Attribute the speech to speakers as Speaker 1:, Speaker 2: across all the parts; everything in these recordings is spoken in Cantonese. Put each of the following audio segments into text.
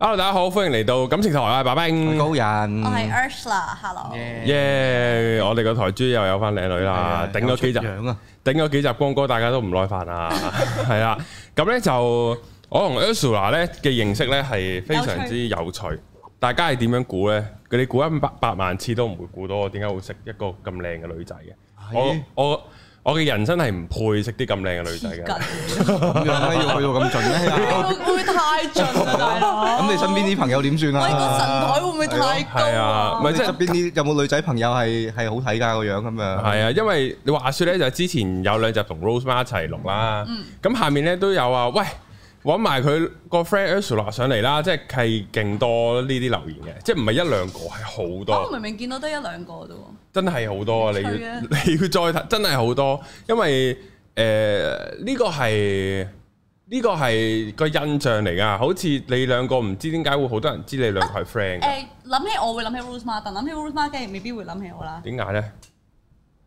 Speaker 1: Hello，大家好，歡迎嚟到感情台啊，白冰，
Speaker 2: 高人，
Speaker 3: 我係 Ursula，hello。
Speaker 1: 耶！我哋個台豬又有翻靚女啦，頂咗幾集，
Speaker 2: 樣啊，
Speaker 1: 頂咗幾集光哥，大家都唔耐煩 啊，係啦。咁咧就我同 Ursula 咧嘅認識咧係非常之有趣，大家係點樣估咧？佢哋估一百百萬次都唔會估到我點解會識一個咁靚嘅女仔嘅。我我我嘅人生係唔配識啲咁靚嘅女仔嘅。
Speaker 2: 咁樣咧要去到咁盡咧，
Speaker 3: 會唔會太盡啊，大 佬？
Speaker 2: 咁你身邊啲朋友點算
Speaker 3: 喂個神
Speaker 2: 啊？
Speaker 3: 台會唔會太高
Speaker 1: 係啊
Speaker 3: 啊？
Speaker 1: 咪
Speaker 2: 你
Speaker 1: 即係
Speaker 2: 側邊啲有冇女仔朋友係係好睇㗎個樣咁樣？
Speaker 1: 係啊，因為你話説咧，就之前有兩集同 Rose Ma 一齊錄啦，
Speaker 3: 嗯
Speaker 1: 咁、下面咧都有啊，喂，揾埋佢個 friend Ursula 上嚟啦，即係係勁多呢啲留言嘅，即係唔係一兩個，係好
Speaker 3: 啊我
Speaker 1: 多，
Speaker 3: 明明見到得一兩個啫喎，
Speaker 1: 真係好多啊！你要
Speaker 3: 趣啊
Speaker 1: 你要再睇，真係好多，因為誒呢、個係。呢個係個印象嚟㗎，好似你兩個唔知點解會好多人知你兩個係啊 friend 㗎，
Speaker 3: 誒諗起我會諗起 Rose Ma，但諗起 Rose Ma 梗係未必會諗起我啦。
Speaker 1: 點解呢？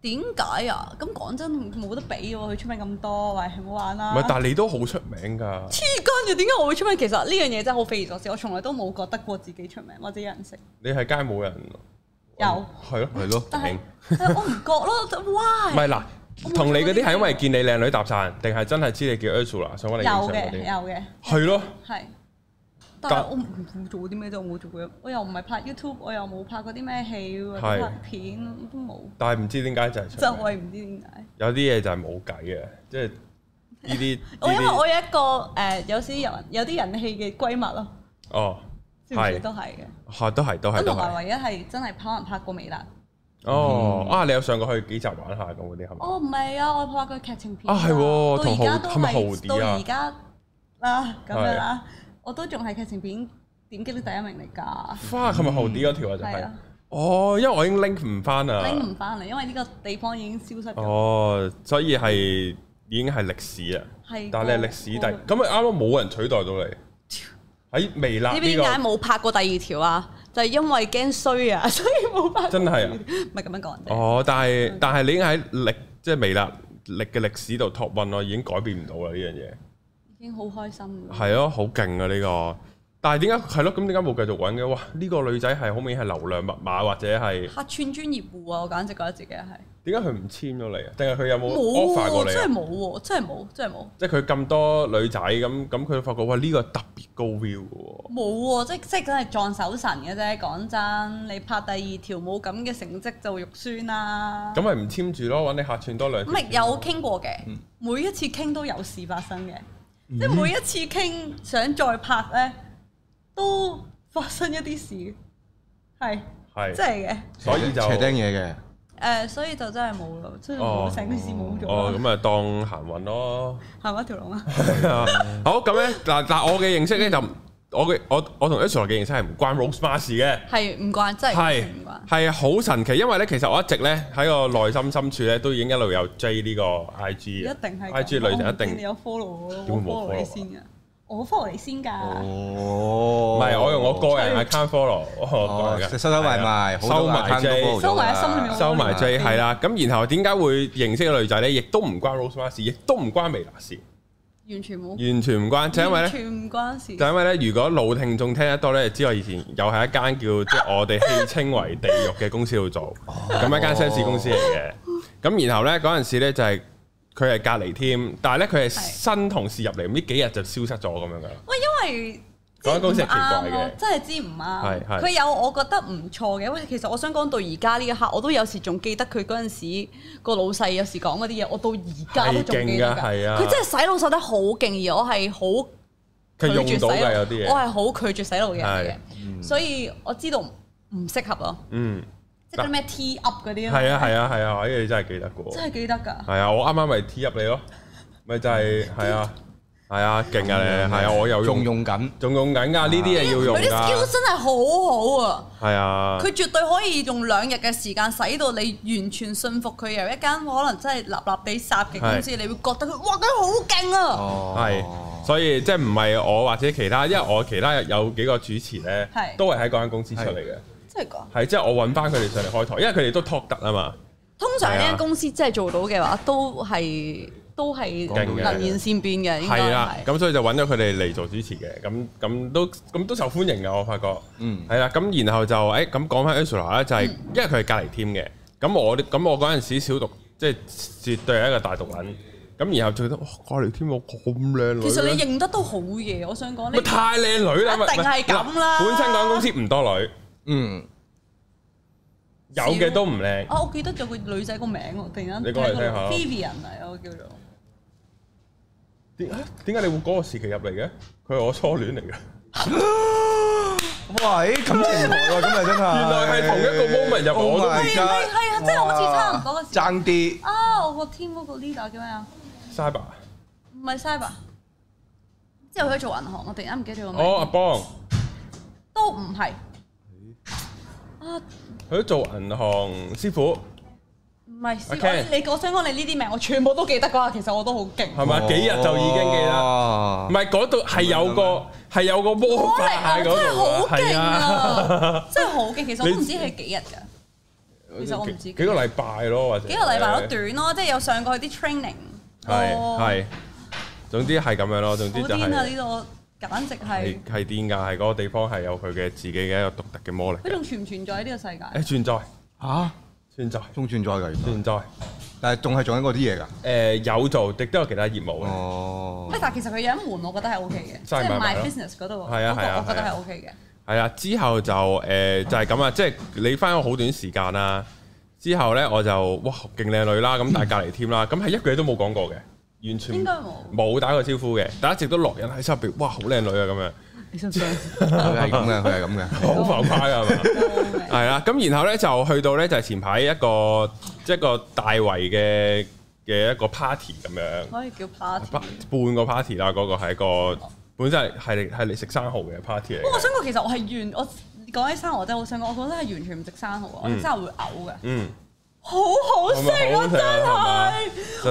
Speaker 3: 點解啊？咁講真冇得比喎，佢出名咁多，喂唔好玩啦。
Speaker 1: 唔係，但係你都好出名㗎。
Speaker 3: 黐筋嘅，點解我會出名？其實呢樣嘢真係好匪夷所思，我從來都冇覺得過自己出名或者有人識，
Speaker 1: 你係街冇人，
Speaker 3: 有
Speaker 1: 係咯係咯，
Speaker 3: 但係
Speaker 1: 頂
Speaker 3: 但係我唔覺咯。
Speaker 1: 唔
Speaker 3: Why？
Speaker 1: 係嗱
Speaker 3: 我，冇
Speaker 1: 同你
Speaker 3: 見
Speaker 1: 嗰
Speaker 3: 過
Speaker 1: 啲
Speaker 3: 呢
Speaker 1: 係因為
Speaker 3: 啲
Speaker 1: 見你靚女搭訕，定係真係知你叫 Ursula 想揾你影相
Speaker 3: 有
Speaker 1: 嗰
Speaker 3: 嘅，
Speaker 1: 啲？
Speaker 3: 有嘅。
Speaker 1: 係咯，
Speaker 3: 係，但係我唔做啲咩啫，我冇做過，我又唔係拍 YouTube，我又冇拍嗰啲咩戲或者
Speaker 1: 係
Speaker 3: 拍片都冇，
Speaker 1: 但係唔知點解就係
Speaker 3: 就
Speaker 1: 出名
Speaker 3: 係唔知點解。
Speaker 1: 有啲嘢就係冇計嘅，即係呢啲
Speaker 3: 我因為
Speaker 1: 呢
Speaker 3: 我
Speaker 1: 啲
Speaker 3: 有一個誒、有啲人有啲人氣嘅閨蜜咯，
Speaker 1: 哦，
Speaker 3: 知唔知
Speaker 1: 係
Speaker 3: 都係嘅。
Speaker 1: 係都係都係
Speaker 3: 咁
Speaker 1: 都
Speaker 3: 同埋
Speaker 1: 係
Speaker 3: 唯一係真係可能拍過微辣。
Speaker 1: 哦啊！你有上過去幾集玩下咁嗰啲係嘛？
Speaker 3: 哦，唔係啊，我拍過劇情片㗎
Speaker 1: 啊係喎
Speaker 3: 到
Speaker 1: 同
Speaker 3: 而家
Speaker 1: 浩
Speaker 3: 都
Speaker 1: 係咪浩
Speaker 3: 係
Speaker 1: 啲啊
Speaker 3: 到而家啦咁樣啦，我都仲係劇情片點擊率第一名嚟㗎，
Speaker 1: 花係咪豪啲嗰條啊？就
Speaker 3: 係
Speaker 1: 係
Speaker 3: 啊，
Speaker 1: 哦，因為我已經 link 唔翻啦，
Speaker 3: 拎唔翻嚟，因為呢個地方已經消失咗。
Speaker 1: 哦，所以係已經係歷史啦。
Speaker 3: 係哦
Speaker 1: 但係你係歷史帝，
Speaker 3: 過
Speaker 1: 咁咪啱啱冇人取代到你喺微辣
Speaker 3: 呢
Speaker 1: 啊呢
Speaker 3: 邊點解
Speaker 1: 個
Speaker 3: 冇拍過第二條啊？就係因為驚衰啊， 所以冇拍。
Speaker 1: 真係啊！
Speaker 3: 唔係咁樣講人哋。
Speaker 1: 哦，但係但係你已經喺歷即係微辣歷嘅歷史度 top one 咯，已經改變唔到啦呢樣嘢。
Speaker 3: 已經好開心㗎。
Speaker 1: 係咯，好勁啊呢個！但係點解係咯？咁點解冇繼續揾嘅？哇！呢個女仔係好明顯係流量密碼，或者係
Speaker 3: 客串專業戶啊！我簡直覺得自己係
Speaker 1: 點解佢唔簽咗你啊？定係佢有冇
Speaker 3: 冇
Speaker 1: offer 過
Speaker 3: 喎，
Speaker 1: 你
Speaker 3: 真係
Speaker 1: 啊？
Speaker 3: 冇喎，真係冇，真係冇，
Speaker 1: 即係佢咁多女仔咁咁，佢發覺哇呢個特別高 view 嘅喎。
Speaker 3: 冇喎！即即真係撞手神嘅啫。講真，你拍第二條冇咁嘅成績就肉酸啦。
Speaker 1: 咁咪嗯唔簽住咯，揾你客串多兩
Speaker 3: 唔
Speaker 1: 條
Speaker 3: 係有傾過嘅，每一次傾都有事發生嘅，
Speaker 1: 嗯
Speaker 3: 即係每一次傾想再拍咧，都發生一啲事，係
Speaker 1: 係，
Speaker 3: 真係嘅。
Speaker 1: 所以就
Speaker 2: 斜釘嘢嘅，
Speaker 3: 誒、所以就真係冇咯，真係
Speaker 1: 哦
Speaker 3: 冇成件事冇咗
Speaker 1: 哦
Speaker 3: 啦，
Speaker 1: 咁啊當行運咯。
Speaker 3: 行一條龍啊！
Speaker 1: 好咁咧，嗱嗱，我嘅認識咧就我嘅我我同 Ursula 嘅認識係唔關 Rose Mars 事嘅，
Speaker 3: 係唔慣，真係
Speaker 1: 係
Speaker 3: 唔慣。
Speaker 1: 係好神奇，因為咧其實我一直咧喺個內心深處咧都已經一路有 J 呢個 IG
Speaker 3: 一
Speaker 1: 嘅
Speaker 3: 定係
Speaker 1: IG 女
Speaker 3: 我
Speaker 1: 仔
Speaker 3: 唔
Speaker 1: 一定
Speaker 3: 見你有 follow 我，
Speaker 1: 點會
Speaker 3: 我
Speaker 1: 冇
Speaker 3: follow 你
Speaker 1: follow 啊
Speaker 3: 先㗎，我 follow 你先㗎。
Speaker 2: 哦
Speaker 1: 唔係我用我個人 account follow 我個人
Speaker 2: 哦
Speaker 1: 嘅，
Speaker 2: 收收埋埋，好
Speaker 1: 收
Speaker 2: 多
Speaker 1: 埋
Speaker 2: account 都
Speaker 1: J
Speaker 2: follow 咗
Speaker 3: 收埋喺心裏面
Speaker 2: 啦
Speaker 1: 收埋 J
Speaker 3: 嗯
Speaker 1: 係啦，咁然後點解會認識個女仔咧？亦都唔關 Rose Mars 事，亦都唔關微辣事，
Speaker 3: 完全冇，
Speaker 1: 完全唔關，就因為
Speaker 3: 完
Speaker 1: 咧。
Speaker 3: 全唔關事。
Speaker 1: 就因為咧，如果老聽眾聽得多咧，就知我以前又係一間叫即係我哋戲稱為地獄嘅公司度做，咁一間 sales 公司嚟嘅。咁然後咧嗰陣時咧就係佢係隔離添，但係咧佢係新同事入嚟，唔知幾日就消失咗咁樣噶啦。
Speaker 3: 喂，因為
Speaker 1: 嗰間公司係
Speaker 3: 知唔啱
Speaker 1: 奇怪嘅
Speaker 3: 咯，真係知唔
Speaker 1: 係
Speaker 3: 啱。
Speaker 1: 係
Speaker 3: 佢有我覺得唔錯嘅，喂，其實我想講到而家呢一刻，我都有時仲記得佢嗰陣時個老細有時講嗰啲嘢，我到而家都仲記
Speaker 1: 係勁
Speaker 3: 得
Speaker 1: 㗎係
Speaker 3: 㗎。
Speaker 1: 啊
Speaker 3: 佢真係洗腦洗得好勁，而我係好
Speaker 1: 佢
Speaker 3: 拒
Speaker 1: 用
Speaker 3: 絕
Speaker 1: 到
Speaker 3: 洗腦
Speaker 1: 嘅有啲嘢，
Speaker 3: 我係好拒絕洗腦嘅
Speaker 1: 係
Speaker 3: 人嚟嘅，所以我知道唔適合咯，
Speaker 1: 嗯，
Speaker 3: 即係嗰啲咩 T up 嗰啲
Speaker 1: 係啊係啊係啊，哎你真係記得嘅喎
Speaker 3: 真。係記得㗎。
Speaker 1: 係啊，我啱啱咪 T 入你咯，咪就係係啊係啊，勁啊你，係啊，我有
Speaker 2: 仲
Speaker 1: 用
Speaker 2: 用緊，
Speaker 1: 仲用緊㗎，呢啲嘢要用
Speaker 3: 佢啲 skill
Speaker 1: 㗎，
Speaker 3: 真係好好啊！
Speaker 1: 係啊。
Speaker 3: 佢絕對可以用兩日嘅時間，使到你完全信服佢由一間可能真係立立地霎嘅公司，你會覺得佢哇佢好勁啊！
Speaker 2: 哦
Speaker 1: 係，所以即係唔係我或者其他，因為我其他有幾個主持咧
Speaker 3: 係，
Speaker 1: 都係喺嗰間公司出嚟嘅，
Speaker 3: 真係㗎。
Speaker 1: 係即係我揾翻佢哋上嚟開台，因為佢哋都 talk 得啊嘛，
Speaker 3: 通常呢
Speaker 1: 係啊
Speaker 3: 間公司真係做到嘅話，都係都係
Speaker 2: 講
Speaker 1: 到嘅
Speaker 3: 能言善變嘅，應該
Speaker 1: 係啦，
Speaker 3: 係。
Speaker 1: 咁所以就揾咗佢哋嚟做主持嘅，咁咁都咁都受歡迎嘅，我發覺。
Speaker 2: 嗯，
Speaker 1: 係啦，咁然後就誒咁講翻 Ursula 咧，就
Speaker 3: 嗯
Speaker 1: 係因為佢係隔離 team 嘅，咁我咁我嗰陣時小讀，即係絕對係一個大毒撚，咁然後就覺得哇隔離 team 我咁靚女嘅，
Speaker 3: 其實你認得都好嘢，我想講你
Speaker 1: 咪太靚女啦，咪
Speaker 3: 一定係咁啦
Speaker 1: 咪本身講公司唔多女，
Speaker 2: 嗯，
Speaker 1: 有嘅都唔靚，
Speaker 3: 啊，我記得咗個女仔個名喎，突然間
Speaker 1: 你講嚟聽下
Speaker 3: Vivian 嚟，我叫做
Speaker 1: 點點解你會嗰個時期入嚟嘅？佢係我初戀嚟嘅，
Speaker 2: 喂，感情來喎，咁啊真係，
Speaker 1: 原來係同一個 moment 入我都
Speaker 2: Oh my
Speaker 3: 係係係啊，即係好似差唔多嘅
Speaker 2: God，
Speaker 3: 時候
Speaker 2: 爭啲。
Speaker 3: 啊！我個 team 嗰個 leader 叫咩啊？
Speaker 1: 沙伯，
Speaker 3: 唔係 Cyber，之後佢做銀行，我突然間唔記得咗個
Speaker 1: 哦阿
Speaker 3: 名，
Speaker 1: 邦，
Speaker 3: 都唔係啊，
Speaker 1: 佢都做銀行師傅，
Speaker 3: 唔係先
Speaker 1: Okay
Speaker 3: 我你我想講你呢啲名，我全部都記得㗎，其實我都好勁。
Speaker 1: 係咪？幾日就已經記得。
Speaker 2: 啦
Speaker 1: 唔係嗰度係有個係有個魔
Speaker 3: 我
Speaker 1: 法
Speaker 3: 嚟啊！
Speaker 1: 喺嗰
Speaker 3: 真係好
Speaker 1: 度，係
Speaker 3: 勁啊！ 真係好勁，其實我都唔
Speaker 1: 你
Speaker 3: 知係幾日㗎，其實我唔知
Speaker 1: 幾個禮拜咯，或者
Speaker 3: 幾個禮拜都短咯，即係有上過啲 training。
Speaker 1: 係
Speaker 3: 哦
Speaker 1: 係，總之係咁樣咯，總之
Speaker 3: 好
Speaker 1: 就
Speaker 3: 癲啊！
Speaker 1: 係
Speaker 3: 呢度簡直係
Speaker 1: 係係癲㗎，係嗰個地方係有佢嘅自己嘅一個獨特嘅魔力
Speaker 3: 佢。仲存唔存在喺呢個世界？
Speaker 1: 誒存在
Speaker 2: 嚇，
Speaker 1: 存在
Speaker 2: 仲存在㗎，原來
Speaker 1: 存在，
Speaker 2: 但係仲係做緊嗰啲嘢㗎。
Speaker 1: 誒有做，亦都有其他業務嘅。
Speaker 2: 哦
Speaker 3: 喂，，但係其實佢有一門，我覺得係 OK 嘅，即
Speaker 1: 真係
Speaker 3: 係
Speaker 1: 買埋
Speaker 3: My
Speaker 1: 咯
Speaker 3: Business 嗰度，嗰個
Speaker 1: 係啊係啊
Speaker 3: 我覺得
Speaker 1: 係啊
Speaker 3: 係 OK 嘅。
Speaker 1: 係啦，之後就誒就係咁啊，即係你翻咗好短時間啦。之後咧我就哇勁靚女啦，咁但係隔離添啦，咁係一句都冇講過嘅，完全
Speaker 3: 應該冇
Speaker 1: 冇打過招呼嘅，但一直都落人喺身邊，哇好靚女啊咁樣。
Speaker 3: 你信唔信？
Speaker 2: 佢係咁嘅，佢係咁 嘅。
Speaker 1: 好浮誇㗎係嘛？係啦，咁然後咧就去到咧就係前排一個即係一個大圍嘅嘅一個 party 咁樣，
Speaker 3: 可以叫 party。
Speaker 1: 半個 party 啦，嗰個係一個本身係係係你食生蠔嘅 party 嚟
Speaker 3: 哦不過
Speaker 1: 嘅。
Speaker 3: 我想講，其實我係完我講起生蠔，我真係好想講，我覺得係完全唔食生蠔啊！我
Speaker 1: 嗯
Speaker 3: 哋生蠔會嘔嘅，
Speaker 1: 嗯，
Speaker 3: 好好食
Speaker 1: 係咪好
Speaker 3: 啊！
Speaker 1: 好食啊係嘛
Speaker 3: 真係，我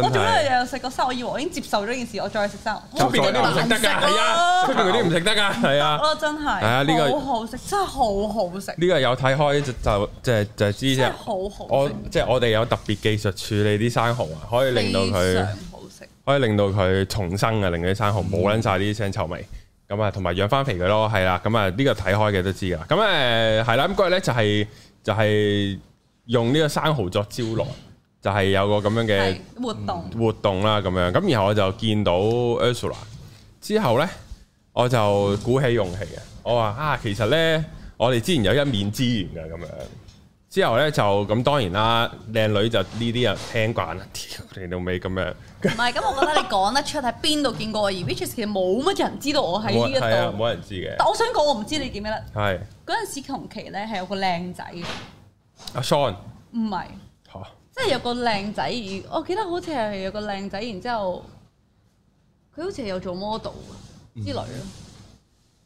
Speaker 1: 真
Speaker 3: 做
Speaker 1: 係
Speaker 3: 咩又食過生蠔？我以為我已經接受咗呢件事，我再食生
Speaker 1: 出
Speaker 3: 蠔，
Speaker 1: 邊嗰啲唔食得㗎，係啊，出邊嗰啲唔食得㗎，係啊。
Speaker 3: 咯真係，
Speaker 1: 係啊呢個
Speaker 3: 好好食，真係好好食，
Speaker 1: 呢個有睇開就就就就知
Speaker 3: 真
Speaker 1: 啫
Speaker 3: 係。好好
Speaker 1: 我
Speaker 3: 食，
Speaker 1: 即係我哋有特別技術處理啲生蠔啊，可以令到
Speaker 3: 非
Speaker 1: 佢
Speaker 3: 常。好食。
Speaker 1: 可以令到佢重生啊，令佢啲生蠔冇撚晒啲腥臭味。咁啊，同埋養翻肥佢咯，係啦。咁啊，呢個睇開嘅都知噶啦。咁誒啊係啦，咁嗰日咧就係、就係、用呢個生蠔作招來，就係、有個咁樣嘅
Speaker 3: 係活動，
Speaker 1: 活動啦，咁樣。咁然後我就見到 Ursula 之後咧，我就鼓起勇氣嘅，我話啊，其實咧我哋之前有一面之緣嘅咁樣。之後咧就咁當然啦，靚女就呢啲人聽慣啦，屌你老味咁樣。
Speaker 3: 唔係咁，我覺得你講得出喺邊度見過我，而 which is 其實冇乜人知道我喺
Speaker 1: 冇
Speaker 3: 呢
Speaker 1: 人係啊
Speaker 3: 一度。
Speaker 1: 冇人知嘅
Speaker 3: 但。我想講，我唔知你記唔記得
Speaker 1: 係
Speaker 3: 嗰陣時同期咧係有個靚仔嘅，
Speaker 1: 阿 Sean
Speaker 3: 唔係，
Speaker 1: 嚇，
Speaker 3: 即係有個靚仔，而我記得好似係有個靚仔，然之後佢好似係有做 model 之類咯，
Speaker 1: 嗯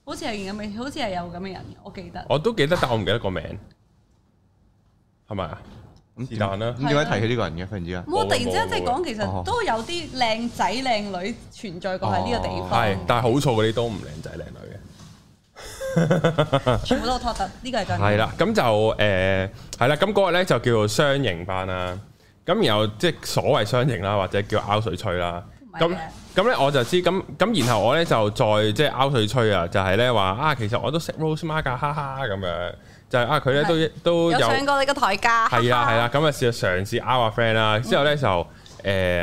Speaker 3: 好似係咁嘅，好似係有咁嘅人嘅，我記得。
Speaker 1: 我都記得，但我唔記得個名，係咪啊？
Speaker 2: 咁
Speaker 1: 是但啦
Speaker 2: 點解提起呢個人嘅？忽然之間，
Speaker 3: 我突然之間即係講，其
Speaker 2: 哦
Speaker 3: 實都有啲靚仔靚女存在過喺呢個地
Speaker 2: 哦
Speaker 1: 係
Speaker 3: 方，，
Speaker 1: 但係好燥嗰啲都唔靚仔靚女嘅。
Speaker 3: 全部都托特，呢個係真嘅
Speaker 1: 係。啦，咁就誒係啦，咁嗰日咧就叫做雙型班啦。咁然後即係所謂雙型啦，或者叫拗水吹啦。
Speaker 3: 唔係
Speaker 1: 咁
Speaker 3: 嘅
Speaker 1: 咁咧我就知咁咁，然後我咧就再即係拗水吹啊，就係咧話啊，其實我都識 Rose Mark 㗎，哈哈咁樣。就係啊，佢咧都都
Speaker 3: 有上過你個台架，
Speaker 1: 係啦係
Speaker 3: 啦，
Speaker 1: 啦，咁啊試嘗試拗下 friend 啦，之後咧就誒、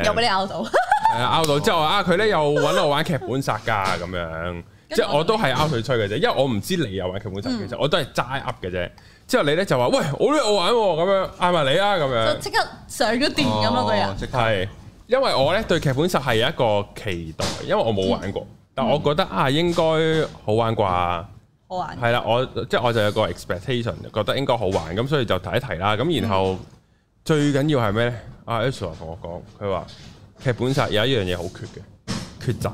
Speaker 3: 又俾你拗到，
Speaker 1: 係啊拗到之後啊，佢咧又揾我玩劇本殺㗎咁樣，即係我都係拗佢吹嘅啫，因為我唔知你又玩劇本殺，其實我都係齋噏嘅啫。之後你咧就話喂，我都有玩喎，咁樣嗌埋你啊咁
Speaker 3: 就
Speaker 1: 樣，
Speaker 3: 即刻上咗電咁咯，個
Speaker 2: 哦
Speaker 3: 人。
Speaker 2: 即刻
Speaker 1: 係因為我咧對劇本殺係有一個期待，因為我冇玩過，但我覺得啊應該好玩啩。
Speaker 3: 好玩。
Speaker 1: 係啦，我即係我就有個 expectation，覺得應該好玩，咁所以就提一提啦。咁然
Speaker 2: 嗯
Speaker 1: 後、最緊要係咩咧？阿 Ursula 同我講，佢話劇本殺有一樣嘢好缺嘅，缺仔。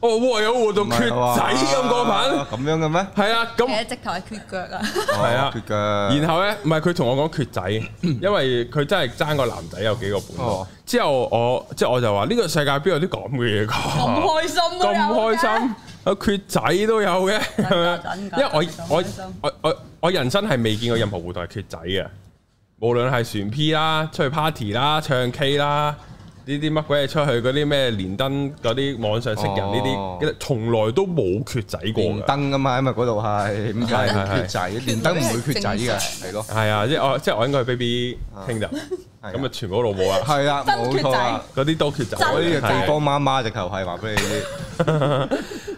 Speaker 1: 哦，哇！有活到
Speaker 2: 唔
Speaker 1: 缺
Speaker 2: 係
Speaker 1: 仔
Speaker 2: 啊嘛
Speaker 1: 咁過分，
Speaker 2: 咁樣嘅咩？
Speaker 1: 係啊，咁
Speaker 3: 其實直頭係缺腳啊！
Speaker 1: 係啊
Speaker 2: 哦缺嘅。
Speaker 1: 然後咧，唔係佢同我講缺 仔，因為佢真係爭個男仔有幾個本。
Speaker 2: 哦
Speaker 1: 之後我即係我就話呢個世界邊有啲咁嘅嘢
Speaker 3: 咁
Speaker 1: 講，
Speaker 3: 開心都有
Speaker 1: 哦咁
Speaker 3: 嘅
Speaker 1: 開心，有缺仔都有嘅，
Speaker 3: 真㗎真㗎
Speaker 1: 因為我
Speaker 3: 真
Speaker 1: 我
Speaker 3: 開心
Speaker 1: 我我我人生係未見過任何活動係缺仔嘅，無論係船 P 啦、出去 party 啦、唱 K 啦，呢啲乜鬼嘢出去嗰啲咩連登嗰啲網上識人呢
Speaker 2: 哦
Speaker 1: 啲，其實從來都冇缺仔過
Speaker 2: 連
Speaker 1: 㗎。
Speaker 2: 登啊嘛，因為嗰度係唔
Speaker 1: 係
Speaker 2: 係
Speaker 1: 係
Speaker 2: 缺仔，連登唔會缺仔嘅，係咯，
Speaker 1: 係啊，即係我即係我應該係 baby 聽就咁
Speaker 2: 咁
Speaker 1: 啊
Speaker 2: 啊，，
Speaker 1: 全部都老母啊，
Speaker 2: 係啦，
Speaker 3: 真
Speaker 2: 冇
Speaker 3: 缺
Speaker 2: 錯
Speaker 3: 仔
Speaker 2: 啦，
Speaker 1: 嗰啲都缺仔。
Speaker 2: 我
Speaker 3: 真
Speaker 2: 呢個
Speaker 3: 缺仔
Speaker 2: 地方媽媽直頭係話俾你知，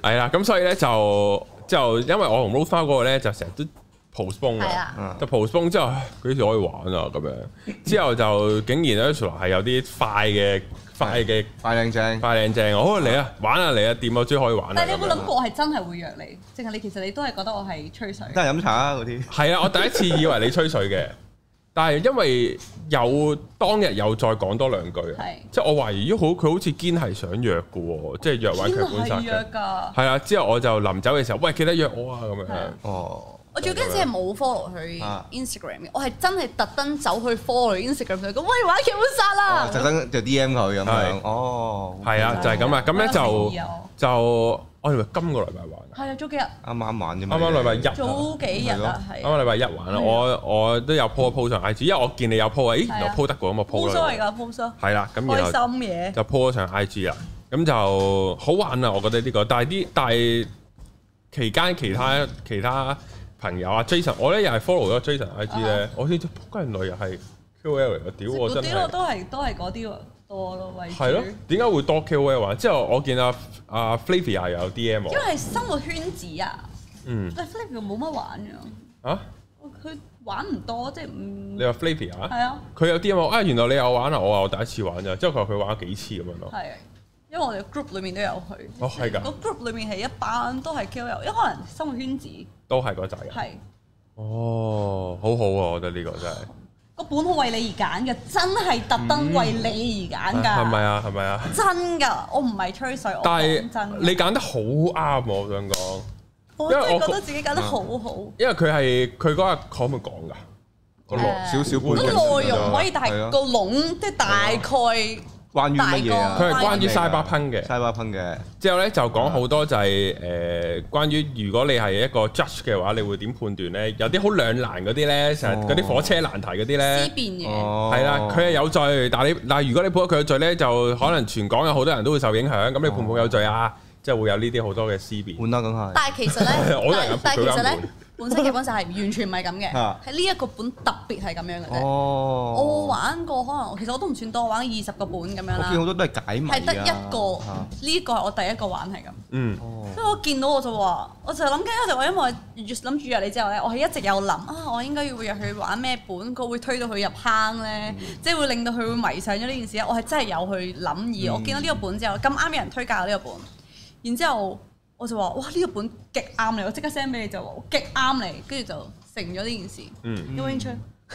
Speaker 1: 係啦，咁所以咧就就因為我同 Rose 嗰個咧就成日都 postpone
Speaker 3: 係
Speaker 1: 啊，
Speaker 3: 啊，
Speaker 1: 就 postpone 之後唉幾時可以玩啊咁樣，之後就竟然 Ursula 係有啲快嘅快嘅
Speaker 2: 快靚正，
Speaker 1: 快靚正，我好嚟啊玩啊嚟啊掂啊追可以玩啊
Speaker 3: 但係你有冇
Speaker 1: 咁樣。
Speaker 3: 諗過我係真係會約你？淨係你其實你都係覺得我係吹水。
Speaker 2: 都係飲茶啊嗰啲，
Speaker 1: 係啊，我第一次以為你吹水嘅，但係因為有當日有再講多兩句啊
Speaker 3: 係，
Speaker 1: 即係我懷疑咦好佢好似堅係想約嘅喎，即係約玩劇
Speaker 3: 堅
Speaker 1: 本殺
Speaker 3: 係約
Speaker 1: 嘅。
Speaker 3: 㗎，
Speaker 1: 係啊，之後我就臨走嘅時候，喂記得約我啊咁樣
Speaker 3: 係啊。
Speaker 2: 哦，
Speaker 3: 我最嗰陣時係冇 follow 佢
Speaker 2: 啊
Speaker 3: Instagram 嘅，我係真係特登走去 follow 佢 Instagram 佢講喂玩劇本殺啊啦
Speaker 2: 哦，特登就 D M 佢咁樣
Speaker 1: 係，
Speaker 2: 哦，
Speaker 1: 係啊，就係咁啊，咁咧就
Speaker 3: 我有留意啊
Speaker 1: 就我以為今個禮拜玩啊，
Speaker 3: 係啊，早幾日，
Speaker 2: 啱啱玩啫嘛，
Speaker 1: 啱啱禮拜一啊。
Speaker 3: 早幾日
Speaker 1: 啱
Speaker 3: 啊，係啊
Speaker 1: 啱禮拜一玩
Speaker 3: 係
Speaker 1: 啦，
Speaker 3: 啊
Speaker 1: 我我都有 po 一 po 上 IG，因為我見你有 po 啊，咦
Speaker 3: 係啊
Speaker 1: 原來 po 得過咁我 po
Speaker 3: ，post 嚟
Speaker 1: 啦，
Speaker 3: 㗎，post 啊
Speaker 1: 係啦，咁
Speaker 3: 開
Speaker 1: 然後
Speaker 3: 心嘢，
Speaker 1: 就 po 咗上 IG 啦。咁就好玩啊！我覺得呢、個，但係啲但係期間其他其他朋友啊，Jason，我咧又係 follow 咗 Jason IG 咧我先知仆街原來又係 QL 嚟嘅，屌我
Speaker 3: 嗰
Speaker 1: 真
Speaker 3: 啊啲我
Speaker 1: 係
Speaker 3: 都係都係嗰啲多咯，為主
Speaker 1: 係咯，點解會多 QL 玩？之後我見阿阿 Flavia 又有 DM
Speaker 3: 因為
Speaker 1: 我，
Speaker 3: 係生活圈子啊，
Speaker 1: 嗯
Speaker 3: 但 Flip 佢冇乜玩嘅，
Speaker 1: 啊，
Speaker 3: 哦佢玩唔多，即係唔
Speaker 1: 你話 Flavia，
Speaker 3: 係啊，
Speaker 1: 佢有 DM 我啊，原來你有玩啊，我話我第一次玩咋，之後佢話佢玩咗幾次咁樣咯，
Speaker 3: 係啊，因為我哋 group 裡面都有佢，
Speaker 1: 哦係㗎
Speaker 3: 個 group 裡面係一班都係 KOL，因為可能生活圈子
Speaker 1: 都係嗰仔嘅，
Speaker 3: 係。
Speaker 1: 哦，好好啊，我覺得呢個真係，
Speaker 3: 個本好為你而揀嘅，真係特登為你而揀㗎，
Speaker 1: 係咪嗯啊？係咪 啊？
Speaker 3: 真㗎，我唔係吹水，我
Speaker 1: 但
Speaker 3: 講
Speaker 1: 係
Speaker 3: 真㗎
Speaker 1: 你揀得好啱，我想講，
Speaker 3: 我
Speaker 1: 因
Speaker 3: 真
Speaker 1: 為我啊
Speaker 3: 係覺得自己揀得好好。
Speaker 1: 因為佢係佢嗰日可唔可以講噶？
Speaker 2: 個內少少背
Speaker 3: 個
Speaker 2: 景
Speaker 3: 內容可以，但
Speaker 2: 係
Speaker 1: 啊
Speaker 3: 係個
Speaker 2: 咯
Speaker 3: 籠即係大概
Speaker 2: 關於乜嘢啊？
Speaker 1: 佢係
Speaker 3: 係
Speaker 1: 關於
Speaker 2: 咩㗎
Speaker 1: cyberpunk 嘅，
Speaker 2: 西巴烹嘅，
Speaker 1: 之後咧就講好多就係誒關於如果你係一個 judge 嘅話，你會點判斷咧？有啲好兩難嗰啲咧，成日
Speaker 2: 哦
Speaker 1: 嗰啲火車難題嗰啲
Speaker 3: 思
Speaker 1: 咧。
Speaker 3: 辨嘢，
Speaker 2: 哦，
Speaker 1: 係啦，佢係有罪，但係你但係如果你判咗佢有罪咧，就可能全港有好多人都會受影響。咁你判唔判有罪啊？即係會有呢啲好多嘅思辨。，
Speaker 2: 換啦，梗係，
Speaker 3: 但係其實咧
Speaker 1: 我都係咁
Speaker 3: 但但係其實
Speaker 1: 佢啱
Speaker 3: 咧
Speaker 1: 本，
Speaker 3: 本身嘅本就係完全唔係咁 嘅，
Speaker 2: 啊
Speaker 3: 係呢一個本特別係咁樣嘅啫。
Speaker 2: 哦，
Speaker 3: 我玩過可能其實我都唔算多，我玩二十個本咁樣
Speaker 2: 我見好
Speaker 3: 啦，
Speaker 2: 多都係解謎啊
Speaker 3: 係得一個
Speaker 2: 啊，
Speaker 3: 呢個係我第一個玩係咁。
Speaker 1: 嗯，
Speaker 2: 哦
Speaker 3: 所以我見到我就話，我就諗緊，我就話因為我諗住約你之後咧，我係一直有諗啊，我應該要約佢玩咩本，佢會推到佢入坑咧，
Speaker 2: 嗯
Speaker 3: 即係會令到佢會迷上咗呢件事。我係真係有去諗，而
Speaker 2: 嗯
Speaker 3: 我見到呢個本之後，咁啱有人推介我呢個本，然之後我就話：哇，呢個本極啱你！我即刻 send 俾你就話我極啱你，跟住就成咗呢件事。
Speaker 1: 嗯，
Speaker 3: 有冇興趣？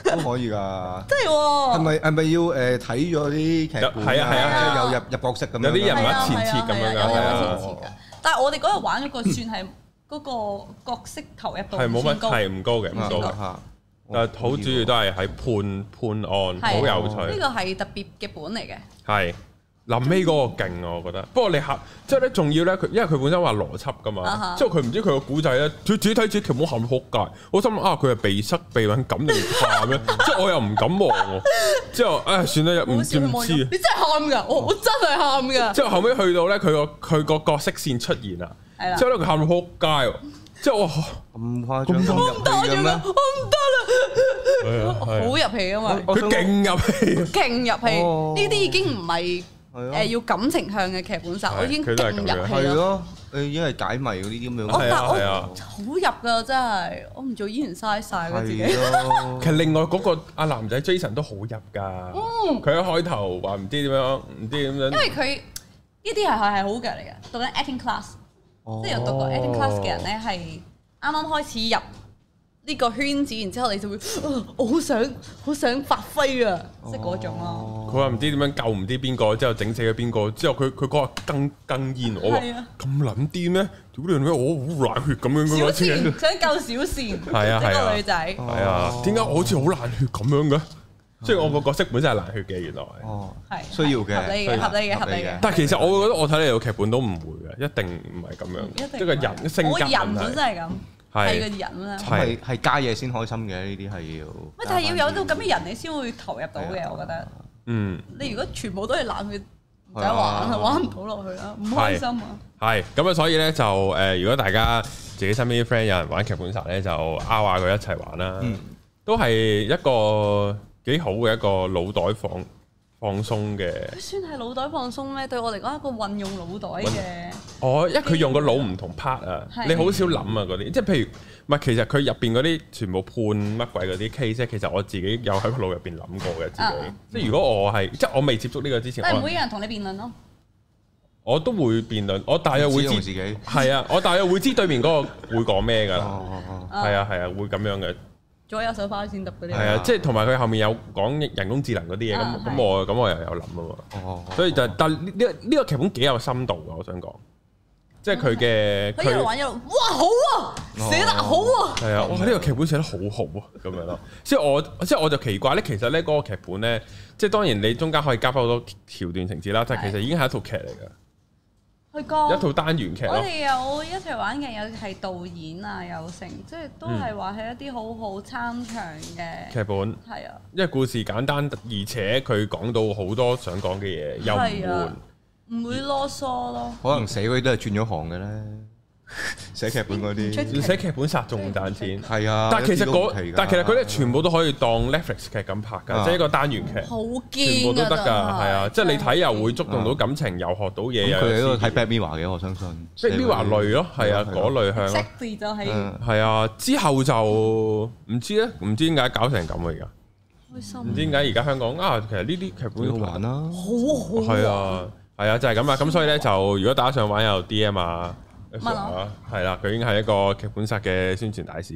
Speaker 2: 都可以㗎。
Speaker 3: 真係
Speaker 2: 係
Speaker 3: 喎，
Speaker 2: 咪係咪要誒睇咗啲劇本
Speaker 1: 係啊係啊
Speaker 3: 係啊
Speaker 2: 即係有入入角色咁樣㗎。
Speaker 1: 有啲人
Speaker 3: 係
Speaker 1: 物
Speaker 3: 啊
Speaker 1: 前設咁樣㗎
Speaker 3: 係啊有
Speaker 1: 係
Speaker 3: 人
Speaker 1: 啊
Speaker 3: 物前設㗎。但係我哋嗰日玩嗰個算係嗰個角色投入度
Speaker 1: 係冇
Speaker 3: 唔算
Speaker 1: 乜
Speaker 3: 高
Speaker 1: 係唔高嘅，唔
Speaker 2: 啊
Speaker 1: 高嘅。
Speaker 2: 啊
Speaker 1: 但係好主要都係喺判判案，好
Speaker 3: 係啊
Speaker 1: 有
Speaker 3: 呢
Speaker 1: 趣。
Speaker 3: 個係特別嘅本嚟嘅，
Speaker 1: 係臨尾嗰個勁啊，我覺得。不過你合即係咧，仲要咧，佢因為佢本身話邏輯噶
Speaker 3: 啊
Speaker 1: 嘛，
Speaker 3: 哈
Speaker 1: 之後佢唔知佢個古仔咧，佢自己睇自己條冇喊撲街。我心諗啊，佢係鼻塞鼻敏感定喊咧？即係我又唔敢望喎。之後唉，算啦，唔知嗯唔
Speaker 3: 好似佢望咗
Speaker 1: 知哦
Speaker 3: 你。真係喊㗎，我我真係 喊㗎，
Speaker 1: 之後後尾去到咧，佢個佢個角色線出現啦
Speaker 3: 係。啦
Speaker 1: 之後咧，佢喊到撲街喎。之後我
Speaker 2: 咁誇張
Speaker 1: 咁多
Speaker 2: 咁
Speaker 3: 我
Speaker 2: 入戲
Speaker 3: 唔得，我
Speaker 2: 嘅
Speaker 3: 仲
Speaker 2: 咩
Speaker 3: 要？我唔得啦，好
Speaker 1: 好
Speaker 3: 入戲啊嘛，
Speaker 2: 我
Speaker 1: 佢勁入啊戲，
Speaker 3: 勁入戲，
Speaker 2: 哦
Speaker 3: 呢啲已經唔係
Speaker 2: 係
Speaker 3: 誒
Speaker 2: 啊，
Speaker 3: 要感情向嘅劇本殺，
Speaker 1: 係
Speaker 3: 我已經
Speaker 1: 佢都係
Speaker 3: 勁
Speaker 1: 咁樣
Speaker 3: 入戲
Speaker 2: 係
Speaker 3: 啦。
Speaker 2: 咯，誒因為解謎嗰啲咁
Speaker 3: 我
Speaker 1: 係啊
Speaker 2: 樣。
Speaker 3: 但
Speaker 1: 係啊
Speaker 3: 我好入㗎，真係，我唔做演員嘥晒我自己。
Speaker 1: 啊其
Speaker 2: 係
Speaker 1: 實另外嗰個阿男仔 Jason 都好入㗎，佢一開頭話唔知點樣，唔知點
Speaker 3: 嗯因
Speaker 1: 樣，
Speaker 3: 為佢呢啲係係好嘅嚟嘅，讀緊 acting class，
Speaker 2: 咯，
Speaker 3: 即係有讀過
Speaker 1: 哦
Speaker 3: acting class 嘅人咧，係啱啱開始入呢個圈子，然之後你就會，啊我好想好想發揮啊，即係嗰種咯。
Speaker 1: 佢話唔知點樣救唔知邊個，之後整死咗邊個，之後佢佢嗰日更更煙，我話
Speaker 3: 係啊
Speaker 1: 咁撚癲咩？屌你咩？我好冷血咁樣
Speaker 3: 小
Speaker 1: 嘅嗰
Speaker 3: 倩
Speaker 1: 次，
Speaker 3: 想救小倩，
Speaker 1: 係啊係
Speaker 3: 呢
Speaker 1: 啊
Speaker 3: 個女
Speaker 2: 哦
Speaker 3: 仔
Speaker 1: 係啊，點解我好似好冷血咁樣嘅？即係我個角色本身係冷血嘅原來，
Speaker 2: 哦，
Speaker 3: 係
Speaker 2: 需要嘅
Speaker 3: 合理嘅，合理嘅，合理嘅。
Speaker 1: 但係其實我會覺得我睇你個劇本都唔會嘅，一定唔係咁
Speaker 3: 一
Speaker 1: 樣，
Speaker 3: 定
Speaker 1: 即係個人性格
Speaker 3: 我人本
Speaker 1: 問
Speaker 3: 身
Speaker 1: 題
Speaker 3: 係咁，係個
Speaker 1: 係
Speaker 3: 人啊啦。
Speaker 2: 係係加嘢先開心嘅，呢啲係要。啊
Speaker 3: 乜但係要有到咁嘅人，你先會投入到嘅，我覺得。
Speaker 1: 嗯，
Speaker 3: 你如果全部都係男嘅，唔使玩
Speaker 2: 係啊
Speaker 3: 啦，玩唔到落去啦，唔開心啊！
Speaker 1: 係咁啊，所以咧就誒、呃如果大家自己身邊啲 friend 有人玩劇本殺咧，就拗下佢一齊玩啦，
Speaker 2: 嗯
Speaker 1: 都係一個幾好嘅一個腦袋放放鬆嘅。
Speaker 3: 佢算係腦袋放鬆咩？對我嚟講，一個運用腦袋嘅，
Speaker 1: 哦，因為佢用個腦唔同 part 啊，
Speaker 3: 係
Speaker 1: 你好少諗啊嗰啲，即係譬如唔係，其實佢入邊嗰啲全部判乜鬼嗰啲 case，其實我自己有喺個腦入邊諗過嘅自己
Speaker 3: 啊。
Speaker 1: 即係如果我係即係我未接觸呢個之前，
Speaker 3: 但係唔會
Speaker 1: 我
Speaker 3: 有人同你辯論
Speaker 1: 啊
Speaker 3: 咯。
Speaker 1: 我都會辯論，我大約啊會
Speaker 2: 會自
Speaker 1: 知
Speaker 2: 己。
Speaker 1: 係啊，我大約會知對面 嗰個會講咩㗎啦。
Speaker 2: 哦哦
Speaker 1: 係啊係啊，會咁樣嘅，
Speaker 3: 左右手包先揼嗰啲。
Speaker 1: 係啊，
Speaker 2: 啊
Speaker 1: 即係同埋佢後面有講人工智能嗰啲嘢，
Speaker 3: 啊
Speaker 1: 咁
Speaker 3: 係
Speaker 1: 咁我咁我又有諗啊嘛。
Speaker 2: 哦哦，
Speaker 1: 所以就但呢呢呢個劇本幾有深度㗎，我想講，即係佢嘅
Speaker 3: 嗯佢一
Speaker 1: 佢哦
Speaker 3: 路。玩一路，哇好啊，寫得好啊！
Speaker 1: 係啊，哇！呢個劇本寫得好好啊，咁樣咯。即係我，即係我就奇怪咧。其實咧，嗰個劇本咧，即係當然你中間可以加翻好多橋段情節啦，但係其實已經係一套劇嚟嘅，
Speaker 3: 佢講
Speaker 1: 一套單元劇
Speaker 3: 哦我
Speaker 1: 咯。
Speaker 3: 哋有一齊玩嘅，有係導演啊，有成，即係都係話係一啲好好參詳嘅，
Speaker 1: 嗯劇本，
Speaker 3: 係啊，
Speaker 1: 因為故事簡單，而且佢講到好多想講嘅嘢，又唔
Speaker 3: 係
Speaker 1: 悶
Speaker 3: 啊。唔會囉嗦咯。
Speaker 2: 可能寫嗰啲都係轉咗行嘅 咧，寫劇本嗰
Speaker 3: 唔出
Speaker 2: 啲
Speaker 1: 要寫劇本殺仲賺錢，
Speaker 2: 係啊。
Speaker 1: 嗯但係其實
Speaker 2: 一啲都唔奇
Speaker 1: 嗰
Speaker 2: 㗎
Speaker 1: 但係其實佢哋全部都可以當 Netflix 劇咁拍㗎，
Speaker 2: 啊
Speaker 1: 即係一個單元劇，
Speaker 3: 好
Speaker 1: 全部
Speaker 3: 堅
Speaker 1: 都得㗎，
Speaker 3: 真
Speaker 1: 係啊！即係你睇又會觸動到
Speaker 2: 啊
Speaker 1: 感情，又學到嘢，
Speaker 2: 咁
Speaker 1: 又
Speaker 2: 佢喺
Speaker 1: 啊有
Speaker 2: 度
Speaker 1: 刺
Speaker 2: 睇
Speaker 1: 激
Speaker 2: Bad Mirror 嘅，我相信。
Speaker 1: 即係 Mirror 類咯，係啊，嗰類向咯。
Speaker 3: Exactly 就係
Speaker 2: 嗯
Speaker 1: 係啊，之後就唔知咧，唔知點解搞成咁啊！而家
Speaker 3: 開心，
Speaker 1: 唔知點解而家香港啊，其實呢啲劇本
Speaker 2: 好玩
Speaker 1: 啊，
Speaker 2: 啦。
Speaker 3: 好好
Speaker 1: 係，啊，係啊，就係咁啊！咁所以咧，就如果大家想玩又 D M 啊
Speaker 3: 問我
Speaker 1: 係啦，佢已經係一個劇本殺嘅宣傳大使，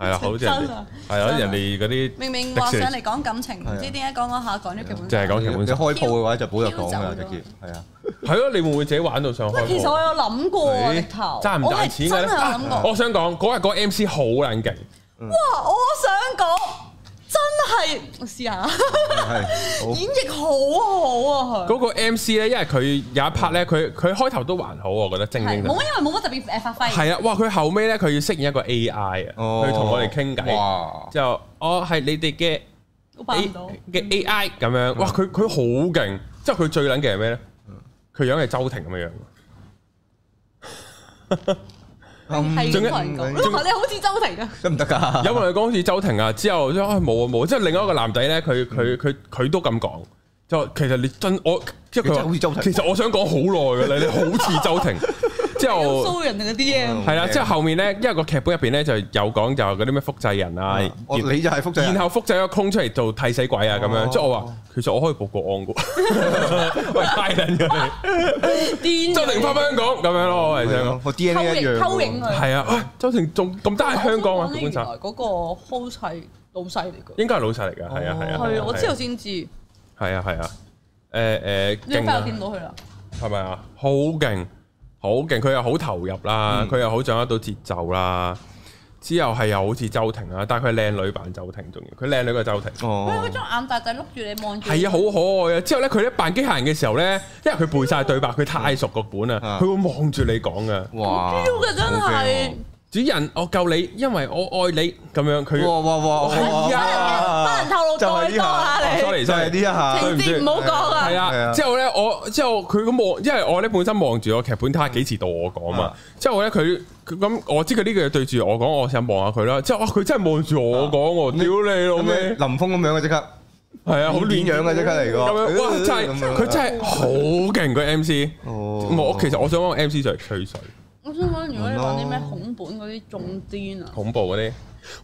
Speaker 1: 係啦，好似人哋
Speaker 3: 真啊
Speaker 1: 係啊，
Speaker 3: 真啊
Speaker 1: 人哋嗰啲
Speaker 3: 明明話想嚟講感情，唔知點解講講下講咗劇本殺
Speaker 1: 就啊嗯係講
Speaker 2: 你
Speaker 1: 劇本
Speaker 2: 你
Speaker 1: 殺，
Speaker 2: 開鋪嘅話就保入講
Speaker 3: 挑
Speaker 2: 㗎，
Speaker 3: 走咗
Speaker 2: 直接係啊。
Speaker 1: 係咯，你會唔會自己玩到上開
Speaker 3: 喂，其實我
Speaker 1: 鋪？
Speaker 3: 有諗過啊，
Speaker 2: 係
Speaker 3: 直頭，
Speaker 1: 賺唔
Speaker 3: 我
Speaker 1: 賺
Speaker 3: 係
Speaker 1: 錢
Speaker 3: 真
Speaker 1: 嘅
Speaker 3: 係
Speaker 1: 咧？
Speaker 3: 有諗過
Speaker 1: 啊。 我想講嗰日嗰 M C 好撚勁，
Speaker 3: 哇！啊我想講，真係我試下
Speaker 2: 係好
Speaker 3: 演繹好好啊，佢
Speaker 1: 嗰個 M C 咧，因為佢有一 part 咧，佢佢開頭都還好，我覺得正
Speaker 3: 係
Speaker 1: 正
Speaker 3: 冇乜，因為冇乜特別誒發揮，
Speaker 1: 係啊，哇！佢後尾咧，佢要飾演一個 AI 啊，
Speaker 2: 哦
Speaker 1: 佢同我哋傾偈，
Speaker 2: 哇！
Speaker 1: 之後我係你哋嘅
Speaker 3: 我扮
Speaker 1: A
Speaker 3: 唔到。
Speaker 1: 嘅 AI 咁樣，哇！佢佢好勁，之後佢最撚嘅係咩咧？佢樣係周庭咁樣樣，
Speaker 3: 係
Speaker 1: 嗯仲
Speaker 3: 咁
Speaker 1: 有
Speaker 3: 同人講，
Speaker 2: 仲
Speaker 3: 哇！你好似周庭啊，
Speaker 2: 得唔得㗎？
Speaker 1: 有冇人講好似周庭啊？之後之後哎冇啊冇，之後另外一個男仔咧，佢佢佢佢都咁講，就話其實你真我，即係佢
Speaker 2: 你真係好似周
Speaker 1: 話
Speaker 2: 庭
Speaker 1: 其實我想講好耐㗎啦，你 好似周庭，之後。
Speaker 3: 騷人哋嘅 D M，
Speaker 1: 係啦，之後後面咧，因為個劇本入邊咧就有講就係嗰啲咩複製人啊，
Speaker 2: 係，我你就係複製人
Speaker 1: 然後複製咗個空出嚟做替死鬼啊咁樣，
Speaker 2: 哦
Speaker 1: 即係我話其實我可以報 個案噶，喂太撚咗 你，
Speaker 3: 癲啊
Speaker 1: 周庭翻香港咁樣咯，我係想講，
Speaker 2: 我
Speaker 3: 偷
Speaker 2: DNA 一樣
Speaker 3: 影
Speaker 2: 喎。
Speaker 3: 偷影佢，
Speaker 1: 係啊，喂周庭仲咁得喺香港啊，本
Speaker 3: 原來
Speaker 1: 省
Speaker 3: 嗰個 host 係老細嚟㗎，
Speaker 1: 應該係老細嚟㗎，係啊係啊，
Speaker 3: 係啊我之
Speaker 1: 係
Speaker 3: 後
Speaker 1: 啊
Speaker 3: 先知，呢
Speaker 1: 係啊係啊，誒誒
Speaker 3: 個
Speaker 1: 勁
Speaker 3: friend
Speaker 1: 啊
Speaker 3: 我！見到佢啦，
Speaker 1: 係咪啊？好勁，好勁！佢又好投入啦，佢、又好掌握到節奏啦。之後係又好似周庭啦，但係佢係靚女版周庭，仲要佢靚女過周庭。
Speaker 3: 佢
Speaker 2: 哦
Speaker 3: 嗰，種眼大大碌住你望住，
Speaker 1: 係啊，好可愛啊！之後咧，佢咧扮機械人嘅時候咧，因為佢背晒對白，佢太熟個本啊，
Speaker 2: 嗯
Speaker 1: 佢會望住你講噶。
Speaker 2: 哇！
Speaker 3: 好 Q 嘅真
Speaker 2: 好驚
Speaker 3: 係
Speaker 2: 喎。
Speaker 1: 主人，我救你，因為我愛你咁樣。佢
Speaker 2: 哇哇哇！哇
Speaker 1: 係
Speaker 3: 啊不能透露太多啊
Speaker 1: 哦 sorry
Speaker 3: 你
Speaker 2: 就係
Speaker 1: sorry，
Speaker 2: 呢一下
Speaker 1: 對唔
Speaker 3: 情節
Speaker 1: 住
Speaker 3: 唔好講啊
Speaker 1: 係！
Speaker 2: 係
Speaker 1: 啊，
Speaker 2: 啊
Speaker 1: 之後咧，我之後佢咁望，因為我咧本身望住個劇本，睇下幾時到我講嘛
Speaker 2: 啊。
Speaker 1: 之後咧，佢佢咁，我知佢呢句對住我講，我想望下佢啦。之後哇，佢真係望住我講喎，屌你老
Speaker 2: 咁你
Speaker 1: 味，
Speaker 2: 林峰咁樣嘅即刻，
Speaker 1: 係啊，好
Speaker 2: 好
Speaker 1: 亂
Speaker 2: 亂樣嘅即刻
Speaker 1: 咁
Speaker 2: 嚟
Speaker 1: 樣，
Speaker 2: 個。
Speaker 1: 哇！真係
Speaker 2: 咁樣
Speaker 1: 佢真係好勁個 M C。
Speaker 2: 哦
Speaker 1: 我其實我想講 M C 就係吹水
Speaker 3: 我想講，如果你講啲咩恐本嗰啲仲癲啊，
Speaker 1: 恐怖嗰啲。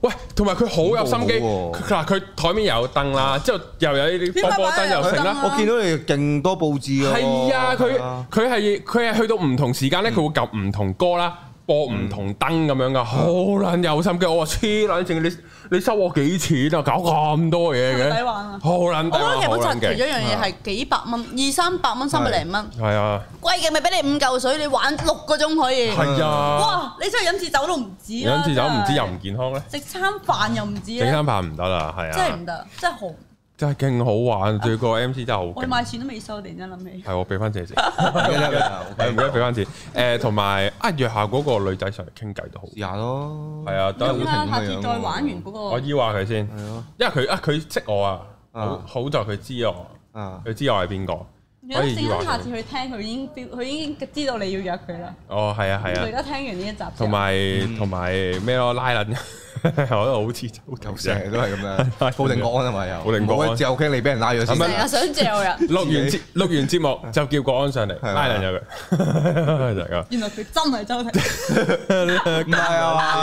Speaker 1: 喂，同埋佢好有心機，
Speaker 2: 恐怖喎
Speaker 1: 嗱佢台面有燈啦，之後又有呢啲
Speaker 3: 點解
Speaker 1: 波波
Speaker 3: 擺
Speaker 1: 燈又
Speaker 3: 有
Speaker 1: 成
Speaker 3: 燈
Speaker 1: 啦
Speaker 3: 啊。
Speaker 2: 我見到你勁多佈置㗎喎。
Speaker 1: 係啊，嗯佢
Speaker 2: 係啊
Speaker 1: 佢係佢係去到唔同時間咧，佢會撳唔同歌啦，播唔同燈咁樣噶，好撚有心機。我話黐撚線，你你收我幾錢啊？搞咁多嘢
Speaker 3: 係咪抵
Speaker 1: 嘅，
Speaker 3: 玩啊！
Speaker 1: 好撚抵
Speaker 3: 我覺得
Speaker 1: 玩，
Speaker 3: 劇
Speaker 1: 好
Speaker 3: 本殺
Speaker 1: 撚
Speaker 3: 其中
Speaker 1: 勁。
Speaker 3: 一樣嘢係幾百蚊，二三百蚊、三百零蚊，
Speaker 1: 係啊，
Speaker 3: 貴嘅咪俾你五嚿水，你玩六個鐘可以。
Speaker 1: 係啊，
Speaker 3: 哇！你真係飲次酒都唔止啦，
Speaker 1: 飲次酒唔知
Speaker 3: 真係
Speaker 1: 又唔健康咧，
Speaker 3: 食餐飯又唔止
Speaker 1: 整
Speaker 3: 啦，
Speaker 1: 餐飯唔得啦，係
Speaker 3: 真係
Speaker 1: 啊
Speaker 3: 唔，啊得，真係好。
Speaker 1: 真係勁好玩，對個 MC 真係好勁。
Speaker 3: 外賣錢都未收，突然間諗起。
Speaker 1: 係我俾翻自己先，
Speaker 2: dạ,
Speaker 1: 係唔該
Speaker 2: 試
Speaker 1: 俾翻自己。誒，同埋啊，約下嗰個女仔上嚟傾偈都好。
Speaker 2: 下咯。
Speaker 1: 係啊，等
Speaker 3: 咁
Speaker 1: 我
Speaker 3: 啦，
Speaker 2: 停咁
Speaker 3: 下次
Speaker 2: 樣
Speaker 3: 再玩完嗰
Speaker 1: 我
Speaker 3: 個，
Speaker 1: 邀下佢先，
Speaker 2: 係咯。
Speaker 1: 因為佢啊佢識我啊，好
Speaker 2: 啊
Speaker 1: 好在佢知我。
Speaker 2: 啊，
Speaker 1: 佢知我係邊個。
Speaker 3: 如果
Speaker 1: 可以以
Speaker 3: 正
Speaker 1: 為
Speaker 3: 咁下次去聽，佢已經標佢已經知道你要約佢啦。
Speaker 1: 哦，係啊，係
Speaker 3: 佢而
Speaker 1: 啊，
Speaker 3: 家聽完呢一集之後，
Speaker 1: 同埋同埋咩咯，拉撚， 我覺得好似周
Speaker 2: 又
Speaker 1: 頭
Speaker 2: 成日都係咁樣，報定國安啊嘛又，
Speaker 1: 報定國安
Speaker 2: 冇啊就驚你俾人拉咗
Speaker 1: 咁啊
Speaker 2: 先
Speaker 1: 樣
Speaker 3: 成。日想嚼 人，
Speaker 1: 錄完節錄完節目就叫國安上嚟
Speaker 2: 係啊
Speaker 1: 拉人入佢，就係咁。
Speaker 3: 原來佢真係周庭。
Speaker 2: 唔係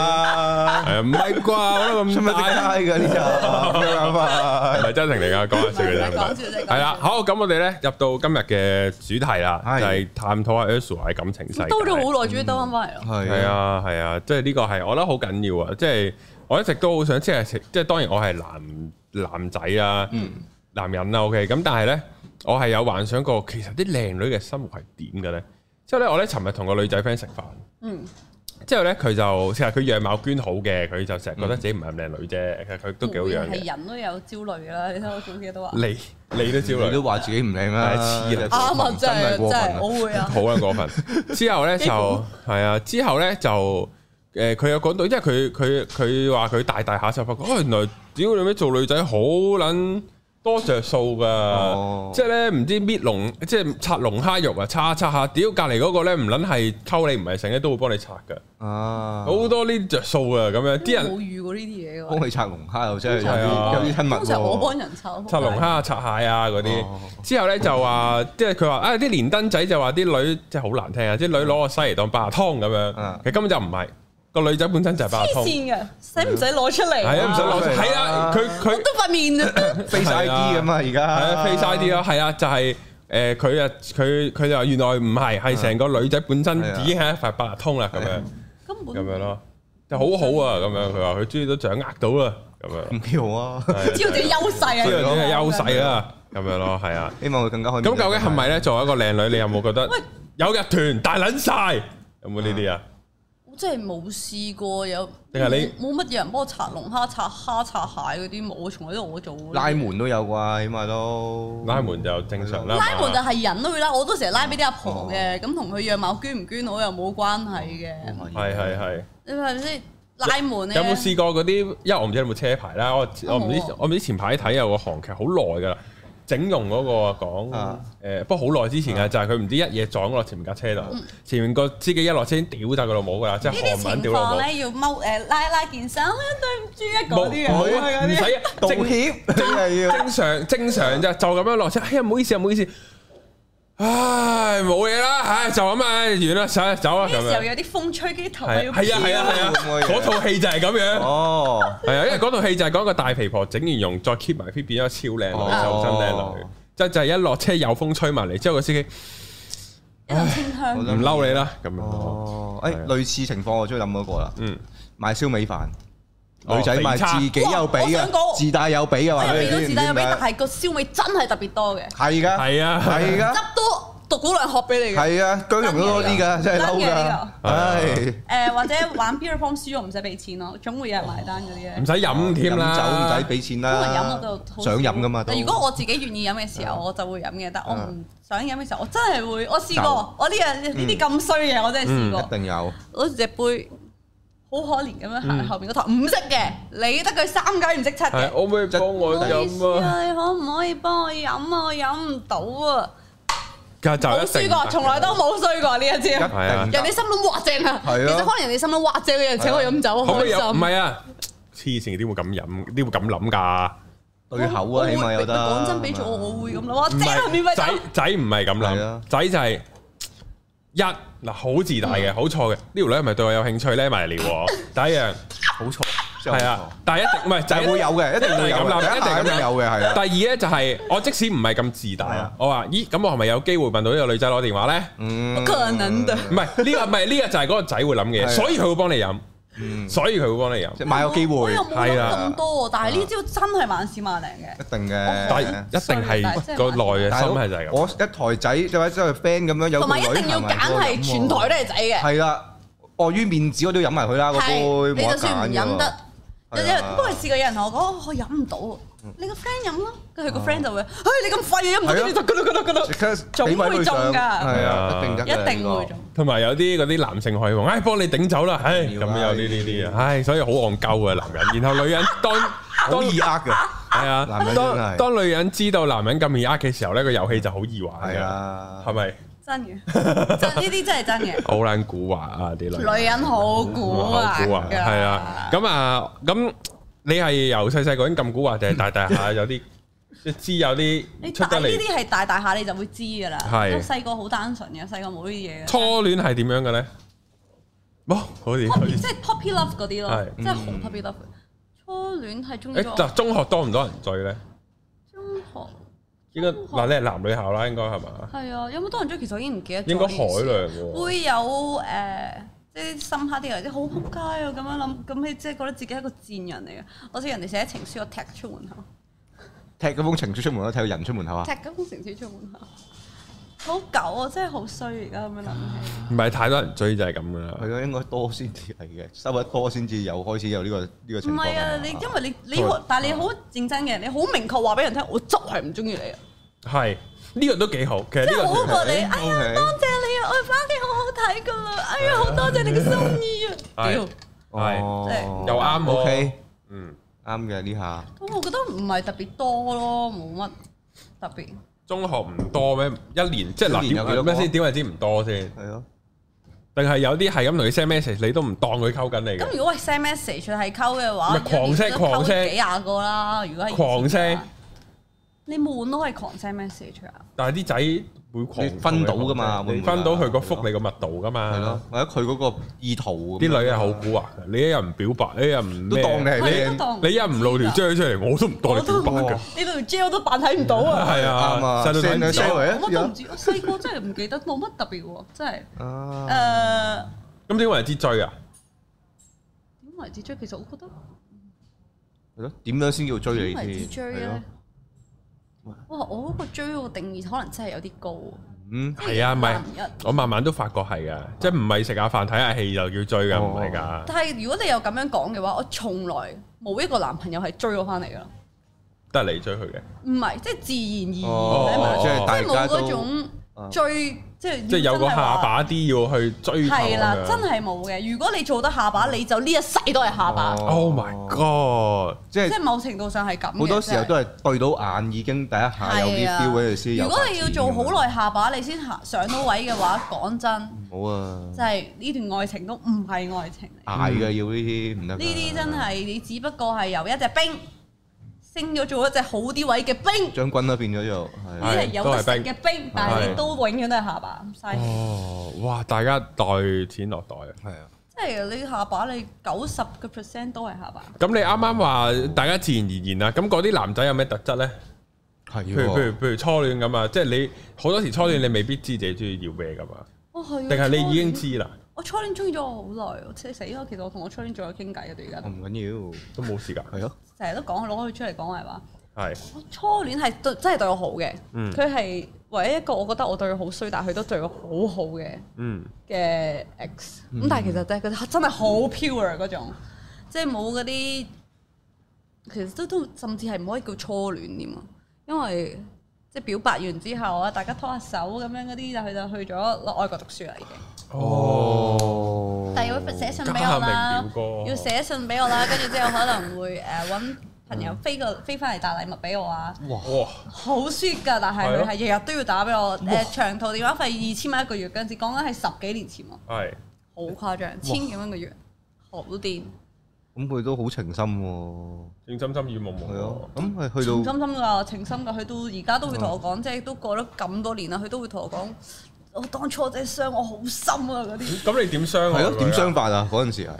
Speaker 1: 係
Speaker 2: 啊嘛，
Speaker 1: 啊唔係啩？我諗
Speaker 2: 出
Speaker 1: 咁
Speaker 2: 乜
Speaker 1: 大。
Speaker 2: 街㗎呢集？咩辦
Speaker 1: 唔
Speaker 2: 法？
Speaker 1: 係真情嚟㗎，講下笑嘅啫。
Speaker 3: 唔係講笑啫講笑
Speaker 1: 係啦，好，咁我哋咧入到今日嘅主題啦，
Speaker 2: 係
Speaker 1: 就係探討下 Ursula 嘅感情世界。
Speaker 3: 兜咗好耐，終於兜翻翻嚟咯。
Speaker 2: 係
Speaker 1: 係，啊，係啊，即係呢個係我覺得好緊要啊！即係我一直都好想，即係即係當然我係男男仔啊，男人啦，OK，咁但係呢，我係有幻想過，其實啲靚女嘅生活係點嘅呢？之後呢，我呢尋日同個女仔 friend 食飯，
Speaker 3: 嗯，
Speaker 1: 之後呢，佢就其實佢樣貌娟好嘅，佢就成日覺得自己唔係咁靚女啫，其實佢都幾好樣
Speaker 3: 嗯係啊
Speaker 1: 嘅。
Speaker 3: 人都有焦慮㗎啦，你睇我早幾日都話。
Speaker 1: 你你都焦
Speaker 2: 你
Speaker 1: 慮
Speaker 2: 都，話自己唔靚啦，
Speaker 1: 係黐啦
Speaker 3: 啱啊！真係
Speaker 2: 過分
Speaker 3: 真係，
Speaker 2: 啊
Speaker 3: 我會啊。
Speaker 1: 好啊過分。之後呢，就
Speaker 3: 幾乎
Speaker 1: 係啊，之後呢，就誒佢有講到，因為佢佢佢話佢大大下就發覺，哦原來屌你咩做女仔好撚多着數㗎
Speaker 2: 哦，
Speaker 1: 即係呢，唔知搣龍即係拆龍蝦肉啊，叉叉下，屌隔離嗰個呢，唔撚係溝你唔係成日都會幫你拆㗎，
Speaker 2: 啊！
Speaker 1: 好多呢啲着數㗎咁樣，啲人
Speaker 3: 冇遇過呢啲嘢㗎。
Speaker 2: 幫
Speaker 1: 啊
Speaker 2: 你拆龍蝦又真係有
Speaker 1: 係啊
Speaker 2: 啲有啲親密
Speaker 3: 通常我
Speaker 2: 喎。
Speaker 3: 幫人抽
Speaker 1: 拆龍蝦啊、拆蟹啊嗰啲。
Speaker 2: 哦
Speaker 1: 之後咧就話，即係佢話啊啲連登仔就話啲女即係好難聽啊，啲女攞個西嚟當八達通咁樣
Speaker 2: 嗯，
Speaker 1: 其實根本就唔係個女仔本身就係八達
Speaker 3: 黐
Speaker 1: 通，
Speaker 3: 線嘅，使唔使攞出嚟？
Speaker 1: 係啊唔使攞，
Speaker 2: 啊
Speaker 1: 係啊佢佢
Speaker 3: 都 塊面啊
Speaker 2: Face
Speaker 1: 係
Speaker 2: ID
Speaker 1: 啊
Speaker 2: 咁啊，而
Speaker 1: 係
Speaker 2: 家
Speaker 1: 啊 face ID 咯，係啊就係誒佢啊佢佢就話原來唔係，係成個女仔本身
Speaker 2: 啊係啊啊
Speaker 1: 已經係一塊八達通啦咁樣
Speaker 3: 根本
Speaker 1: 咁樣，咯，就好好啊咁樣，佢話佢終於都掌握到啦咁樣，
Speaker 2: 唔幾好 啊！
Speaker 1: 係
Speaker 3: 知道自己優勢啊，
Speaker 1: 知道自己嘅優勢
Speaker 3: 啊！
Speaker 1: 啦咁樣咯，係啊。
Speaker 2: 希望佢更加開
Speaker 1: 咁
Speaker 2: 面
Speaker 1: 究竟係咪咧？作為一個靚女，你有冇覺得有日團大撚晒？有冇呢啲啊？
Speaker 3: 我真係冇試過有，
Speaker 1: 定係你
Speaker 3: 冇冇乜嘢人幫我拆龍蝦、拆蝦、拆蟹嗰啲冇，我從來都我做嘅。
Speaker 2: 拉門都有啩？起碼都
Speaker 3: 哦
Speaker 1: 拉門就正常啦。
Speaker 3: 拉門啊就
Speaker 1: 係嘛
Speaker 3: 係人都會拉，我都成日拉俾啲阿婆
Speaker 1: 哦
Speaker 3: 嘅，咁同佢樣貌捐唔捐好又冇關係嘅，
Speaker 1: 係係係。
Speaker 3: 你係咪先？拉門啊咧
Speaker 1: 有冇試過嗰啲？因為我唔知有冇車牌啦。我我唔知
Speaker 3: 冇啊
Speaker 1: 我唔知前排睇有個韓劇好耐噶啦，整容嗰個講
Speaker 2: 啊
Speaker 1: 誒，不過好耐之前啊
Speaker 3: 啊
Speaker 1: 嘅就係佢唔知一嘢撞落前面架車度，前面個司機一落車已經屌晒佢老母噶啦，即係
Speaker 3: 嗯呢啲
Speaker 1: 韓文
Speaker 3: 情
Speaker 1: 屌老
Speaker 3: 況
Speaker 1: 母。
Speaker 3: 咧要踎誒拉拉件衫，哎對唔住啊
Speaker 1: 冇
Speaker 3: 嗰啲啊，
Speaker 1: 唔使啊
Speaker 2: 道
Speaker 1: 正
Speaker 2: 歉，真係要
Speaker 1: 正常正常咋，就咁樣落車。哎呀，唔好意思啊，唔好意思。唉，冇嘢啦，唉，就咁啊，完啦，走啊走啊
Speaker 3: 呢
Speaker 1: 咁
Speaker 3: 時候
Speaker 1: 樣。
Speaker 3: 有啲風吹機頭
Speaker 1: 係
Speaker 3: 要
Speaker 1: 啊係啊係啊係啊
Speaker 2: 咁嘅，嘢
Speaker 1: 嗰套戲就係咁樣。
Speaker 2: 哦，
Speaker 1: 係啊，因為嗰套戲就係講個大皮婆整完容再 keep 埋 fit 變咗超靚女，
Speaker 2: 哦
Speaker 1: 就真靚女。即係就係一落車有風吹埋嚟，之後個司機
Speaker 3: 一陣清香
Speaker 2: 好。
Speaker 1: 唔嬲你啊啦，咁樣咯。
Speaker 2: 哦，誒
Speaker 1: 係啊
Speaker 2: 類似情況我終於諗到一個啦，
Speaker 1: 嗯，
Speaker 2: 買燒味飯，
Speaker 1: 哦
Speaker 2: 女仔買
Speaker 1: 肥叉
Speaker 2: 自己有俾
Speaker 3: 哇我想講
Speaker 2: 嘅，自帶有俾嘅
Speaker 3: 我
Speaker 2: 話，
Speaker 3: 入
Speaker 2: 你
Speaker 3: 面都
Speaker 2: 知唔
Speaker 3: 自
Speaker 2: 知
Speaker 3: 帶有
Speaker 2: 點
Speaker 3: 俾，但
Speaker 2: 解？
Speaker 3: 係個燒味真係特別多嘅，
Speaker 2: 係㗎，
Speaker 1: 係啊，
Speaker 2: 係㗎，
Speaker 3: 汁多獨孤良學俾你嘅。
Speaker 2: 係啊，姜蓉都多啲㗎，真係嬲
Speaker 3: 真嘅
Speaker 2: 㗎
Speaker 3: 呢，
Speaker 1: 個
Speaker 2: 唉。
Speaker 3: 誒或者玩 beer pong 輸咗唔使俾錢咯，總會有人埋單嗰啲咧
Speaker 1: 唔。使飲添啦，
Speaker 2: 飲酒唔使俾錢
Speaker 3: 因
Speaker 1: 啊
Speaker 3: 為
Speaker 2: 啦，
Speaker 3: 飲我就好
Speaker 2: 想
Speaker 3: 少
Speaker 2: 飲噶嘛都。
Speaker 3: 如果我自己願意飲嘅時
Speaker 1: 啊
Speaker 3: 候，我就會飲嘅。但我唔想飲嘅時候，我真係會。我試過
Speaker 2: 走，
Speaker 3: 我呢樣呢
Speaker 1: 嗯
Speaker 3: 啲咁衰嘅，我真係試
Speaker 2: 一
Speaker 3: 過。
Speaker 2: 定有，
Speaker 3: 攞住隻杯，好可憐咁樣行去後面嗰台，唔識嘅，你得佢三雞唔識七
Speaker 1: 係
Speaker 3: 嘅。
Speaker 1: 可唔可以幫我
Speaker 3: 唔好意思
Speaker 1: 飲啊？
Speaker 3: 啊，你可唔可以幫我飲啊？我飲唔到啊！
Speaker 1: 就一定啊
Speaker 3: 冇輸過，啊從來都冇衰過呢一
Speaker 2: 一
Speaker 3: 招。
Speaker 1: 係啊
Speaker 2: 定
Speaker 3: 人哋心諗哇正啊，
Speaker 2: 係
Speaker 3: 其
Speaker 2: 啊
Speaker 3: 實可能人哋心諗哇正，有人請我飲酒，
Speaker 1: 可唔可以
Speaker 3: 開
Speaker 1: 飲？唔
Speaker 3: 心。
Speaker 1: 係啊，黐線點會咁飲？點會咁諗㗎？
Speaker 2: 對口
Speaker 3: 我
Speaker 2: 啊，
Speaker 3: 會
Speaker 2: 起碼有得。
Speaker 3: 講真，俾咗我，我會咁諗。哇正啊，免
Speaker 1: 唔係
Speaker 3: 費
Speaker 1: 仔
Speaker 3: 酒。
Speaker 1: 仔唔係咁
Speaker 2: 係
Speaker 1: 諗
Speaker 2: 啊，
Speaker 1: 仔就係一嗱好自大
Speaker 2: 嗯
Speaker 1: 嘅，好錯嘅。呢條女係咪對我有興趣咧？埋嚟撩 我，第一樣
Speaker 2: 好錯，真係
Speaker 1: 係
Speaker 2: 啊
Speaker 1: 啊，，但係一定唔係
Speaker 2: 就
Speaker 1: 仔
Speaker 2: 係會有嘅，一定會有
Speaker 1: 一定係咁諗
Speaker 2: 嘅，
Speaker 1: 一定係咁諗
Speaker 2: 一定有嘅，係
Speaker 1: 第
Speaker 2: 啊，
Speaker 1: 二咧就係我即使唔係咁自大
Speaker 2: 係
Speaker 1: 啊
Speaker 2: 啊，
Speaker 1: 我話咦咁我係咪有機會問到呢個女仔攞電話咧？
Speaker 2: 嗯
Speaker 3: 不可能的。
Speaker 1: 唔係呢個唔係呢個就係嗰個仔會諗嘅嘢，
Speaker 2: 係啊
Speaker 1: 所以佢會幫你飲，
Speaker 2: 嗯
Speaker 1: 所以佢會幫你飲。
Speaker 2: 即係買個機
Speaker 3: 我
Speaker 2: 會，
Speaker 3: 哎又冇諗
Speaker 1: 係啊
Speaker 3: 咁多，但係呢招真係萬事萬靈嘅。
Speaker 2: 一
Speaker 1: 但
Speaker 2: 定嘅。
Speaker 1: 係一定係個內嘅
Speaker 2: 大
Speaker 1: 心
Speaker 2: 佬
Speaker 1: 係就係咁。
Speaker 2: 我一台仔嘅話，即係 friend 咁樣有
Speaker 3: 同
Speaker 2: 個
Speaker 3: 埋
Speaker 2: 女
Speaker 3: 一定要揀係全台都係仔嘅，
Speaker 2: 係啦，礙於面子我都要飲埋佢啦，個杯
Speaker 3: 係你
Speaker 2: 冇
Speaker 3: 就
Speaker 2: 得
Speaker 3: 算唔
Speaker 2: 揀
Speaker 3: 飲得，有
Speaker 2: 係啊
Speaker 3: 有不過試過有人同我講，我飲唔到，你個 friend 飲啦，跟住佢個 friend 就會，唉你咁廢啊，飲唔到
Speaker 2: 係啊
Speaker 3: 你就咕嚕咕嚕咕嚕，總會中㗎
Speaker 2: 係啊，一定得嘅，
Speaker 3: 一定會
Speaker 2: 呢
Speaker 3: 中。
Speaker 1: 同埋有啲嗰啲男性荷爾蒙，唉，幫你頂走啦，唉，咁
Speaker 2: 要
Speaker 1: 有
Speaker 2: 啦
Speaker 1: 呢呢啲啊，唉，所以好戇鳩啊男人，然後女人當
Speaker 2: 個好易呃嘅，
Speaker 1: 係啊，
Speaker 2: 男人真
Speaker 1: 當
Speaker 2: 係
Speaker 1: 當女人知道男人咁易呃嘅時候咧，個遊戲就好易玩
Speaker 2: 係
Speaker 1: 嘅，
Speaker 2: 啊
Speaker 1: 係，咪？
Speaker 3: 真嘅，真呢啲真係真嘅。
Speaker 1: 好撚古惑啊啲女人。
Speaker 3: 女人好古
Speaker 1: 好
Speaker 3: 惑
Speaker 1: 古惑，
Speaker 3: 㗎
Speaker 1: 系啊，，咁啊，咁你係由細細個已經咁古 惑，定係大大下有啲即係知有
Speaker 3: 你
Speaker 1: 啲出
Speaker 3: 大
Speaker 1: 得
Speaker 3: 呢
Speaker 1: 嚟？
Speaker 3: 啲係大大下你就會知㗎啦。
Speaker 1: 係
Speaker 3: 因為細個好單純嘅，細個冇呢啲嘢嘅。
Speaker 1: 初戀係點樣嘅咧？哇，好似
Speaker 3: Poppy 即係 puppy love 嗰啲咯
Speaker 1: 係，
Speaker 3: 即係好 puppy love。初戀係中意
Speaker 1: 诶，
Speaker 3: 咗
Speaker 1: 嗱，
Speaker 3: 我
Speaker 1: 中學多唔多人追咧？
Speaker 3: 中學，
Speaker 1: 應該
Speaker 3: 中學
Speaker 1: 嗱，你係男女校啦，應該係嘛？
Speaker 3: 係啊，有冇多人追？其實我已經唔記得咗。
Speaker 1: 應該海量嘅喎。
Speaker 3: 啊會有誒、呃即係深刻啲嘅，即係好撲街啊咁樣諗，咁你即係覺得自己係一個賤人嚟嘅。我知人哋寫情書，我踢出門口，
Speaker 2: 踢嗰封情書出門口，踢個人出門口啊
Speaker 3: 踢！嗰封情書出門口，好狗啊！真係好衰而家咁樣諗起。
Speaker 1: 唔係太多人追就係咁噶
Speaker 2: 係
Speaker 1: 啦。
Speaker 2: 咯，應該多先至係嘅，收得多先至有開始有呢個呢個
Speaker 3: 唔
Speaker 2: 嗯情況。
Speaker 3: 係啊，你因為你你好
Speaker 2: 都係，啊
Speaker 3: 但係你好認真嘅，你好明確話俾人聽，我就係唔中意你啊！
Speaker 1: 係呢個都幾好，其實
Speaker 3: 即係
Speaker 1: 呢
Speaker 3: 好
Speaker 1: 個
Speaker 3: 過你，哎
Speaker 2: OK
Speaker 3: 呀，多謝你啊！我翻屋企好好睇噶啦，哎呀，好多謝你嘅心意啊！
Speaker 1: 係
Speaker 3: 屌，
Speaker 1: 係
Speaker 2: 哦
Speaker 1: 又啱喎
Speaker 2: OK，
Speaker 1: 嗯，
Speaker 2: 啱嘅呢下。
Speaker 3: 咁我覺得唔係特別多咯，冇乜特別。
Speaker 1: 中學唔多咩？一年即係嗱，
Speaker 2: 一年有幾
Speaker 1: 點
Speaker 2: 多個
Speaker 1: 咩先？點為之唔多先？
Speaker 2: 係咯，
Speaker 1: 定係有啲係咁同你 send message，你都唔當佢溝緊你嘅
Speaker 3: 咁？如果係 send message 係溝嘅話，
Speaker 1: 唔係狂
Speaker 3: 一
Speaker 1: send，
Speaker 3: 年都
Speaker 1: 狂
Speaker 3: 溝
Speaker 1: send
Speaker 3: 幾廿個啦。如果係
Speaker 1: 狂
Speaker 3: 以前
Speaker 1: send
Speaker 3: 啊，你悶都係狂 send message 啊！
Speaker 1: 但係啲仔會狂
Speaker 2: 你分到㗎嘛
Speaker 1: 你
Speaker 2: 會唔會啊
Speaker 1: 分到佢個福利個密度㗎嘛？
Speaker 2: 係咯，，或者佢嗰個意圖咁
Speaker 1: 啲
Speaker 2: 樣。
Speaker 1: 女係好蠱惑嘅，你一日唔表白，一日唔
Speaker 2: 都
Speaker 1: 咩
Speaker 2: 當你係
Speaker 3: 喂
Speaker 2: 靚
Speaker 3: 都當
Speaker 1: 你一日唔露條
Speaker 3: 知㗎
Speaker 1: 遮出嚟，我都唔當你表白
Speaker 2: 我
Speaker 1: 嘅
Speaker 2: 都。
Speaker 3: 你條 gel 都扮睇唔到啊！
Speaker 1: 係
Speaker 2: 啱
Speaker 1: 啊，
Speaker 2: 啊
Speaker 1: 細路仔
Speaker 2: send
Speaker 1: 唔
Speaker 2: 咗
Speaker 1: 知道
Speaker 2: sorry 啊
Speaker 3: 我都唔知，我細個真係唔記得，冇乜特別喎，真係
Speaker 2: À,
Speaker 3: 誒
Speaker 2: 啊，
Speaker 3: 點
Speaker 1: 咁點為之追啊？
Speaker 3: 為之追？其實我覺得
Speaker 2: 係咯，點樣先叫追你
Speaker 3: 點
Speaker 2: 先？
Speaker 3: 為之追
Speaker 2: 係咯
Speaker 3: 咧？哇！我嗰個追嗰個定義可能真係有啲高喎，
Speaker 2: 嗯，
Speaker 1: 係啊，唔係
Speaker 3: 男人
Speaker 1: 我慢慢都發覺係嘅，即係唔係食下飯睇下戲就叫追㗎，唔係㗎。
Speaker 3: 但係如果你又咁樣講嘅話，我從來冇一個男朋友係追我翻嚟㗎啦，
Speaker 1: 都係你追佢嘅，
Speaker 3: 唔係即係自然而然
Speaker 2: 哦
Speaker 1: Ờ.
Speaker 3: 你明唔明啊
Speaker 2: 即係
Speaker 3: 即
Speaker 2: 大
Speaker 3: 係冇
Speaker 2: 家
Speaker 3: 嗰
Speaker 2: 都
Speaker 3: 種
Speaker 2: 啊
Speaker 3: 追，即係
Speaker 1: 即係有個下
Speaker 3: 巴。
Speaker 1: 把啲要去追求
Speaker 3: 係啦
Speaker 1: 咁，樣哦
Speaker 3: 真係冇嘅。如果你做得下巴，你就呢一世都係下巴，
Speaker 2: 哦
Speaker 1: Oh my god！
Speaker 2: 即
Speaker 3: 即
Speaker 2: 係
Speaker 3: 係某程度上係咁嘅。
Speaker 2: 好多時候
Speaker 3: 真係
Speaker 2: 都係對到眼已經第一下有啲
Speaker 3: 係啊
Speaker 2: feel 嗰陣先有
Speaker 3: 如果你要做好耐下巴，你先行上到位嘅話，講
Speaker 2: 發
Speaker 3: 真，
Speaker 2: 展咁樣，冇啊，
Speaker 3: 就係呢段愛情都唔係愛情嚟。
Speaker 2: 捱嘅要呢啲唔得㗎。
Speaker 3: 呢啲真係你只不過係由一隻兵升咗做一隻好啲位嘅兵，呢
Speaker 2: 將軍都變咗做係
Speaker 3: 啲係有得食嘅兵，但係你都永遠都係下巴，嘥氣。
Speaker 1: 哦，哇！大家袋錢落袋啊！
Speaker 2: 係啊，
Speaker 3: 即係你下巴，你九十個 percent 都係下巴。
Speaker 1: 咁你啱啱話大家自然而然啦，啊咁嗰啲男仔有咩特質咧？
Speaker 2: 係啊
Speaker 1: 譬
Speaker 2: 喎
Speaker 1: 如譬如譬如初戀咁啊，即係你好多時初戀你未必知自己中意要咩噶嘛，
Speaker 3: 哦，係啊。
Speaker 1: 定係你已經
Speaker 3: 初戀
Speaker 1: 知啦，
Speaker 3: 我初戀中意咗我好耐，我死死咯！其實我同我初戀仲有傾偈嘅，到而家
Speaker 2: 我唔緊
Speaker 1: 都冇事㗎，
Speaker 2: 要，係啊咯，
Speaker 3: 成日都講攞佢出嚟講係話。
Speaker 1: 係
Speaker 3: 我初戀係對真係對我好嘅，
Speaker 1: 嗯
Speaker 3: 佢係、唯一一個我覺得我對佢好衰，但係佢都對我好好嘅
Speaker 1: 嗯
Speaker 3: 嘅 ex。咁、但係其實真係佢真係好 pure 啊嗰種，即係冇嗰啲其實都都甚至係唔可以叫初戀添啊，因為即係表白完之後啊，大家拖下手咁樣嗰啲，就佢就去咗落外國讀書啦已經。
Speaker 2: 哦
Speaker 3: 但係要寫信俾我啦
Speaker 1: 啊家明表，哥
Speaker 3: 要寫信俾我啦， 跟住之後可能會誒揾朋友飛
Speaker 1: 嗯
Speaker 3: 個飛翻嚟帶禮物俾我啊，
Speaker 1: 哇！
Speaker 3: 好 sweet 㗎，但係
Speaker 1: 係咯啊
Speaker 3: 佢係日日都要打俾我，誒長途電話費二千蚊一個月嗰陣時，講緊係十幾年前喎，
Speaker 1: 係
Speaker 3: 好誇張，千幾蚊一個月，好癲，
Speaker 2: 咁佢都好情深喎，
Speaker 1: 正心心與夢
Speaker 2: 係
Speaker 1: 夢
Speaker 2: 咯，，咁係
Speaker 3: 情
Speaker 2: 去
Speaker 3: 深
Speaker 2: 到嗯
Speaker 3: 深㗎，情深㗎，佢到而家都會同我講，即係都過咗咁多年啦，佢都會同我講，我當初真係傷我好深啊嗰啲。
Speaker 1: 咁你點傷害
Speaker 2: 係
Speaker 1: 佢啊？
Speaker 2: 咯，點相法啊？嗰陣時係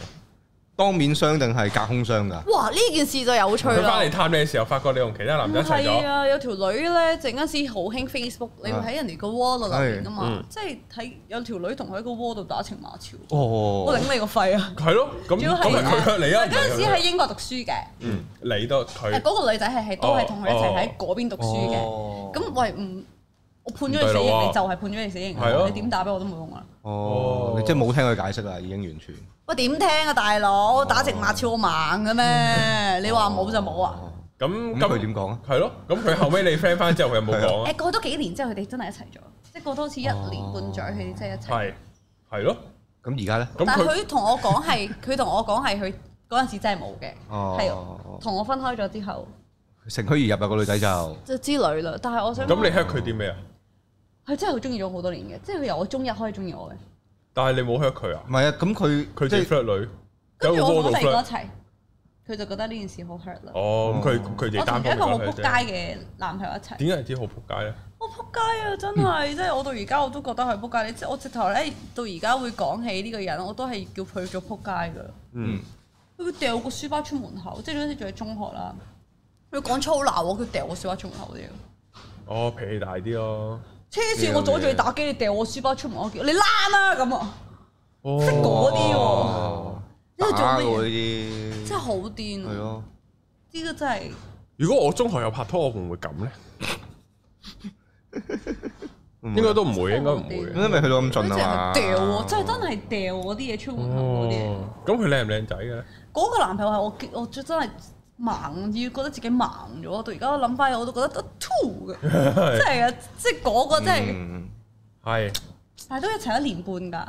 Speaker 2: 當面傷定係隔空傷㗎？
Speaker 3: 哇！呢件事就有趣
Speaker 1: 佢
Speaker 3: 啦
Speaker 1: 翻嚟。探你嘅時候，發覺你同其他男
Speaker 3: 唔
Speaker 1: 仔一齊
Speaker 3: 係
Speaker 1: 咗，啊
Speaker 3: 啊，有條女咧，陣間先好興 Facebook，你會喺人哋個 wall 度留言噶嘛
Speaker 1: 嗯？
Speaker 3: 即係睇有條女同佢喺個 wall 度打情罵俏，我
Speaker 2: 哦
Speaker 3: 頂，你個肺啊！
Speaker 1: 係咯，咁
Speaker 3: 主要
Speaker 1: 咁
Speaker 3: 係
Speaker 1: 咪佢卻你啊？
Speaker 3: 嗰陣時喺英國讀書嘅，
Speaker 1: 嗯你都佢
Speaker 3: 但嗰個女仔係係都係同佢一齊
Speaker 1: 哦
Speaker 3: 喺嗰邊讀書嘅。
Speaker 2: 哦
Speaker 3: 咁喂唔，我判咗你
Speaker 1: 唔對
Speaker 3: 死
Speaker 1: 路
Speaker 3: 刑，
Speaker 1: 啊
Speaker 3: 你就係判咗你死刑
Speaker 1: 係
Speaker 3: 啊，
Speaker 1: 咯
Speaker 3: 你點打俾我都冇用啊！
Speaker 2: 哦，你即係冇聽佢解釋啦，已經完全。
Speaker 3: 喂點聽啊，大佬
Speaker 1: 哦
Speaker 3: 打情罵俏我盲嘅
Speaker 1: 嗯
Speaker 3: 咩？你話冇就冇啊！
Speaker 2: 哦？
Speaker 1: 咁
Speaker 2: 咁佢點講啊？
Speaker 1: 係咯，咁佢後尾你 friend 翻之後，佢有冇講啊？
Speaker 3: 誒過多幾年之後，佢哋真係一齊咗，即係過多好似一年半載，佢哋真係一齊。
Speaker 1: 係啊係咯，
Speaker 2: 咁而家咧？
Speaker 1: 咁
Speaker 3: 但係
Speaker 1: 佢
Speaker 3: 佢同我講係，佢同我講係佢嗰陣時真係冇嘅，啊
Speaker 2: 哦
Speaker 3: 係同我分開咗之後，
Speaker 2: 乘虛而入啊個女仔就，
Speaker 3: 就之類啦。但係我想
Speaker 1: 咁你 hurt 佢啲咩啊？
Speaker 3: 你佢真係好中意咗我好多年嘅，即係佢由我中一開始中意我嘅。
Speaker 1: 但係你冇 hurt 佢啊
Speaker 2: 唔？係啊，咁佢
Speaker 1: 佢
Speaker 2: 即
Speaker 1: 自己
Speaker 2: 係
Speaker 1: flirt 女，
Speaker 3: 跟住我
Speaker 1: 喺個
Speaker 3: 同
Speaker 1: 窩
Speaker 3: 第
Speaker 1: 度
Speaker 3: 二個一
Speaker 1: flirt。
Speaker 3: 齊，佢就覺得呢件事好 hurt 啦。
Speaker 1: 哦，咁佢佢哋
Speaker 3: 我
Speaker 1: 單方
Speaker 3: 同
Speaker 1: 面
Speaker 3: 一個
Speaker 1: flirt 佢
Speaker 3: 好撲
Speaker 1: 啫
Speaker 3: 街嘅男朋友一齊。
Speaker 1: 點嗯解啲好撲街咧？
Speaker 3: 我撲街啊！真係，即係我到而家我都覺得佢撲街。你即係我直頭咧，到而家會講起呢個人，我都係叫佢做撲街㗎。
Speaker 1: 嗯，
Speaker 3: 佢會掉個書包出門口，即係嗰陣時仲係中學啦。佢講粗鬧我，佢掉我書包出門口啲。
Speaker 1: 哦，脾氣大啲咯。
Speaker 3: 黐線！我阻住你打機，你掉我書包出門口，我叫你躝啦咁啊！
Speaker 1: 哦
Speaker 3: 識嗰啲喎，
Speaker 2: 哦，
Speaker 3: 呢個做乜嘢
Speaker 2: 打喎呢啲，嗯
Speaker 3: 真係好癲
Speaker 2: 係
Speaker 3: 啊！
Speaker 2: 咯，
Speaker 3: 呢個真係
Speaker 1: 如果我中學有拍拖，我會唔會咁咧？應該都唔會，應該唔
Speaker 2: 應
Speaker 1: 會。
Speaker 2: 該未去到嗯咁盡
Speaker 3: 佢真
Speaker 2: 啊嘛，
Speaker 3: 係掉我，真係真係掉我啲嘢出門口嗰啲嘢。
Speaker 1: 哦，咁佢靚唔靚仔嘅咧？
Speaker 3: 嗰個男朋友係我結，我真係盲，要覺得自己盲咗。到而家我諗翻，我都覺得得 two 嘅，真係啊！即係嗰個真係，
Speaker 2: 嗯
Speaker 1: 係
Speaker 3: 但係都一齊一年半㗎。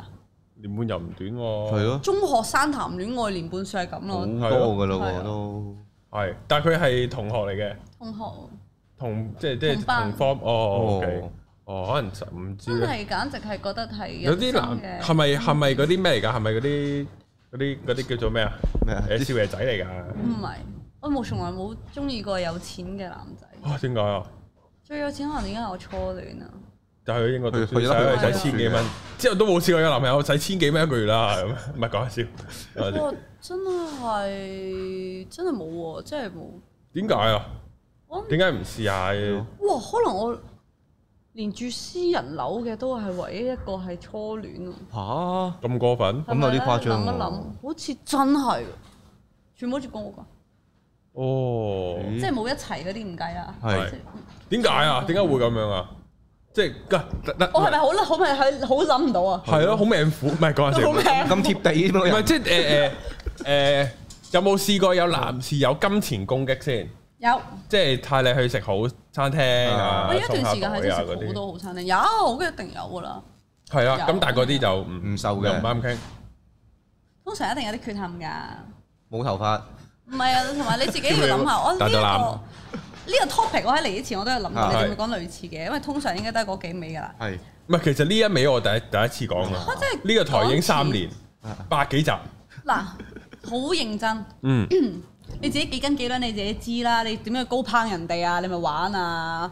Speaker 1: 年半又唔短喎。
Speaker 2: 係，咯，
Speaker 3: 中學生談戀愛年半算係咁
Speaker 2: 好
Speaker 3: 咯，
Speaker 2: 多噶啦
Speaker 3: 係啊
Speaker 2: 喎都，
Speaker 1: 係，但係佢係同學嚟嘅，
Speaker 3: 同學
Speaker 1: 同即係即係同
Speaker 3: 同班
Speaker 1: form 哦
Speaker 2: 哦
Speaker 1: ，OK，哦，可能就唔知
Speaker 3: 真
Speaker 1: 咧。
Speaker 3: 係簡直係覺得係
Speaker 1: 有啲男
Speaker 3: 人
Speaker 1: 係
Speaker 3: 生嘅
Speaker 1: 咪係咪嗰啲咩嚟㗎？係咪嗰啲嗰啲嗰啲叫做咩啊？
Speaker 2: 咩啊
Speaker 1: 誒少爺仔嚟㗎？
Speaker 3: 唔係，我冇從來冇中意過有錢嘅男仔。
Speaker 1: 啊，點解啊？
Speaker 3: 最有錢可能已經係我初戀啊啦。
Speaker 1: 就去英國讀書，
Speaker 2: 去去咗
Speaker 1: 使
Speaker 3: 去
Speaker 1: 使千幾蚊，之後都冇試過有男朋友使千幾蚊一個月啦，咁唔係講下笑。講下笑
Speaker 3: 哇！真係真係冇喎，真係冇。
Speaker 1: 點解啊？
Speaker 3: 我
Speaker 1: 點解唔試下？
Speaker 3: 哇！可能我連住私人樓嘅都係唯一一個係初戀啊。
Speaker 2: 嚇，
Speaker 1: 咁過分？
Speaker 2: 咁有啲誇張
Speaker 3: 係咪
Speaker 2: 喎
Speaker 3: 咧諗一諗，好似真係全部都住公屋㗎，
Speaker 1: 哦，
Speaker 2: 嗯
Speaker 3: 即係冇一齊嗰啲唔計啦。
Speaker 2: 係
Speaker 3: 即係
Speaker 1: 點解啊？點解會咁樣啊？即係得得，
Speaker 3: 哦我係咪好好咪係好諗唔到啊？
Speaker 1: 係咯？好命苦，唔係講下笑。
Speaker 3: 好
Speaker 1: 唔
Speaker 3: 咩？
Speaker 2: 咁貼地啊呢個
Speaker 1: 係
Speaker 2: 人，
Speaker 1: 即係誒誒誒，有冇試過有男士有金錢攻擊先？
Speaker 3: 有。
Speaker 2: 啊
Speaker 1: 即係帶你去食好餐廳啊，
Speaker 3: 我有一段時間係
Speaker 1: 係
Speaker 3: 真係食好多好餐廳，有跟住一定有㗎啦。
Speaker 1: 係啊，
Speaker 3: 有
Speaker 1: 咁但係嗰啲就唔
Speaker 2: 唔受嘅
Speaker 1: 又唔啱傾。
Speaker 3: 通常一定有啲缺陷㗎。
Speaker 2: 冇頭髮，
Speaker 3: 唔係啊，同埋你自己要諗下，我呢、
Speaker 1: 大
Speaker 3: 一
Speaker 1: 肚
Speaker 3: 個
Speaker 1: 腩
Speaker 3: 呢個 topic 我喺嚟之前我都有諗過，
Speaker 2: 啊
Speaker 3: 你哋會講類似嘅，因為通常應該都係嗰幾味㗎啦。
Speaker 2: 係
Speaker 1: 唔係，其實呢一味我第一第一次講啊
Speaker 3: 我真係
Speaker 1: 呢個台已經三年
Speaker 2: 啊，
Speaker 1: 百幾集，
Speaker 3: 嗱，好認真，
Speaker 1: 嗯，
Speaker 3: 你自己幾斤幾兩你自己知啦，你點樣高攀人哋啊？你咪玩啊！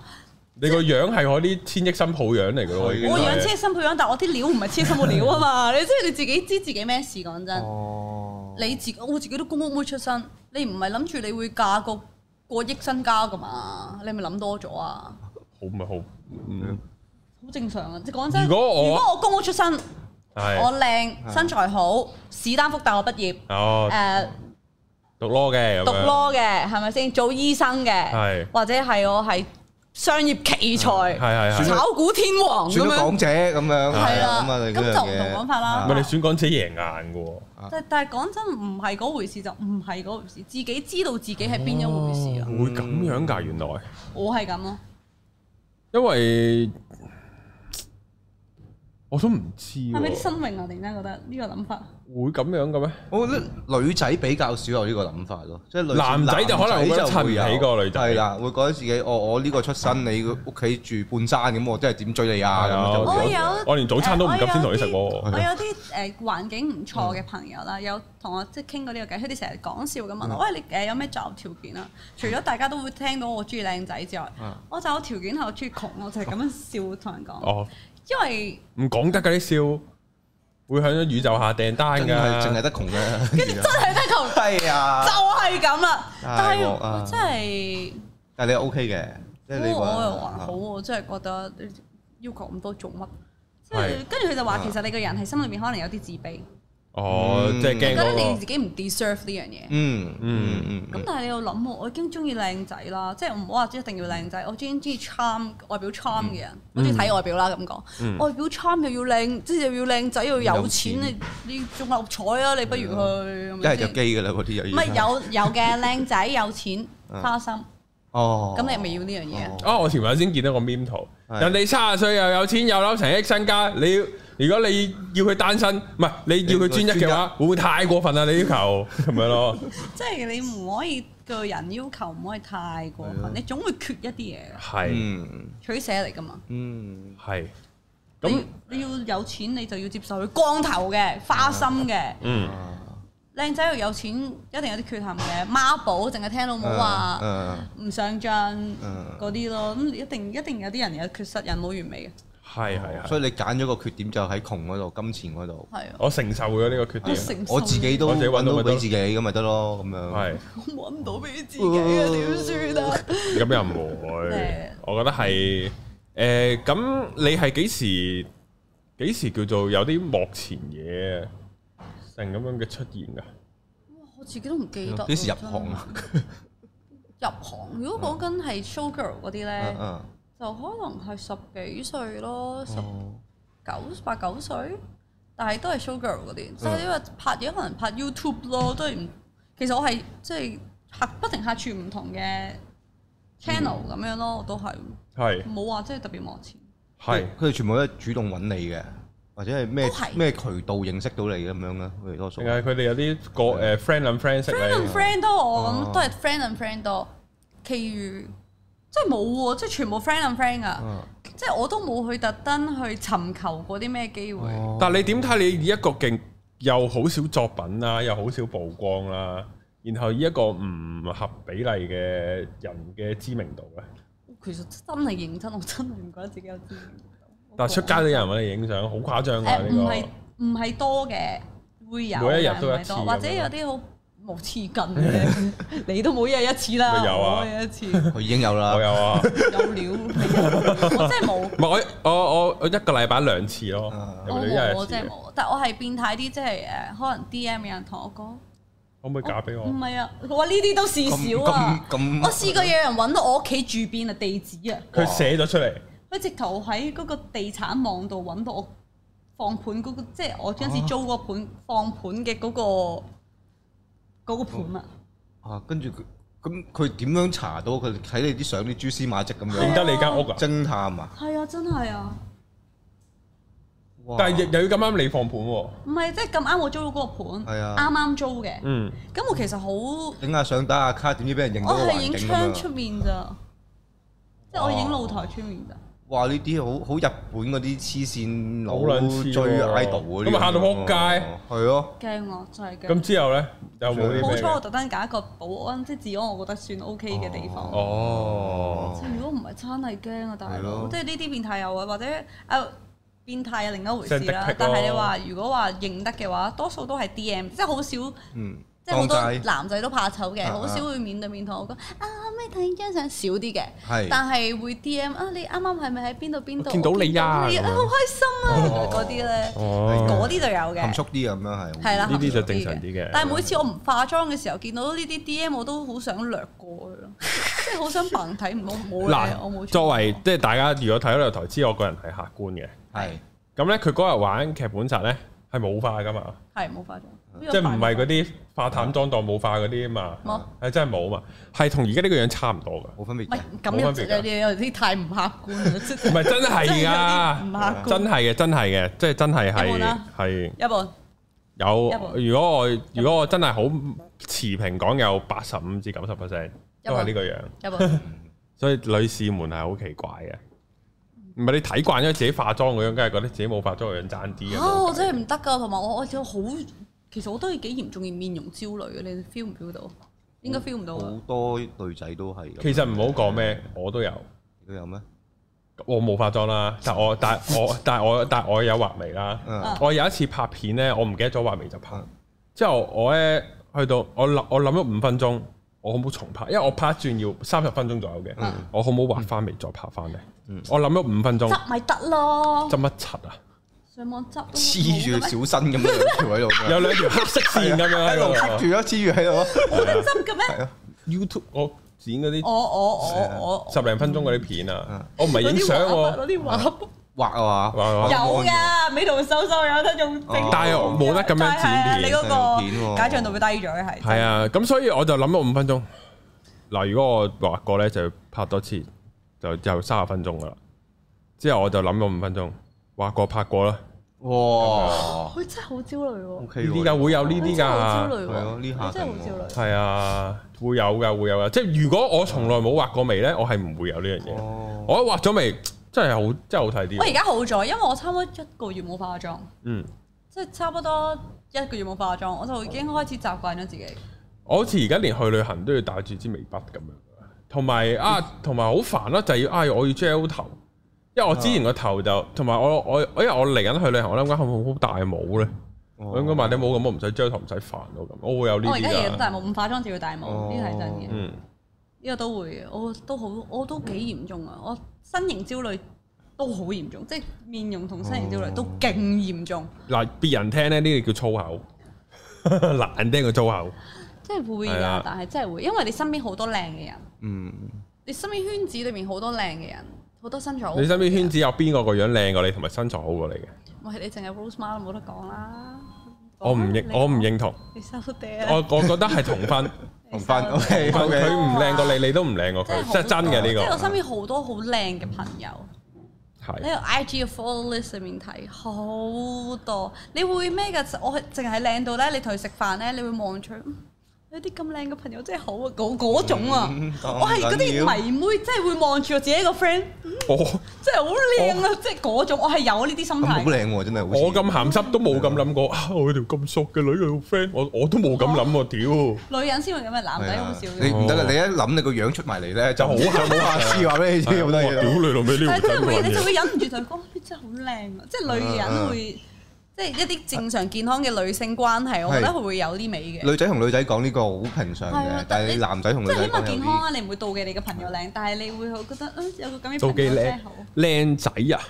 Speaker 1: 你個樣係我啲千億新抱樣嚟嘅咯，已經係
Speaker 3: 我養車心配樣，但我啲料唔係車心個料啊嘛！ 你即係你自己知自己咩事，講真。
Speaker 2: 哦，
Speaker 3: 你自己我自己都公屋妹出身，你唔係諗住你會嫁個過億身家噶嘛？你咪諗多咗啊！
Speaker 1: 好咪好，嗯，
Speaker 3: 好正常啊！即係講真，
Speaker 1: 如果我
Speaker 3: 如果我公屋出身，我
Speaker 1: 係，
Speaker 3: 靚，身材好，史丹福大學畢業，
Speaker 1: 哦，
Speaker 3: 誒
Speaker 1: 讀 law 嘅，咁
Speaker 3: 讀
Speaker 1: 樣
Speaker 3: law 嘅係咪先？做醫生嘅
Speaker 1: 係，
Speaker 3: 或者係我係商業奇
Speaker 1: 係
Speaker 3: 才，
Speaker 1: 係係，
Speaker 3: 炒股天王咁
Speaker 2: 選咗
Speaker 3: 樣，
Speaker 2: 港姐咁樣，
Speaker 3: 係啦
Speaker 2: 咁啊，
Speaker 3: 咁就唔同講法啦
Speaker 1: 唔係你選港姐贏硬嘅喎，
Speaker 3: 但但係講真唔係嗰回事就唔係嗰回事，自己知道自己係邊一回事啊！
Speaker 1: 哦會咁樣㗎，原來。
Speaker 3: 我係咁咯，
Speaker 1: 因為我都唔知喎
Speaker 3: 係咪啲新穎啊？突然間覺得呢個諗法。
Speaker 1: 會咁樣嘅咩？
Speaker 2: 我覺得女仔比較少有呢個諗法咯，即係女
Speaker 1: 男仔就可能會覺得襯唔起個女仔
Speaker 2: 係啦，會覺得自己哦，我呢個出身，你屋企住半山咁，我真係點追你啊
Speaker 1: 係啊
Speaker 2: 咁就
Speaker 3: 我
Speaker 2: 會
Speaker 1: 有
Speaker 2: 覺
Speaker 3: 有
Speaker 1: 我連早餐都唔急先同你食喎
Speaker 2: 啊
Speaker 3: 我有啲誒環境唔
Speaker 2: 嗯
Speaker 3: 錯嘅朋友啦，有同我即係傾過呢個偈，佢哋成日講笑咁
Speaker 2: 嗯
Speaker 3: 問我：喂，你誒有咩擇偶條件啊？除咗大家都會聽到我中意靚仔之 外
Speaker 2: 嗯，
Speaker 3: 我擇偶條件係我中意窮，我就係咁樣笑同人講，
Speaker 1: 哦，
Speaker 3: 因為
Speaker 1: 唔講得㗎啲笑，會響咗宇宙下訂單
Speaker 2: 得真係淨係
Speaker 1: 㗎。
Speaker 2: 得窮嘅。
Speaker 3: 真係得 窮，
Speaker 2: 係啊
Speaker 3: 就，係咁啦。但
Speaker 2: 大
Speaker 3: 係
Speaker 2: 鑊啊
Speaker 3: 我真係，
Speaker 2: 但係你 OK 嘅，即係你
Speaker 3: 哦我
Speaker 2: 話啊
Speaker 3: 又還好喎，真係覺得你要求咁多做乜？即係
Speaker 1: 係
Speaker 3: 跟住佢就話，
Speaker 2: 啊
Speaker 3: 其實你個人係心裏面可能有啲自卑，
Speaker 1: 哦，即係
Speaker 3: 覺
Speaker 1: 驚
Speaker 3: 得你
Speaker 1: 嗰
Speaker 3: 自己唔 deserve 呢樣嘢。
Speaker 2: 嗯
Speaker 1: 嗯
Speaker 2: 嗯嗯
Speaker 3: 咁但係你要諗喎，我已經中意靚仔啦，即係我唔好話一定要靚
Speaker 2: 嗯
Speaker 3: 仔，我中意中意 charm 外表 charm 嘅人，我中意睇外表啦咁講。外表 charm 又要靚，即係又要靚仔又要有錢，
Speaker 2: 嗯有
Speaker 3: 你
Speaker 2: 錢
Speaker 3: 你中六合彩啊，你不如去咁
Speaker 2: 一
Speaker 3: 樣
Speaker 2: 係就
Speaker 3: 先
Speaker 2: 基嘅啦，嗰啲又已經
Speaker 3: 唔係有有嘅靚仔有錢
Speaker 2: 嗯
Speaker 3: 花心，
Speaker 2: 哦，
Speaker 3: 咁你咪要呢樣嘢啊
Speaker 2: 哦
Speaker 1: 個。哦，我前排先見到個 meme 圖，
Speaker 2: 係
Speaker 1: 人哋三十歲又有錢有樓成億身家，你要如果你要佢單身，唔係你要佢專一嘅話，會唔會太過分啊？你要求咁樣咯，
Speaker 3: 即係你唔可以個人要求唔可以太過
Speaker 2: 係啊
Speaker 3: 分，你總會缺一啲嘢㗎，
Speaker 1: 係
Speaker 2: 嗯
Speaker 3: 取捨嚟噶嘛。
Speaker 2: 嗯，
Speaker 1: 係嗯咁
Speaker 3: 咁你要有錢，你就要接受佢光頭嘅、花心嘅，
Speaker 1: 嗯
Speaker 2: 啊
Speaker 3: 靚仔又有錢，一定有啲缺陷嘅。孖寶淨係聽老母話
Speaker 2: 啊
Speaker 3: 唔上進
Speaker 2: 啊
Speaker 3: 嗰啲咯，咁一定一定有啲人有缺失，人冇完美嘅，
Speaker 1: 係係係，
Speaker 2: 所以你揀咗個缺點就喺窮嗰度，金錢嗰度。
Speaker 3: 係啊，
Speaker 1: 我承受咗呢個缺
Speaker 3: 我
Speaker 1: 點，
Speaker 3: 承受
Speaker 2: 我自己都
Speaker 1: 我自己搵
Speaker 2: 揾
Speaker 1: 到
Speaker 2: 到
Speaker 1: 咪得
Speaker 2: 俾
Speaker 1: 咯
Speaker 2: 自己咁咪得咯，咁樣。
Speaker 1: 係。
Speaker 3: 我揾唔到俾自己啊，點算啊？
Speaker 1: 咁又唔會
Speaker 3: 誒，
Speaker 1: 我覺得係誒，咁、你係幾時幾時叫做有啲幕前嘢成咁樣嘅出現㗎？
Speaker 3: 哇我自己都唔記得啦
Speaker 2: 幾哦時入行啊？
Speaker 3: 真係入行，如果講緊係 show girl 嗰啲咧，
Speaker 2: 嗯
Speaker 3: 就可能係十幾歲咯，十
Speaker 2: 嗯，
Speaker 3: 九八九歲，但係都係 show girl 嗰啲，
Speaker 1: 嗯
Speaker 3: 即係因為拍嘢可能拍 YouTube 咯，都係唔。其實我係即係客不停客串唔同嘅
Speaker 1: 嗯
Speaker 3: channel 咁樣咯，我都係
Speaker 1: 係
Speaker 3: 冇話即係特別幕前。
Speaker 1: 係
Speaker 2: 佢哋全部都係主動揾你嘅，或者係咩
Speaker 3: 都係
Speaker 2: 咩渠道認識到你咁樣咧？佢哋多數
Speaker 1: 定。係佢哋有啲個誒 friend 諗 friend 識
Speaker 3: friend and
Speaker 1: 你？啊
Speaker 3: friend 多我
Speaker 2: 哦
Speaker 3: 咁，都係 friend and friend 多，其餘即係冇喎，即係全部 friend and
Speaker 1: 嗯
Speaker 3: friend 噶，
Speaker 1: 哦
Speaker 2: 啊
Speaker 3: 即係我都冇去特登去尋求過啲咩機會。
Speaker 2: 哦
Speaker 1: 但係你點睇？你以一個勁又好少作品啦，又好少曝光啦，然後以一個唔合比例嘅人嘅知名度咧，
Speaker 3: 其實真係認真，我真係唔覺得自己有知名度。
Speaker 1: 但係出街都有人揾你影相，好誇張㗎
Speaker 3: 誒呃唔
Speaker 1: 啊呢
Speaker 3: 係唔係多嘅，會有
Speaker 1: 每一日
Speaker 3: 但係
Speaker 1: 都一次咁樣
Speaker 3: 唔係多或者有啲好無次近嘅，你都冇一日一次啦，
Speaker 1: 咪有啊
Speaker 3: 我一日一次有
Speaker 2: 佢已經有
Speaker 1: 個。
Speaker 2: 啦
Speaker 1: 我。有 啊，
Speaker 3: 料，你有 我真係冇。
Speaker 1: 唔係我我我我一個禮拜兩次咯
Speaker 2: 啊，
Speaker 1: 有
Speaker 3: 我
Speaker 1: 冇你一日
Speaker 3: 冇，
Speaker 1: 一
Speaker 3: 我
Speaker 1: 次
Speaker 3: 真係
Speaker 1: 嘅？
Speaker 3: 冇。但我係變態啲，即係誒，可能 D M 有人同我講，
Speaker 1: 可唔可以嫁俾我
Speaker 3: 唔？係啊，我話呢啲都事
Speaker 2: 咁
Speaker 3: 少啊。
Speaker 2: 咁咁
Speaker 3: 我試過有人揾到我屋企住邊啊地址啊，
Speaker 1: 佢寫咗出嚟，
Speaker 3: 佢直頭喺嗰個地產網度揾到我放盤嗰、個，即係我嗰陣時租嗰個盤放盤嘅嗰、個嗰、個盤啊。
Speaker 2: 啊，跟住佢咁佢點樣查到？佢睇你啲相啲蛛絲馬跡咁
Speaker 1: 認
Speaker 2: 樣，
Speaker 1: 得你間屋啊？
Speaker 2: 偵探啊！
Speaker 3: 係啊，真係啊，
Speaker 2: 哇
Speaker 1: 但係又又要咁啱你放盤喎，
Speaker 3: 唔係即係咁啱我租到嗰個盤，
Speaker 2: 係啊
Speaker 3: 啱啱租嘅。
Speaker 1: 嗯，
Speaker 3: 咁我其實好，我
Speaker 2: 影下相打下卡，點知俾人認到個
Speaker 3: 係
Speaker 2: 環
Speaker 3: 影
Speaker 2: 境
Speaker 3: 窗
Speaker 2: 咁
Speaker 3: 出
Speaker 2: 樣。啊
Speaker 3: 面咋，即係我影露台出面咋。
Speaker 2: 哇！呢啲好好日本嗰啲黐線佬
Speaker 1: 好撚黐喎
Speaker 2: 追 idol 嗰啲
Speaker 1: 咁咪啊嚇到仆街
Speaker 2: 喎。係咯，
Speaker 3: 驚我真係
Speaker 1: 咁
Speaker 3: 驚。
Speaker 1: 之後咧有冇啲
Speaker 3: 好
Speaker 1: 咩
Speaker 3: 彩我
Speaker 1: 嘅？
Speaker 3: 特登揀一個保安，即係治安，我覺得算 OK 嘅地方。
Speaker 2: 哦
Speaker 1: 哦，
Speaker 3: 如果唔係真係驚啊，大
Speaker 2: 係咯
Speaker 3: 佬！即係呢啲變態有啊，或者啊變態係另一回事啦
Speaker 1: Send dick pic。
Speaker 3: 但係你
Speaker 1: 咯
Speaker 3: 話如果話認得嘅話，多數都係 D M，即係好少，即
Speaker 2: 嗯，
Speaker 3: 係好
Speaker 2: 當
Speaker 3: 多
Speaker 2: 街
Speaker 3: 男仔都怕醜嘅，
Speaker 2: 啊
Speaker 3: 好少會面對面同我講啊，可唔可以睇張相少啲嘅？
Speaker 2: 係
Speaker 3: 但係會 D M 啊，你啱啱係咪喺邊度邊度？
Speaker 1: 我見到你啊
Speaker 3: 我見到你
Speaker 1: 咁樣
Speaker 3: 好開心啊！嗰啲咧，
Speaker 1: 哦，
Speaker 3: 嗰啲就有
Speaker 2: 含
Speaker 3: 嘅
Speaker 2: 蓄。啲咁樣係。
Speaker 3: 係啦，
Speaker 1: 呢啲就
Speaker 3: 含蓄
Speaker 1: 正常啲嘅
Speaker 3: 但係每次我唔化妝嘅時候，見到呢啲 D M 我都好想掠過 佢咯，即係好想扮睇唔好冇嘢，我冇
Speaker 1: 嗱，
Speaker 3: 錯
Speaker 1: 作為即係大家如果睇到呢個台，知我個人係客觀嘅。
Speaker 2: 係
Speaker 1: 咁咧，佢嗰日玩劇本殺咧係冇化噶嘛，
Speaker 3: 係冇化妝，
Speaker 1: 即係唔係嗰啲化淡妝當冇化嗰啲啊
Speaker 3: 冇
Speaker 1: 嘛，係真係冇啊嘛，係同而家呢個樣差唔多噶，
Speaker 2: 冇分別
Speaker 3: 哦唔係
Speaker 2: 嘅。
Speaker 3: 咁
Speaker 1: 冇
Speaker 3: 又
Speaker 1: 分別
Speaker 3: 有
Speaker 1: 㗎
Speaker 3: 啲有啲太唔客觀 啦，即
Speaker 1: 唔
Speaker 3: 係
Speaker 1: 係真係
Speaker 3: 唔
Speaker 1: 噶，
Speaker 3: 客
Speaker 1: 真
Speaker 3: 觀。
Speaker 1: 係嘅，真係嘅，即係真係
Speaker 3: 有冇
Speaker 1: 係
Speaker 3: 啦
Speaker 1: 係。
Speaker 3: 一半
Speaker 1: 有
Speaker 3: 一，半
Speaker 1: 如果我如果我真係好持平講，有八十五至九十 percent
Speaker 3: 一
Speaker 1: 都
Speaker 3: 半
Speaker 1: 係呢個樣，
Speaker 3: 一半，
Speaker 1: 所以女士們係好奇怪嘅。唔係你睇慣咗自己化妝嗰樣，梗係覺得自己冇化妝嗰樣爭啲
Speaker 3: 啊！我
Speaker 1: 啊！
Speaker 3: 真係唔得㗎，同埋我我好，其實我都係幾嚴重嘅面容焦慮嘅，你 feel 唔 feel 到？應該 feel 唔到啊
Speaker 2: 好
Speaker 3: 㗎。
Speaker 2: 多女仔都係咁。
Speaker 1: 其實唔好講咩，我都有，
Speaker 2: 都有咩？
Speaker 1: 我冇化妝啦，但我但我但我但我有畫眉啦。
Speaker 3: 啊
Speaker 2: 嗯
Speaker 1: 我有一次拍片咧，我唔記得咗畫眉就拍，之後我咧去到我諗我諗咗五分鐘，我可唔可以重拍？因為我拍一轉要三十分鐘左右嘅，
Speaker 3: 嗯
Speaker 1: 我可唔可以畫翻眉再拍翻咧？我諗咗五分鐘。
Speaker 3: 執咪得咯，
Speaker 1: 執乜柒啊？
Speaker 3: 上網執
Speaker 2: 黐住小新咁樣兩條喺度咁樣，
Speaker 1: 有兩條黑色線咁樣
Speaker 2: 一路
Speaker 1: 喺
Speaker 2: 吸
Speaker 1: 度。
Speaker 2: 住咯，啊黐住喺度咯。
Speaker 3: 冇得 執嘅咩？哦
Speaker 1: YouTube 我剪嗰
Speaker 3: 我
Speaker 1: 啲
Speaker 3: 我我我
Speaker 1: 十零分鐘嗰啲片啊
Speaker 2: 嗯，
Speaker 1: 我唔係影相
Speaker 3: 嗰
Speaker 1: 喎，
Speaker 3: 啲畫筆
Speaker 2: 畫啊
Speaker 1: 畫啊
Speaker 2: 嘛，
Speaker 3: 有㗎，美圖秀秀有得用正
Speaker 2: 哦，
Speaker 1: 但係我冇得咁樣剪片
Speaker 3: 係啊你
Speaker 2: 剪片
Speaker 3: 嗰
Speaker 2: 喎
Speaker 3: 個解像度會低咗嘅係。
Speaker 1: 係啊，咁所以我就諗咗五分鐘。嗱，如果我畫過咧，就要拍多次，就就三十分鐘噶啦。之後我就諗咗五分鐘，畫過拍過啦，
Speaker 2: 哇
Speaker 3: 佢真係好焦慮喎，
Speaker 2: ，OK
Speaker 1: 呢
Speaker 2: 喎，
Speaker 1: 啲㗎會有呢
Speaker 3: 佢
Speaker 1: 啲
Speaker 3: 真係好焦
Speaker 1: 㗎，
Speaker 3: 慮
Speaker 2: 係咯呢
Speaker 3: 喎，
Speaker 2: 下
Speaker 3: 佢真係好焦慮。
Speaker 1: 係啊，會有㗎，會有㗎。即係如果我從來冇畫過眉咧，我係唔會有呢樣嘢。
Speaker 2: 哦，
Speaker 1: 我一畫咗眉，真係好真係好睇
Speaker 3: 我而
Speaker 1: 啲。
Speaker 3: 家好咗，因為我差唔多一個月冇化妝，
Speaker 1: 嗯，
Speaker 3: 即係差不多一個月冇化妝，我就已經開始習慣咗自己。
Speaker 1: 我好似而家連去旅行都要帶住支眉筆咁樣，同
Speaker 3: 嗯
Speaker 1: 埋啊，同埋好煩啦，就係要啊，我要 gel 頭，因為我之前個頭
Speaker 3: 哦
Speaker 1: 就同埋我我我因為我嚟緊去旅行，我諗緊好唔好戴帽咧？
Speaker 2: 哦
Speaker 1: 我應該買啲帽咁，我唔使 gel 頭，唔使煩咯咁。我會有呢
Speaker 3: 我哦而家日日
Speaker 1: 啲啊
Speaker 3: 都
Speaker 1: 㗎。
Speaker 3: 戴帽，唔化妝就要戴帽，
Speaker 2: 哦
Speaker 3: 呢個係真嘅。
Speaker 1: 嗯，
Speaker 3: 呢個都會嘅，我都好，我都幾嚴重啊！我身形焦慮都好嚴重，即係面容同身形焦慮
Speaker 1: 哦
Speaker 3: 都勁嚴重，
Speaker 1: 嗱，別人聽咧呢啲叫粗口， 難聽過粗口。
Speaker 3: 即係會
Speaker 1: 係啊
Speaker 3: 㗎，但係真係會，因為你身邊好多靚嘅人，
Speaker 2: 嗯，
Speaker 3: 你身邊圈子裏面好多靚嘅人，好多身材好好嘅
Speaker 1: 你
Speaker 3: 人。
Speaker 1: 身邊圈子有邊個個樣靚過你，同埋身材好過你嘅？
Speaker 3: 喂，你淨係 Rose Ma 都冇得講啦。
Speaker 1: 我唔認，
Speaker 3: 你
Speaker 1: 我唔認同。
Speaker 3: 你收嗲啊
Speaker 1: 我我覺得係同 分，
Speaker 2: 同翻
Speaker 3: 你收嗲
Speaker 2: OK
Speaker 1: 佢
Speaker 2: OK，
Speaker 1: 唔靚過你，你都唔靚過
Speaker 3: 真係
Speaker 1: 佢，
Speaker 3: 好
Speaker 1: 即係真嘅
Speaker 3: 多即係我身
Speaker 1: 呢
Speaker 3: 邊好多好靚嘅朋友。
Speaker 1: 個係
Speaker 3: 你。個 IG 嘅 follow list 入面睇好多，你會咩㗎？我係淨係靚到咧，你同佢食飯咧，你會望住佢，嗯有啲咁靚嘅朋友真係好啊，嗰嗰種啊，
Speaker 2: 嗯咁
Speaker 3: 我係嗰啲
Speaker 2: 緊要
Speaker 3: 迷妹，真係會望住我自己個 friend，
Speaker 1: 我
Speaker 3: 真係好靚啊，即係嗰種，我係有呢啲心
Speaker 2: 咁好
Speaker 3: 態。
Speaker 2: 靚喎，真係好似
Speaker 1: 我咁鹹濕都冇咁諗過啊！我條咁熟嘅女佢 friend，我我都冇咁諗喎，屌！
Speaker 3: 女人先會咁嘅，男仔
Speaker 2: 係
Speaker 3: 好
Speaker 2: 啊
Speaker 3: 少
Speaker 2: 你
Speaker 3: 嘅。
Speaker 2: 唔得嘅，你一諗你個樣出埋嚟咧，就好
Speaker 1: 就好
Speaker 2: 冇下次話俾你知好多
Speaker 1: 啊哇屌
Speaker 2: 嘢。
Speaker 1: 你老味呢
Speaker 3: 但
Speaker 1: 條
Speaker 3: 係真係會，你就
Speaker 1: 仔
Speaker 3: 會忍唔住同佢講，哦你真係好靚啊！即係女
Speaker 2: 啊啊
Speaker 3: 人會，即係一啲正常健康嘅女性關係，我覺得
Speaker 2: 係
Speaker 3: 佢會有啲美嘅。
Speaker 2: 女仔同女仔講呢個好平常
Speaker 3: 係啊
Speaker 2: 嘅，但係你男仔同女
Speaker 3: 即係
Speaker 2: 仔
Speaker 3: 起碼
Speaker 2: 講有
Speaker 3: 健康
Speaker 2: 啲
Speaker 3: 啊！你唔會妒忌你嘅朋友靚，但係你會好覺得，嗯，有個咁嘅
Speaker 1: 妒
Speaker 3: 朋
Speaker 1: 忌
Speaker 3: 友真
Speaker 1: 靚
Speaker 3: 係好。
Speaker 1: 靚仔啊！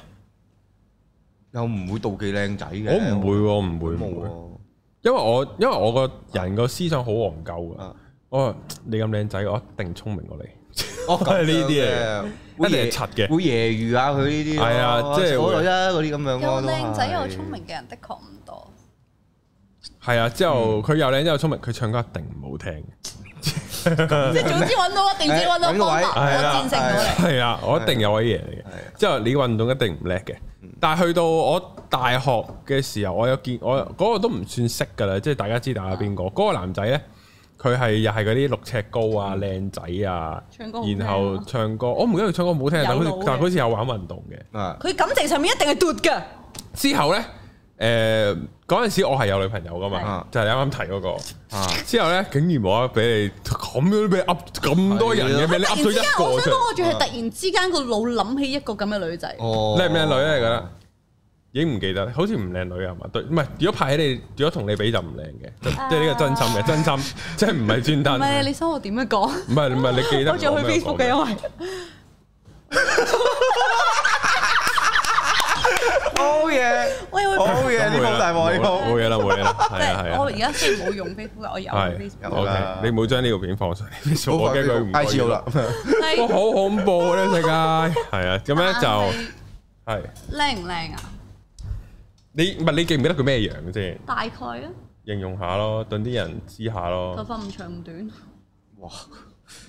Speaker 2: 又唔會妒忌靚仔嘅。
Speaker 1: 我唔會喎，唔會唔會，
Speaker 2: 冇啊
Speaker 1: 因為我因為我個人個思想好戇鳩
Speaker 2: 喎
Speaker 1: 噶。
Speaker 2: 啊。
Speaker 1: 我話你咁靚仔，我一定聰明過你。
Speaker 2: 哦，咁樣
Speaker 1: 呢啲嘢
Speaker 2: 嘅
Speaker 1: 一定係柒嘅
Speaker 2: 會揶揄下佢呢啲咯。
Speaker 1: 係啊即係會
Speaker 2: 我女啊嗰啲咁樣咯。
Speaker 3: 有
Speaker 2: 都係
Speaker 3: 靚仔又聰，明嘅人的確唔多，
Speaker 1: 係啊，之後佢又靚又聰明，佢唱歌一定唔好聽。
Speaker 3: 即係總之揾到一定自己揾到方法，
Speaker 1: 係啦
Speaker 3: 我戰勝到
Speaker 1: 係啊，我一定有位嘢嚟嘅
Speaker 2: 係啊。嗯
Speaker 1: 之後你運動一定唔叻嘅，但係去到我大學嘅時候，我有見我嗰、個都唔算識㗎啦，即係大家知大家邊
Speaker 2: 啊
Speaker 1: 個。嗰、個男仔呢，佢係又係嗰啲六尺高
Speaker 2: 嗯
Speaker 1: 啊、靚仔啊，
Speaker 3: 唱歌好聽啊
Speaker 1: 然後唱歌，我唔記得佢唱歌唔好聽，但係好
Speaker 3: 有
Speaker 1: 似
Speaker 3: 腦嘅
Speaker 1: 但係好似有玩運動嘅。
Speaker 2: 啊
Speaker 3: 你。佢感情上面一定係奪嘅，
Speaker 1: 之後呢，誒嗰陣時我係有女朋友㗎嘛
Speaker 2: 係，
Speaker 1: 就係你啱啱提嗰、個。
Speaker 2: 啊，
Speaker 1: 之後呢，竟然冇得俾你咁樣都俾你噏咁多人
Speaker 2: 啊
Speaker 1: 嘅，俾你
Speaker 3: 突
Speaker 1: 噏
Speaker 3: 然
Speaker 1: 咗
Speaker 3: 之間，
Speaker 1: 一
Speaker 3: 我
Speaker 1: 個出嚟
Speaker 3: 想講，我仲係突然之間個腦諗起一個咁嘅女仔，
Speaker 2: 哦，
Speaker 1: 靚唔靚女咧？你覺得？已經唔記得，好似唔靚女係嘛？對，唔係。如果排喺你，如果同你比就唔靚 嘅，即即係呢個真心嘅，真心即係唔係專
Speaker 3: 唔
Speaker 1: 登。
Speaker 3: 係你想我點樣講？
Speaker 1: 唔係唔係，你嗯記得
Speaker 3: 我仲有去 Facebook 嘅，因為
Speaker 2: 好嘢，
Speaker 3: 我有去
Speaker 2: 好
Speaker 3: Facebook，
Speaker 2: 嘢，呢鋪大鑊呢
Speaker 1: 冇
Speaker 2: 鋪。
Speaker 1: 冇嘢啦，冇 嘢啦，
Speaker 3: 即
Speaker 1: 係啊係
Speaker 3: 係我
Speaker 1: 啊
Speaker 3: 而家雖然冇用 Facebook，我有
Speaker 1: 係
Speaker 3: Facebook，
Speaker 2: 有啦
Speaker 1: OK，你唔好將呢條片放上嚟 Facebook，我驚佢唔
Speaker 2: I G 好啦。
Speaker 3: 但
Speaker 1: 過癮。哇，
Speaker 3: 係
Speaker 1: 好恐怖啊！呢個世 界係啊，咁樣就係
Speaker 3: 靚唔靚啊？
Speaker 1: 你唔係你記唔記得佢咩樣先？
Speaker 3: 大概啊，
Speaker 1: 形容下咯，等啲人知下
Speaker 3: 頭
Speaker 1: 咯，
Speaker 3: 髮唔長唔短。
Speaker 2: 哇，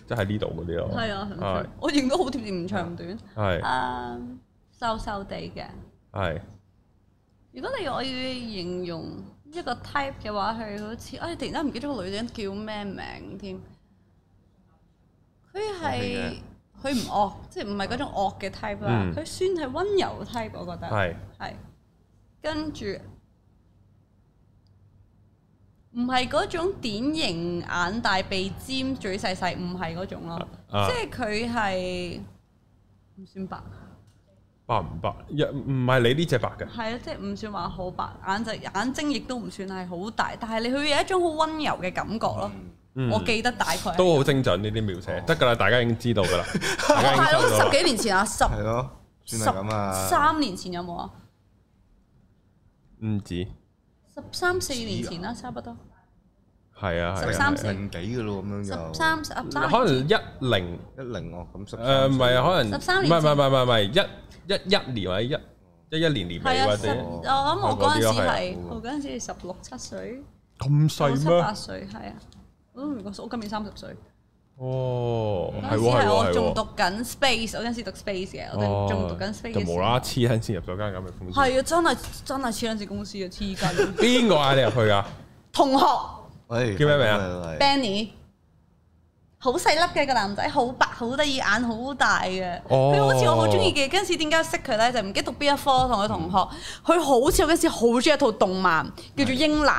Speaker 1: 即係呢度嗰啲咯。
Speaker 3: 係啊，係啊我認到好貼貼唔長唔短，
Speaker 1: 係係
Speaker 3: 誒瘦瘦地嘅。
Speaker 1: 係
Speaker 3: 如果你我要形容一個 type 嘅話，佢好似哎唉，突然間唔記得個女人叫咩名添。佢係佢唔惡，即係唔係嗰種惡嘅 type 啦。
Speaker 1: 嗯
Speaker 3: 佢算係温柔 type，我覺得
Speaker 1: 係
Speaker 3: 係。跟住唔係嗰種典型眼大鼻尖嘴細細，唔係嗰種咯。
Speaker 1: 啊
Speaker 3: 即係佢係唔算白，
Speaker 1: 白啊唔白？一唔係你呢只白嘅。
Speaker 3: 係啊，即係唔算話好白，眼就眼睛亦都唔算係好大，但係你佢有一種好温柔嘅感覺咯。
Speaker 1: 嗯
Speaker 3: 我記得哦大概
Speaker 1: 都好精準呢啲描寫，得㗎啦，大家已經知道 㗎啦，大家已經
Speaker 3: 大佬
Speaker 1: 收到
Speaker 3: 十
Speaker 1: 啦。
Speaker 3: 幾年前啊，十
Speaker 2: 係咯，
Speaker 3: 十
Speaker 2: 算係咁啊。
Speaker 3: 三年前有冇啊？
Speaker 1: 唔止，
Speaker 3: 十三四年前啦，差不多
Speaker 1: 係啊，係啊
Speaker 3: 十三四
Speaker 2: 零幾嘅咯，咁樣
Speaker 3: 十
Speaker 2: 就
Speaker 3: 三十三
Speaker 1: 可能一零
Speaker 2: 一零哦，咁十
Speaker 1: 誒唔係啊，可能
Speaker 3: 十三
Speaker 1: 唔
Speaker 3: 年
Speaker 1: 係唔係
Speaker 3: 前
Speaker 1: 唔係唔係一一一年或者一一一年年
Speaker 3: 係
Speaker 1: 尾
Speaker 3: 啊，
Speaker 1: 或
Speaker 3: 十
Speaker 1: 者
Speaker 3: 我諗我嗰陣時
Speaker 2: 嗰
Speaker 3: 係
Speaker 2: 啲咯係
Speaker 3: 我嗰陣時係十六七歲，
Speaker 1: 咁
Speaker 3: 十
Speaker 1: 細
Speaker 3: 七八
Speaker 1: 咩？
Speaker 3: 哦歲係啊。我都唔覺，我今年三十歲，
Speaker 1: 哦，
Speaker 3: 嗰
Speaker 1: 係
Speaker 3: 陣時
Speaker 1: 喎係
Speaker 3: 係
Speaker 1: 喎
Speaker 3: 我
Speaker 1: 係
Speaker 3: 仲讀
Speaker 1: 喎，
Speaker 3: 緊 space，我嗰陣時讀 space 嘅，
Speaker 1: 哦
Speaker 3: 我哋仲讀緊 space 嘅
Speaker 1: 就無
Speaker 3: 時
Speaker 1: 啦
Speaker 3: 候
Speaker 1: 啦，黐撚線入咗間咁嘅公司，
Speaker 3: 係啊，真係真係黐撚線公司嘅黐筋。
Speaker 1: 邊個嗌你入去啊㗎？
Speaker 3: 同學
Speaker 2: 喂
Speaker 1: 叫咩名啊
Speaker 2: 啊
Speaker 3: Benny，好細粒嘅個男仔，好白，好得意，眼好大嘅。
Speaker 1: 哦
Speaker 3: 佢好似我好中意嘅，嗰陣時點解識佢咧？就唔記得讀邊一科同佢同學，佢好似我嗰陣時好中意一套動漫，叫做《英蘭》，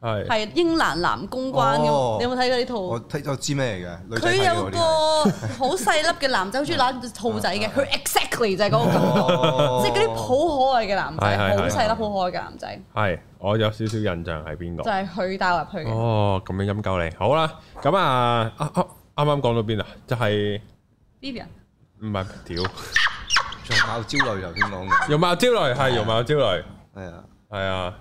Speaker 1: 係
Speaker 3: 係英蘭男公關
Speaker 2: 哦
Speaker 3: 咁。你有冇睇過呢套
Speaker 2: 我？睇我知咩嚟嘅，女仔
Speaker 3: 佢
Speaker 2: 睇嘅
Speaker 3: 有
Speaker 2: 嗰
Speaker 3: 個
Speaker 2: 啲係。
Speaker 3: 好細粒嘅男仔，好中意攬住兔仔嘅，佢 exactly 就係嗰個感覺，
Speaker 2: 哦
Speaker 3: 即係嗰啲好可愛嘅男
Speaker 1: 係
Speaker 3: 仔，
Speaker 1: 係係
Speaker 3: 好細粒好可愛嘅男仔，
Speaker 1: 係，我有少少印象係邊個
Speaker 3: 就？係佢帶我入去嘅。
Speaker 1: 哦，咁樣陰鳩你，好啦，咁啊，啊啊啱啱講到邊啊？就係
Speaker 3: Vivian，
Speaker 1: 唔係 屌
Speaker 2: 仲有焦慮頭先講嘅，
Speaker 1: 容貌焦慮係容貌焦慮，
Speaker 2: 係啊，
Speaker 1: 係啊，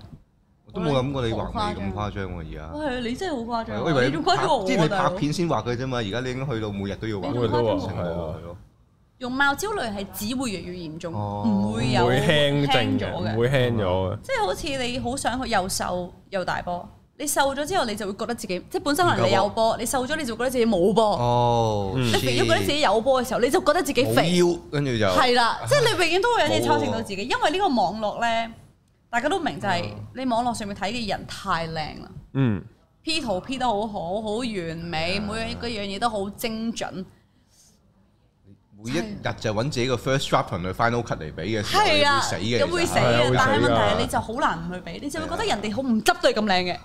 Speaker 2: 我都冇諗過你畫你咁
Speaker 3: 好
Speaker 2: 誇張喎，而家。
Speaker 3: 喂，你真係好誇張
Speaker 2: 我以
Speaker 3: 啊，
Speaker 2: 為
Speaker 3: 你
Speaker 2: 你
Speaker 3: 仲
Speaker 2: 拍
Speaker 3: 誇張過
Speaker 2: 之前
Speaker 3: 我
Speaker 2: 你
Speaker 3: 啊大
Speaker 2: 拍
Speaker 3: 佬。
Speaker 2: 片先畫嘅啫嘛，而家你已經去到每日都要畫，
Speaker 3: 你
Speaker 1: 我
Speaker 3: 仲
Speaker 1: 都
Speaker 3: 誇
Speaker 1: 話
Speaker 3: 張
Speaker 2: 係
Speaker 1: 係
Speaker 2: 啊
Speaker 1: 啊，，
Speaker 3: 容貌焦慮係只會越嚟越嚴重，
Speaker 2: 哦
Speaker 3: 唔會有
Speaker 1: 唔會輕症
Speaker 3: 輕咗
Speaker 1: 嘅，唔
Speaker 3: 嘅。
Speaker 1: 會輕咗嘅，
Speaker 3: 即係好似你好想佢又瘦又大波，你瘦咗之後你就會覺得自己即係本身可能你有波，你瘦咗你就覺得自己冇波，
Speaker 2: 哦，
Speaker 1: 嗯
Speaker 3: 你
Speaker 2: 黐
Speaker 3: 肥咗覺得自己有波嘅時候，你就覺得自己
Speaker 2: 冇
Speaker 3: 肥，
Speaker 2: 腰，跟住就
Speaker 3: 係啦，即係你永遠都會有啲
Speaker 2: 冇
Speaker 3: 抽成到自己，因為呢個網絡咧，大家都明就係你網絡上面睇嘅人太靚啦。
Speaker 1: 嗯，
Speaker 3: P 圖 P 得好好，好完美，
Speaker 1: 啊
Speaker 3: 每樣嗰樣嘢都好精準。
Speaker 2: 每一日就揾自己個 first draft 同佢 final cut 嚟比嘅時候，你
Speaker 3: 係啊，
Speaker 2: 會死嘅，
Speaker 3: 咁會
Speaker 2: 其
Speaker 3: 死
Speaker 2: 實
Speaker 1: 係啊
Speaker 3: 嘅
Speaker 1: 會。
Speaker 3: 但
Speaker 1: 死
Speaker 3: 係問題
Speaker 1: 㗎
Speaker 3: 係你就好難唔去比，你就會覺得人哋好唔執都係咁靚嘅，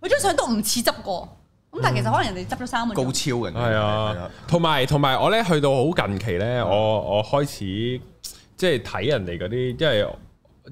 Speaker 3: 佢張相都唔似執過。咁
Speaker 1: 嗯
Speaker 3: 但係其實可能人哋執咗三個
Speaker 2: 高
Speaker 3: 鐘。
Speaker 2: 超人
Speaker 1: 係
Speaker 2: à.
Speaker 1: 啊，，同埋同埋我咧去到好近期咧，我我開始即係睇人哋嗰啲，因為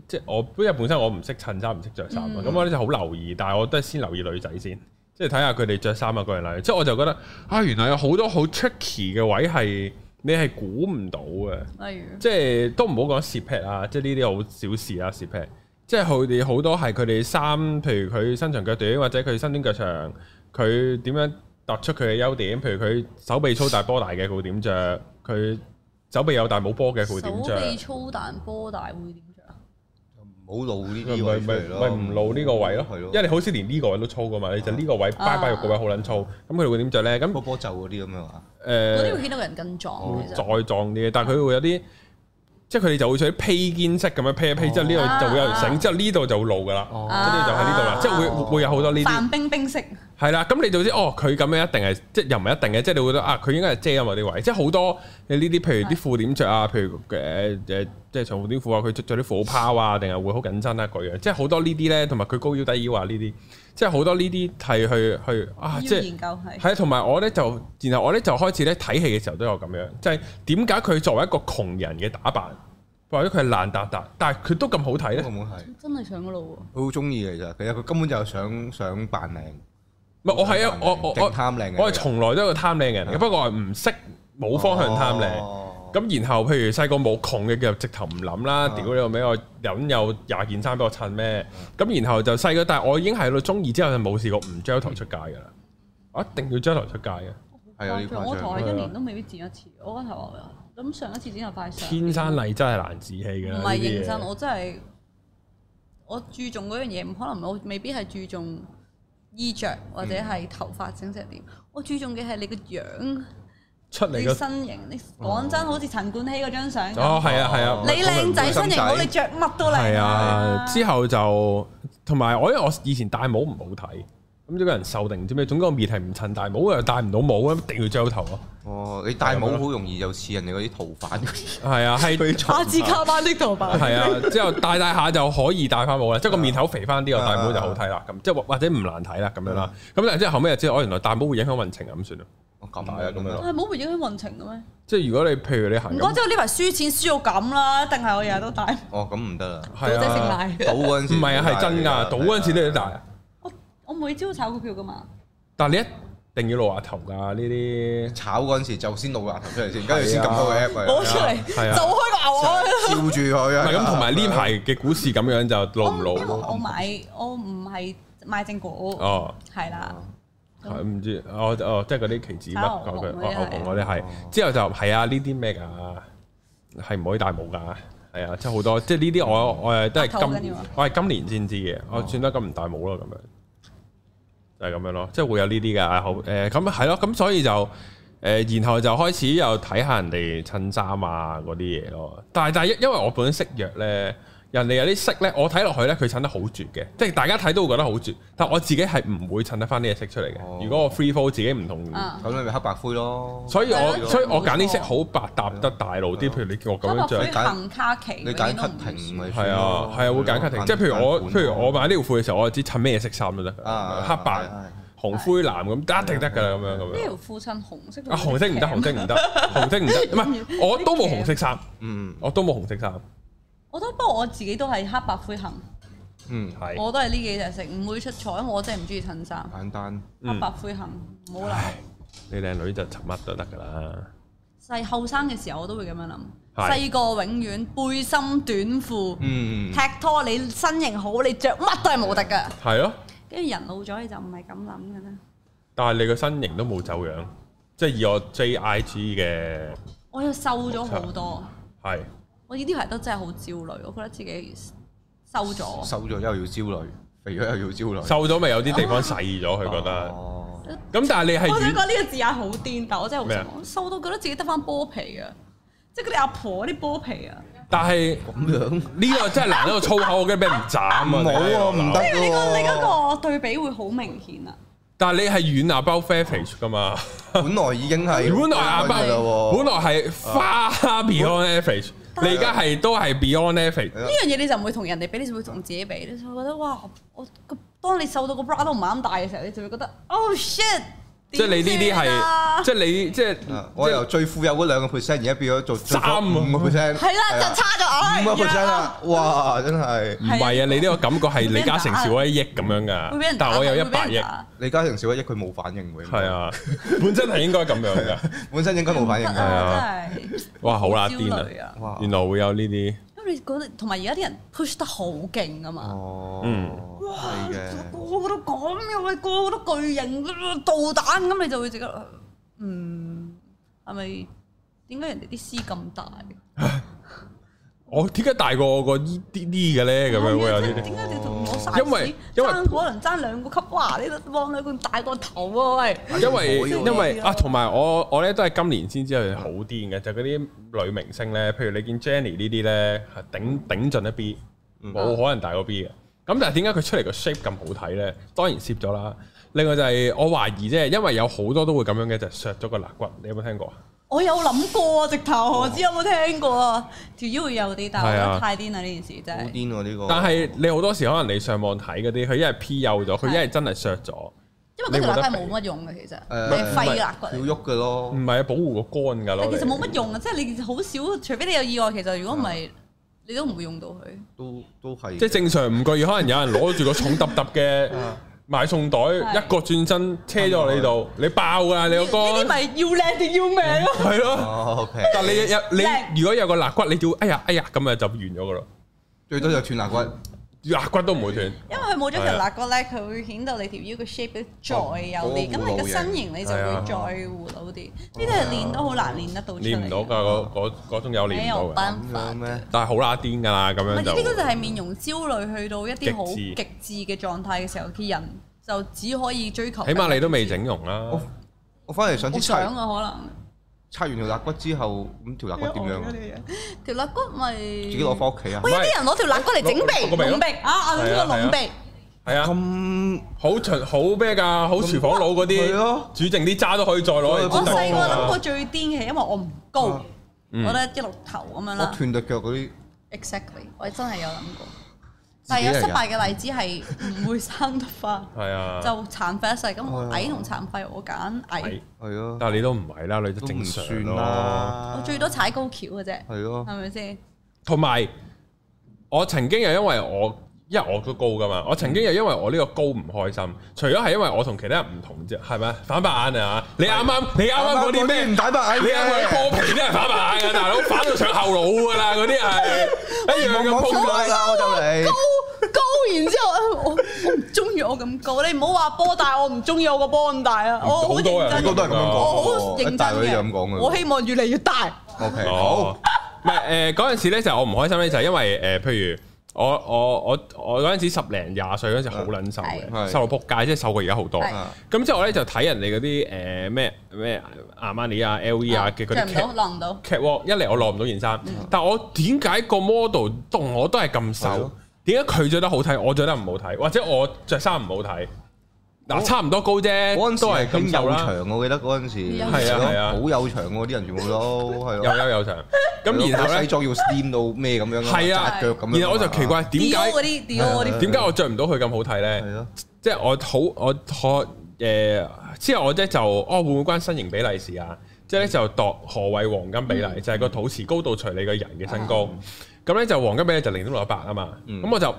Speaker 1: 即係我因為本身我唔識襯衫，唔識着衫啊，咁我咧就好留意，但係我都係先留意女仔先。即係睇下佢哋着衫啊嗰樣嘢，即係我就覺得啊，原來有好多好 tricky 嘅位係你係估唔到嘅。
Speaker 3: 例如，
Speaker 1: 即係都唔好講蝕劈啊，即係呢啲好小事啊，蝕劈。即係佢哋好多係佢哋衫，譬如佢身長腳短，或者佢身短腳長，佢點樣突出佢嘅優點？譬如佢手臂粗大波大嘅，佢會點着？佢手臂有大冇波嘅，佢會點
Speaker 3: 手
Speaker 1: 着？
Speaker 3: 臂粗但波大會點着啊？
Speaker 2: 唔好露呢
Speaker 1: 咪
Speaker 2: 啲
Speaker 1: 咪
Speaker 2: 位出嚟
Speaker 1: 咪
Speaker 2: 咯，
Speaker 1: 唔露呢個位咯
Speaker 2: 係，
Speaker 1: 因為你好似連呢個位都粗噶嘛，你就呢個位拜拜肉個位好撚粗，咁佢哋會點着咧？咁
Speaker 2: 波波袖嗰啲咁樣啊，
Speaker 3: 嗰
Speaker 1: 誒哦
Speaker 3: 啲會顯到人更壯
Speaker 1: 會
Speaker 3: 其
Speaker 1: 再
Speaker 3: 實。
Speaker 1: 壯啲嘅，但係
Speaker 3: 啊
Speaker 1: 佢會有啲，即係佢哋就會想披肩式咁樣披一披，之後呢
Speaker 3: 哦
Speaker 1: 度就會有人
Speaker 3: 啊
Speaker 1: 繩，之後呢度就會露噶啦。
Speaker 2: 哦，
Speaker 3: 啊
Speaker 1: 跟住就喺呢度啦，即係會
Speaker 2: 哦
Speaker 1: 會有好多呢啲，
Speaker 3: 范冰冰式，
Speaker 1: 係啦。咁你就知哦，佢咁樣一定係，即係又唔係一定嘅，即係你會覺得啊，佢應該係遮陰某啲位，即係好多你呢啲，譬如啲褲點着啊，譬如誒誒，即係長褲短褲啊，佢着着啲虎拋啊，定係會好緊身啊嗰樣，即係好多呢啲咧，同埋佢高腰低腰啊呢啲，即係好多呢啲係去去啊，即
Speaker 3: 要
Speaker 1: 係
Speaker 3: 研究係。
Speaker 1: 係啊，同埋我咧就，然後我咧就開始咧睇戲嘅時候都有咁樣，就係點解佢作為一個窮人嘅打扮，或者佢係爛達達，但係啊佢都咁好睇咧
Speaker 2: 咁？冇係，
Speaker 3: 真係上咗路喎！
Speaker 2: 佢好中意嘅咋，其實佢根本就係想想扮靚，
Speaker 1: 唔係我係啊，我我
Speaker 2: 勁
Speaker 1: 我。
Speaker 2: 貪靚嘅，
Speaker 1: 我係從來都係個貪靚嘅人，不過我係唔識冇方向貪靚。
Speaker 2: 哦
Speaker 1: 咁然後譬如細個冇窮嘅，就直頭唔諗啦。屌你老味，我人有廿件衫俾我襯咩？咁然後就細個，但係我已經係到中二之後就冇試過唔張台出街噶啦。我一定要張台出街嘅，
Speaker 2: 係啊有啲誇張
Speaker 3: 我頭係一年都未必剪一次，我嗰頭我諗上一次剪頭髮係 上
Speaker 1: 天生麗真係難自棄嘅。
Speaker 3: 唔係認
Speaker 1: 呢啲
Speaker 3: 真，
Speaker 1: 嘢
Speaker 3: 我真係我注重嗰樣嘢，唔可能我未必係注重衣着或
Speaker 1: 嗯
Speaker 3: 者係頭髮整成點，我注重嘅係你個樣、
Speaker 1: 出嚟
Speaker 3: 你
Speaker 1: 個
Speaker 3: 身形。你講真，好似陳冠希嗰張相咁，
Speaker 1: 哦，係啊係啊，
Speaker 2: 哦
Speaker 3: 你靚仔
Speaker 2: 咁咪
Speaker 3: 身形好，你着乜都靚
Speaker 1: 係啊，之
Speaker 3: 後
Speaker 1: 後就同埋我因為我以前戴帽唔好睇，咁呢個人瘦定唔知咩，總之我面係唔襯戴帽，我又戴唔到帽，一定要遮頭咯。
Speaker 2: 哦，你戴帽好容易就似人哋嗰啲逃犯嗰啲，
Speaker 1: 係啊，係
Speaker 3: 阿茲卡班的頭髮
Speaker 1: 係啊，之後戴戴下就可以戴翻帽啦，即係個面口肥翻啲，我戴帽就好睇啦，咁即係或或者唔難睇啦，咁樣啦。咁但係之後後尾就知道，我原來戴帽會影響運程咁算啦。
Speaker 2: 我咁
Speaker 1: 係啊咁樣
Speaker 3: 係冇會影響運程嘅咩？
Speaker 1: 即係如果你譬如你行咁
Speaker 3: 唔該，即係我呢排輸錢輸到咁啦，一定係我日日都戴
Speaker 2: 哦咁唔得啦，哦
Speaker 3: 賭仔
Speaker 1: 係
Speaker 3: 姓
Speaker 1: 啊，
Speaker 3: 賴。
Speaker 2: 賭嗰陣時
Speaker 1: 唔係啊，係真㗎，
Speaker 2: 賭
Speaker 1: 賭嗰陣時你都戴啊，
Speaker 3: 我我每朝炒股票噶嘛，
Speaker 1: 但係你一定要露下頭㗎呢啲。
Speaker 2: 炒嗰陣時就先露額頭出嚟先，跟住先撳嗰個 app 啊
Speaker 3: 攞出嚟就
Speaker 1: 係啊
Speaker 3: 開個牛啊！
Speaker 2: 照住佢
Speaker 1: 唔
Speaker 2: 啊。
Speaker 1: 係咁，同埋呢排嘅股市咁樣就露唔
Speaker 3: 我因為
Speaker 1: 露？
Speaker 3: 我買我唔係買正股，
Speaker 1: 哦，
Speaker 3: 係啦，
Speaker 1: 係唔知我哦，即係嗰啲期指乜
Speaker 3: 炒
Speaker 1: 講
Speaker 3: 牛
Speaker 1: 佢，
Speaker 3: 熊
Speaker 1: 哦
Speaker 3: 嗰啲
Speaker 1: 牛熊嗰啲係
Speaker 2: 係。
Speaker 1: 之後就係啊，呢啲咩㗎？係唔可以戴帽㗎？係啊，即係好多，即係呢啲我我誒都
Speaker 3: 額頭好
Speaker 1: 係
Speaker 3: 緊
Speaker 1: 今
Speaker 3: 要啊
Speaker 1: 我係今年先知嘅，我算得咁唔戴帽咯，咁啊樣就係咁樣咯，即係會有呢啲㗎。好誒，咁係咯，咁所以就诶、然後就開始又睇下人哋襯衫啊嗰啲嘢咯。但係但係因因為我本身識藥咧，人哋有啲色咧，我睇落去咧佢襯得好絕嘅，即係大家睇都會覺得好絕，但我自己係唔會襯得翻呢隻色出嚟嘅。
Speaker 2: 哦
Speaker 1: 如果我 free fall 自己唔同，
Speaker 3: 啊
Speaker 2: 咁你咪黑白灰咯。
Speaker 1: 所以
Speaker 3: 係
Speaker 1: 我
Speaker 3: 咯
Speaker 1: 所以我揀呢色好百搭得大路啲，譬如你叫我咁樣
Speaker 3: 黑白
Speaker 1: 着
Speaker 3: 灰。啊行卡其，
Speaker 2: 你揀 cutting 咪
Speaker 1: 係啊，係啊，會揀
Speaker 2: 嗯
Speaker 1: cutting，即係譬如我，譬如我買呢條褲嘅時候，我就知襯咩色衫都得㗎，
Speaker 2: 啊
Speaker 1: 黑白、紅灰藍咁，一定得㗎啦，咁樣咁
Speaker 3: 呢
Speaker 1: 樣。
Speaker 3: 條褲襯紅色，
Speaker 1: 啊，紅色唔 得，紅色唔得，紅色唔得，唔係我都
Speaker 3: 啊
Speaker 1: 冇紅色衫，
Speaker 2: 嗯
Speaker 1: 我都冇紅色衫，
Speaker 3: 我都不過我自己都係黑白灰行，
Speaker 2: 嗯
Speaker 1: 係嗯
Speaker 3: 我都係呢幾隻色，唔會出彩，因為我真係唔中意襯衫。
Speaker 2: 簡單，
Speaker 3: 黑白灰行冇諗。
Speaker 1: 你靚女就襯乜都得㗎啦，
Speaker 3: 細後生嘅時候我都會咁樣諗，
Speaker 1: 係
Speaker 3: 細個永遠背心短褲，
Speaker 2: 嗯
Speaker 3: 踢拖你身形好，你着乜都係無敵噶。
Speaker 1: 係咯，
Speaker 3: 跟住人老咗你就唔係咁諗嘅啦。
Speaker 1: 但係你個身形都冇走樣，即係以我 JIG 嘅
Speaker 3: 我又瘦咗好多，
Speaker 1: 係
Speaker 3: 我呢啲排都真係好焦慮，我覺得自己瘦咗，
Speaker 2: 瘦咗又要焦慮，肥咗又要焦慮。
Speaker 1: 瘦咗咪有啲地方細咗，佢覺得，
Speaker 2: 哦
Speaker 1: 咁但係你係
Speaker 3: 我想
Speaker 1: 遠
Speaker 3: 講呢個字眼好癲，但我真係好
Speaker 1: 咩啊
Speaker 3: 想，我瘦到覺得自己得翻波皮啊，即係嗰啲阿婆啲波皮啊。
Speaker 1: 但係
Speaker 2: 咁樣
Speaker 1: 呢個真係難得個粗口，我驚俾人斬啊！
Speaker 2: 唔好啊，唔得
Speaker 1: 哦
Speaker 3: 因為你個你
Speaker 2: 喎。
Speaker 3: 嗰個對比會好明顯啊。
Speaker 1: 但係你係軟阿包 fair face 噶嘛？
Speaker 2: 本來已經係
Speaker 1: 本來阿
Speaker 2: 㗎啦
Speaker 1: 包，
Speaker 2: 喎
Speaker 1: 本來係花 beyond average，
Speaker 3: 但係
Speaker 1: 你而家係都係 beyond average。
Speaker 3: 呢樣嘢你就唔會同人哋比，你就會同自己比，你就會覺得哇！我個當你瘦到個 bra 都唔啱大嘅時候，你就會覺得 oh shit！
Speaker 1: 即係你呢啲
Speaker 3: 點算啊
Speaker 1: 係，即係你即係
Speaker 2: 啊我由最富有嗰兩個 percent，而家變咗做最
Speaker 1: 啊
Speaker 2: 富五個 percent，啊
Speaker 3: 係啦，就啊差咗哎唉
Speaker 2: 五個
Speaker 3: 原來
Speaker 2: percent 啦，哇，真係
Speaker 1: 唔係啊？你呢個感覺係李嘉誠
Speaker 3: 會俾人打
Speaker 1: 少咗一億咁樣噶
Speaker 3: 會俾人，打啊
Speaker 1: 但我有一
Speaker 3: 會俾
Speaker 1: 百
Speaker 3: 人
Speaker 1: 億，
Speaker 3: 打
Speaker 2: 李嘉誠少一億，佢冇反應嘅，
Speaker 1: 係，啊，本身係應該咁樣噶。
Speaker 2: 本身應該冇
Speaker 1: 啊
Speaker 2: 反應
Speaker 3: 啊真
Speaker 2: 嘅，
Speaker 3: 係
Speaker 1: 哇，好啦，
Speaker 3: 焦
Speaker 1: 癲
Speaker 3: 慮
Speaker 1: 啊！
Speaker 3: 啊！
Speaker 2: 哇，
Speaker 1: 原來會有呢啲，
Speaker 3: 因為你覺得同埋而家啲人 push 得好勁啊嘛，
Speaker 2: 哦，
Speaker 1: 嗯
Speaker 2: 係嘅，
Speaker 3: 個個都咁嘅喂，個個都巨型導彈咁，你就會覺得嗯係咪點解人哋啲絲咁大？
Speaker 1: 我點解大過我個呢啲啲嘅咧？咁樣會有呢啲。
Speaker 3: 點解你同我
Speaker 1: 因為
Speaker 3: size
Speaker 1: 因為
Speaker 3: 爭可能爭兩個級？哇！你都望兩個大個頭啊喂！
Speaker 1: 因為
Speaker 2: 可以喎
Speaker 1: 因為啊，同埋我我咧都係今年先知佢好癲嘅，就嗰啲女明星咧，譬如你見 Jenny 呢啲咧，係頂頂盡一 B，冇可能大過 B 嘅。咁但係點解佢出嚟個 shape 咁好睇咧？當然攝咗啦。另外就係我懷疑啫，因為有好多都會咁樣嘅，就係削咗個肋骨。你有冇聽過啊？
Speaker 3: 我有諗過啊，直頭我知有冇聽過啊？條腰會有啲，但係我覺
Speaker 1: 啊
Speaker 3: 得太癲啦呢件事真
Speaker 2: 好
Speaker 3: 係。
Speaker 2: 癲喎呢個，
Speaker 1: 但係你好多時可能你上網睇嗰啲，佢一係 P 幼咗，佢一係真係削咗。
Speaker 3: 因為嗰條肋骨係冇乜用嘅，其實
Speaker 2: 誒
Speaker 3: 你係廢肋骨
Speaker 2: 要
Speaker 3: 嚟，
Speaker 2: 喐嘅咯
Speaker 1: 唔，係啊，保護個肝㗎
Speaker 3: 但
Speaker 1: 咯。
Speaker 3: 其實冇乜用啊！即係你好少，除非你有意外，其實如果唔
Speaker 1: 啊
Speaker 3: 係，你都唔會用到佢。
Speaker 2: 都都係，
Speaker 1: 即係正常五個月，可能有人攞住個重揼揼嘅
Speaker 2: 啊
Speaker 1: 買餸袋，
Speaker 3: 係
Speaker 1: 一個轉身車咗你度，你爆㗎你
Speaker 3: 呢
Speaker 1: 個
Speaker 3: 啲
Speaker 1: 肝，
Speaker 3: 咪要靚定要命咯？
Speaker 1: 係咯。
Speaker 2: 哦，OK，Ờ,
Speaker 1: 但你有
Speaker 3: 靚
Speaker 1: 你如果有個肋骨，你叫哎呀哎呀咁啊就完咗㗎咯，
Speaker 2: 最多就斷肋骨，
Speaker 1: 肋骨都唔會斷。
Speaker 3: 因為佢冇咗條肋骨咧，佢會顯到你條腰個 shape 咧再有
Speaker 2: 嗰
Speaker 3: 啲，
Speaker 2: 個
Speaker 3: 咁
Speaker 2: 葫蘆
Speaker 3: 你個身形你就
Speaker 1: 哦係啊
Speaker 3: 會再葫蘆啲。呢啲係練都好難練得到出嚟。
Speaker 1: 練唔到㗎，嗰嗰嗰種有練
Speaker 3: 沒
Speaker 1: 唔
Speaker 3: 有
Speaker 1: 到㗎。
Speaker 3: 辦
Speaker 2: 咁
Speaker 3: 法
Speaker 2: 樣。咩？
Speaker 1: 但係好啦癲㗎啦，咁
Speaker 3: 唔係
Speaker 1: 樣
Speaker 3: 呢啲就
Speaker 1: 就
Speaker 3: 係面容焦慮去到一啲好
Speaker 1: 極致
Speaker 3: 極致嘅狀態嘅時候，嘅人就只可以追求。
Speaker 1: 起碼你都未，整容啦。
Speaker 2: 我我翻嚟想
Speaker 3: 我
Speaker 2: 知拆
Speaker 3: 想啊，
Speaker 2: 拆完條肋骨之後，咁條
Speaker 3: 可
Speaker 2: 肋
Speaker 3: 能。
Speaker 2: 骨點樣啊？
Speaker 3: 條肋骨咪
Speaker 2: 自
Speaker 3: 自
Speaker 2: 己攞翻屋企啊
Speaker 3: 喂，？有啲人攞條肋骨嚟整
Speaker 1: 攞攞個鼻
Speaker 3: 鼻，
Speaker 1: 咯
Speaker 3: 隆鼻啊啊！呢
Speaker 1: 係啊
Speaker 3: 個隆鼻，
Speaker 1: 係啊，
Speaker 2: 咁
Speaker 1: 好巡好咩㗎？好廚房佬嗰
Speaker 2: 係
Speaker 1: 啲
Speaker 2: 咯
Speaker 1: 煮剩啲渣都可以再攞嚟
Speaker 3: 我
Speaker 1: 整
Speaker 3: 細個諗過
Speaker 1: 啊。
Speaker 3: 最癲嘅係因為我唔高，
Speaker 2: 啊
Speaker 1: 嗯
Speaker 3: 我咧一六頭咁樣
Speaker 2: 我
Speaker 3: 啦。
Speaker 2: 斷對腳嗰啲，
Speaker 3: Exactly，我真係有諗過，
Speaker 2: 自
Speaker 3: 但
Speaker 2: 己
Speaker 3: 係有
Speaker 2: 嚟㗎
Speaker 3: 失敗嘅例子係唔會生得翻，
Speaker 1: 係啊，
Speaker 3: 就殘廢一世。咁我
Speaker 2: 啊
Speaker 3: 矮同殘廢，我揀
Speaker 1: 係
Speaker 3: 矮，
Speaker 2: 係咯，
Speaker 1: 但係你都唔係啦，你
Speaker 2: 都
Speaker 1: 都正
Speaker 2: 唔
Speaker 1: 常
Speaker 2: 算
Speaker 1: 咯。
Speaker 2: 啦。
Speaker 3: 我最多踩高橋嘅啫，
Speaker 2: 係咯，
Speaker 3: 係咪先？
Speaker 1: 同埋我曾經又因為我，因為我都高噶嘛，我曾經又因為我呢個高唔開心，除咗係因為我同其他人唔同啫，係咪？反白眼啊！你啱啱你啱啱嗰啲咩？
Speaker 2: 唔打白眼
Speaker 1: 你啱啱
Speaker 2: 嘅，
Speaker 1: 波皮都係反白眼嘅，啊 大佬反到上後腦噶啦，嗰啲係哎一樣
Speaker 2: 我
Speaker 1: 咁
Speaker 2: 冇
Speaker 1: 鋪
Speaker 2: 出
Speaker 1: 落
Speaker 2: 嚟啦，我就嚟。
Speaker 3: 高高，然之後啊我我唔中意我咁高，你唔好話波大，我唔中意我個波咁大啊！我好
Speaker 1: 好多
Speaker 3: 認
Speaker 1: 人
Speaker 3: 真
Speaker 2: 好
Speaker 1: 高
Speaker 3: 嘅，
Speaker 2: 多人咁樣講，
Speaker 3: 我好認真
Speaker 2: 大女就咁講
Speaker 3: 嘅，
Speaker 2: 嘅。
Speaker 3: 我希望越嚟越大。
Speaker 2: OK
Speaker 1: 哦
Speaker 2: 好，
Speaker 1: 唔係誒嗰陣時咧就我唔開心咧，就係因為誒、呃譬如我我我我嗰陣時十零廿歲嗰陣時好撚瘦
Speaker 2: 係
Speaker 1: 嘅，瘦到撲街，即係瘦過而家好多。
Speaker 3: 係
Speaker 2: 啊
Speaker 1: 咁之後咧就睇人哋嗰啲誒咩咩阿瑪尼啊、LV 啊嘅嗰啲
Speaker 3: 着唔
Speaker 1: cat
Speaker 3: 到，嗯晾唔到，
Speaker 1: catwalk，一嚟我攞唔到件衫，但我點解個 model 同我都係咁
Speaker 2: 係
Speaker 1: 瘦
Speaker 2: 咯？
Speaker 1: 點解佢着得好睇，我着得唔好睇，或者我着衫唔好睇？
Speaker 2: 我
Speaker 1: 嗱，差唔多高啫，
Speaker 2: 嗰陣時
Speaker 1: 都係
Speaker 2: 係
Speaker 1: 咁
Speaker 2: 興
Speaker 1: 瘦
Speaker 2: 有
Speaker 1: 啦，
Speaker 2: 場，我記得嗰陣時
Speaker 3: 有
Speaker 1: 場係啊係啊
Speaker 2: 好有場喎，啲人全部都係
Speaker 1: 有
Speaker 2: 咯。
Speaker 1: 有有長。咁然後
Speaker 2: 個
Speaker 1: 咧
Speaker 2: 西，裝要 steam 到咩咁樣啊，
Speaker 1: 係啊
Speaker 2: 紮腳咁樣啊。
Speaker 1: 然後我就奇怪點
Speaker 3: d
Speaker 1: 解
Speaker 3: 嗰啲 d 嗰啲，
Speaker 1: 點解我着唔到佢咁好睇咧？
Speaker 2: 係咯，
Speaker 1: 即係我好我學誒之後我咧就哦會唔會關身形比例事啊？即係咧就度何謂黃金比例，
Speaker 2: 嗯
Speaker 1: 就係個肚臍高度除你個人嘅身高。咁咧就黃金比例就零點六一八啊嘛。
Speaker 2: 啊嗯哦
Speaker 1: 咁我就啱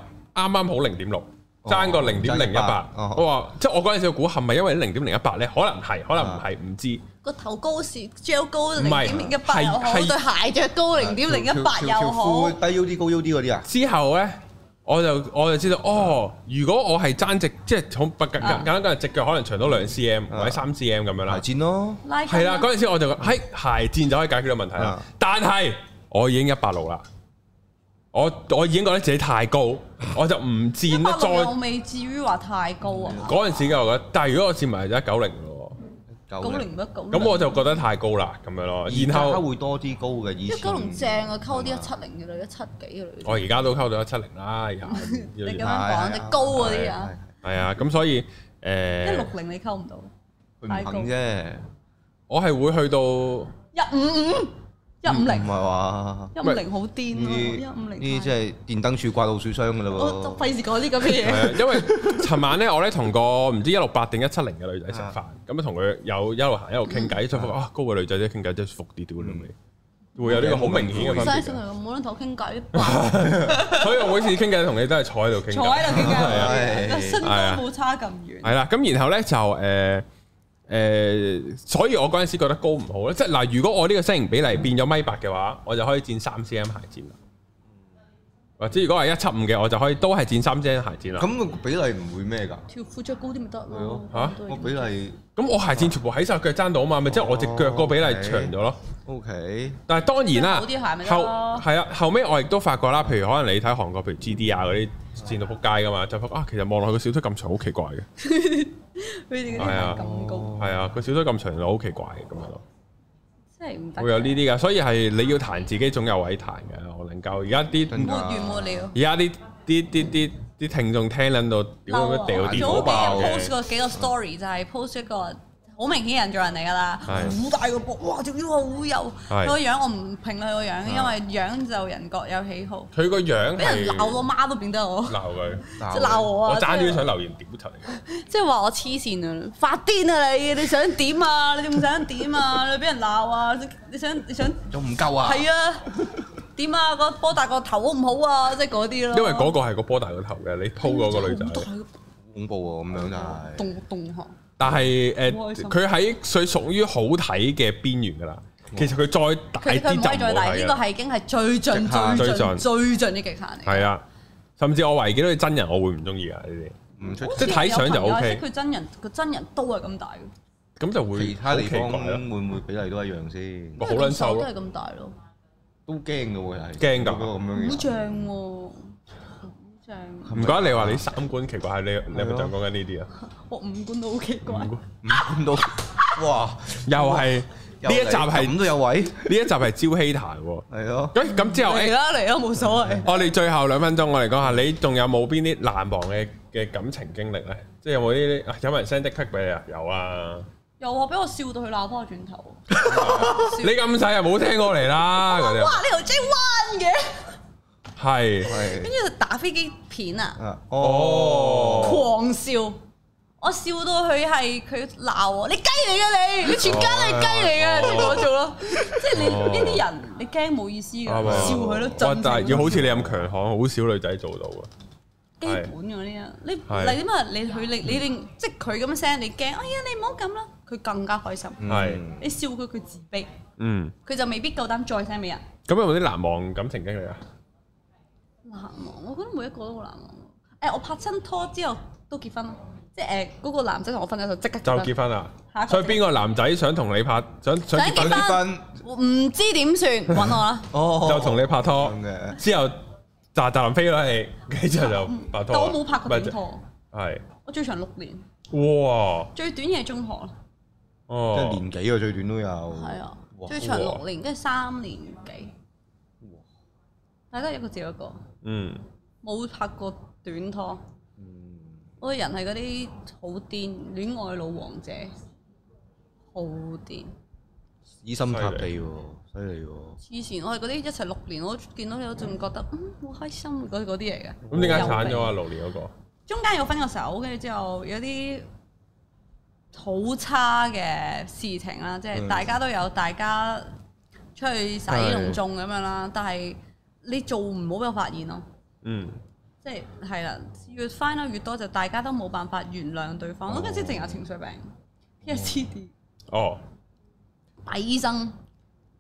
Speaker 1: 啱好零點六，爭個零點零一八
Speaker 2: 爭一百。哦
Speaker 1: 我話即係我嗰陣時估係咪因為零點零一八咧？可能係，可能
Speaker 2: 啊
Speaker 1: 唔係，唔知。
Speaker 3: 個頭高時 gel 高零
Speaker 1: 唔係
Speaker 3: 點零一八又好，
Speaker 1: 係
Speaker 3: 對鞋着高
Speaker 2: À,
Speaker 3: 零點零一八
Speaker 2: 條
Speaker 3: 又好
Speaker 2: 條，褲低 U 啲高 U 啲嗰啲啊，
Speaker 1: 之後咧，我就我就知道，哦，如果我係爭直，即係好不簡
Speaker 3: 啊
Speaker 1: 簡單講係直腳可能長到兩 cm
Speaker 2: 啊
Speaker 1: 或者三 cm 咁樣啦
Speaker 2: 排。戰咯。
Speaker 3: 拉筋
Speaker 1: 係啦，嗰陣時我就覺得，嘿，鞋墊就可以解決到問題啦
Speaker 2: 啊。
Speaker 1: 但係我已經一百六啦，我我已經覺得自己太高，我就唔
Speaker 3: 一
Speaker 1: 戰
Speaker 3: 百
Speaker 1: 得再
Speaker 3: 六又未至於話太高啊，
Speaker 1: 嗰陣時嘅我覺得。但係如果我戰埋就一九零咯，
Speaker 2: 九
Speaker 3: 九零乜九零，
Speaker 1: 咁我就覺得太高啦咁樣咯。然
Speaker 2: 而家
Speaker 1: 後
Speaker 2: 會多啲高嘅，以
Speaker 3: 一
Speaker 2: 前
Speaker 3: 九零正啊，溝啲
Speaker 2: 係
Speaker 3: 一
Speaker 2: 嘛
Speaker 3: 七零嘅女，一七幾嘅女，
Speaker 1: 我而家都溝到一七零啦，廿
Speaker 3: 你咁
Speaker 1: 係
Speaker 3: 樣講你高嗰啲啊，
Speaker 1: 啊，咁所以
Speaker 3: 一
Speaker 1: 誒
Speaker 3: 六，零你溝唔到，
Speaker 2: 係係係佢唔肯啫，
Speaker 1: 我係會去到。
Speaker 3: 一五五一五
Speaker 2: 唔係
Speaker 3: 零
Speaker 2: 話
Speaker 3: 一五零好癲
Speaker 2: 呢
Speaker 3: 咯，
Speaker 2: 啲
Speaker 3: 一五
Speaker 2: 呢
Speaker 3: 零
Speaker 2: 啲即係電燈柱掛老鼠箱噶啦
Speaker 3: 我就
Speaker 2: 喎，
Speaker 3: 費事講啲咁嘅
Speaker 1: 係
Speaker 3: 嘢，
Speaker 1: 啊因為尋晚咧，我咧同個唔知一六八定一七零嘅女仔食飯，咁啊同佢有一路行一路傾
Speaker 3: 嗯
Speaker 1: 偈，就發覺啊高嘅女仔咧傾偈真係服啲屌你味，會有呢個好明顯嘅分
Speaker 3: 唔
Speaker 1: 別
Speaker 3: 使上
Speaker 1: 嘅。
Speaker 3: 嚟冇人同我傾偈，白
Speaker 1: 所以我每次傾偈同你都係坐喺度傾
Speaker 3: 坐喺
Speaker 1: 偈。
Speaker 3: 度傾
Speaker 2: 係
Speaker 3: 偈，身高冇差咁遠，
Speaker 1: 係啦，咁然後咧就誒誒，所以我嗰陣時覺得高唔好咧，即係嗱，如果我呢個身形比例變咗米八嘅話，我就可以佔三 cm 鞋墊啦。
Speaker 3: 嗯
Speaker 1: 或者如果係一七五嘅，我就可以都係佔三 cm 鞋墊啦。
Speaker 2: 咁個比例唔會咩㗎？
Speaker 3: 條褲着高啲咪得
Speaker 2: 係咯
Speaker 3: 咯，
Speaker 1: 嚇
Speaker 3: 都係
Speaker 2: 個
Speaker 3: 咁
Speaker 2: 比例
Speaker 1: 咁我鞋墊全部喺晒腳踭度啊嘛，咪即係我隻腳個比例長咗咯。
Speaker 2: OK，
Speaker 1: 但係當然啦，
Speaker 3: 即係好啲鞋咪得
Speaker 1: 後
Speaker 3: 咯
Speaker 1: 係啊，後尾我亦都發覺啦，譬如可能你睇韓國，譬如 G D 啊嗰啲戰到撲街噶嘛，就發覺啊，其實望落去個小腿咁長，好奇怪嘅，係啊
Speaker 3: 佢哋嗰啲鞋咁高，
Speaker 1: 係啊，個小腿咁長就好奇怪嘅咁樣咯，
Speaker 3: 真係唔得。
Speaker 1: 會有呢啲噶，所以係你要彈自己總有位彈嘅，我能夠而家啲啊
Speaker 2: 真
Speaker 3: 沒完沒了。
Speaker 1: 而家啲啲啲啲啲聽眾聽撚到屌咁樣掉
Speaker 3: 嬲啊！
Speaker 1: 啲
Speaker 3: 早
Speaker 1: 火爆
Speaker 3: 幾日 post
Speaker 1: 嘅，
Speaker 3: 過幾個 story 就係 post 一個好明顯人造人嚟㗎啦，
Speaker 1: 係
Speaker 3: 好大個波，哇！條腰好幼，
Speaker 1: 係
Speaker 3: 佢個樣我唔評論佢個樣，因為樣就人各有喜好。
Speaker 1: 佢個樣
Speaker 3: 俾
Speaker 1: 係
Speaker 3: 人鬧我媽都變得我，
Speaker 1: 鬧佢，
Speaker 3: 即係鬧我啊！
Speaker 1: 我爭
Speaker 3: 即
Speaker 1: 啲
Speaker 3: 係
Speaker 1: 想留言屌柒你，
Speaker 3: 即係話我黐線啊！發癲啊你！你想點啊？你仲想點啊？你俾人鬧啊！你想你想
Speaker 2: 仲唔夠啊？
Speaker 3: 係啊？點啊？個波大個頭好唔好啊？即係嗰啲咯。
Speaker 1: 因為嗰個係個波大個頭嘅，你鋪嗰個女仔啊
Speaker 3: 好。大個
Speaker 2: 恐怖喎，咁樣就係
Speaker 3: 動動下。
Speaker 1: 但係誒，
Speaker 3: 好開心
Speaker 1: 佢喺佢屬於好睇嘅邊緣㗎啦。其實佢再大
Speaker 3: 佢佢
Speaker 1: 啲就
Speaker 3: 唔可以
Speaker 1: 唔
Speaker 3: 再
Speaker 1: 好睇㗎
Speaker 3: 大，呢個
Speaker 1: 啦。
Speaker 3: 係已經係最
Speaker 2: 極限
Speaker 3: 盡、最
Speaker 1: 啊最盡
Speaker 3: 盡、最盡嘅極限嚟。
Speaker 1: 係啊，甚至我懷疑見到佢真人，我會唔中意㗎呢
Speaker 2: 唔出
Speaker 1: 即係睇相就 OK
Speaker 3: 佢真人個真人都係咁大嘅，
Speaker 1: 啲，咁就會
Speaker 2: 其他
Speaker 1: 好
Speaker 2: 地
Speaker 1: 奇怪
Speaker 2: 方會
Speaker 1: 咯。
Speaker 2: 唔會比例都一樣先？
Speaker 1: 哇好撚瘦啊
Speaker 3: 都
Speaker 1: 咯
Speaker 3: 係咁大咯，
Speaker 2: 都驚嘅喎，係
Speaker 1: 驚㗎
Speaker 2: 嗰個咁樣
Speaker 3: 好
Speaker 2: 嘅
Speaker 3: 正喎，好正。
Speaker 1: 唔怪得你話你三觀奇怪，你你係咪
Speaker 2: 係咯
Speaker 1: 就係講緊呢啲啊？
Speaker 3: 我五官都好奇怪，
Speaker 2: 人，唔到哇！
Speaker 1: 又係
Speaker 2: 又
Speaker 1: 呢一
Speaker 2: 嚟
Speaker 1: 集係
Speaker 2: 咁都有位，
Speaker 1: 呢一集係招希談喎。
Speaker 2: 係咯。
Speaker 1: 咁咁之後哎
Speaker 3: 嚟
Speaker 2: 啊
Speaker 1: 誒，
Speaker 3: 啦嚟啦，冇所謂。
Speaker 1: 我哋最後兩分鐘，我嚟講下你仲有冇邊啲難忘嘅嘅感情經歷咧？即係有冇呢啲啊有冇人 send 的 c 俾你啊？有啊。
Speaker 3: 又話俾我笑到佢鬧翻我轉頭，
Speaker 1: 你咁細啊又冇聽過嚟啦，嗰啲啊
Speaker 3: 哇！你條 J 彎嘅，
Speaker 1: 係。
Speaker 3: 跟
Speaker 2: 係
Speaker 3: 住就打飛機片啊！
Speaker 2: 啊，哦，
Speaker 3: 狂笑，我笑到佢係佢鬧我，你雞嚟嘅你，你全家都係雞嚟
Speaker 1: 哦
Speaker 3: 嘅，即係嗰種咯，即係你呢啲人你驚冇意思嘅，
Speaker 1: 啱啊
Speaker 3: 笑佢咯，
Speaker 1: 哇！
Speaker 3: 震
Speaker 1: 但係
Speaker 3: 情
Speaker 1: 要好似你咁強悍，好少女仔做到啊。
Speaker 3: 基本嗰啲啊，你
Speaker 1: 係
Speaker 3: 嚟點啊？你佢你你令即係佢咁聲，你驚，哎呀你唔好咁啦，佢更加開心，
Speaker 1: 係
Speaker 3: 你笑佢佢自卑，
Speaker 1: 嗯，
Speaker 3: 佢就未必夠膽再聲俾人
Speaker 1: 咁有冇啲難忘感情經歷啊？
Speaker 3: 難忘，我覺得每一個都好難忘。誒我拍親拖之後都結婚啦，即係誒嗰個男仔同我分咗手即刻
Speaker 1: 就
Speaker 3: 結婚
Speaker 1: 結。婚啦
Speaker 3: 下一。個
Speaker 1: 所以邊個男仔想同你拍，想想結婚
Speaker 3: 想結
Speaker 2: 結婚
Speaker 3: 唔知點算，揾我啦。
Speaker 2: 哦，
Speaker 1: 就同你拍拖
Speaker 2: 咁，嘅
Speaker 1: 之後扎扎林飛啦 你，跟住就拍拖啦。啊
Speaker 3: 但我冇拍過短
Speaker 1: 唔
Speaker 3: 拖，
Speaker 1: 係。
Speaker 3: 我最長六年，
Speaker 1: 係，哇，
Speaker 3: 最短嘢係中學咯，
Speaker 2: 即係
Speaker 1: 哦，
Speaker 2: 年幾啊，最短都有。係
Speaker 3: 係啊
Speaker 2: 哇，
Speaker 3: 最長六年，跟住三年幾，大家一個接一個，
Speaker 1: 嗯，
Speaker 3: 冇拍過短拖。我個人係嗰啲好癲戀愛老王者，好癲
Speaker 2: 以心塌地喎，犀利喎。
Speaker 3: 以前我係嗰啲一齊六年，我見到你我仲覺得嗯好開心嗰嗰啲嚟嘅。
Speaker 1: 咁點解鏟咗啊？勞年嗰個，
Speaker 3: 中間有分過手，跟住之後有啲好差嘅事情啦，即係
Speaker 2: 嗯
Speaker 3: 大家都有大家出去洗隆重咁樣啦，但係你做唔好俾我發現咯。
Speaker 1: 嗯，
Speaker 3: 即係係啦，越 find out 越多就大家都冇辦法原諒對方。我嗰陣時淨有情緒病，PSD。
Speaker 1: 哦，
Speaker 3: 睇醫生，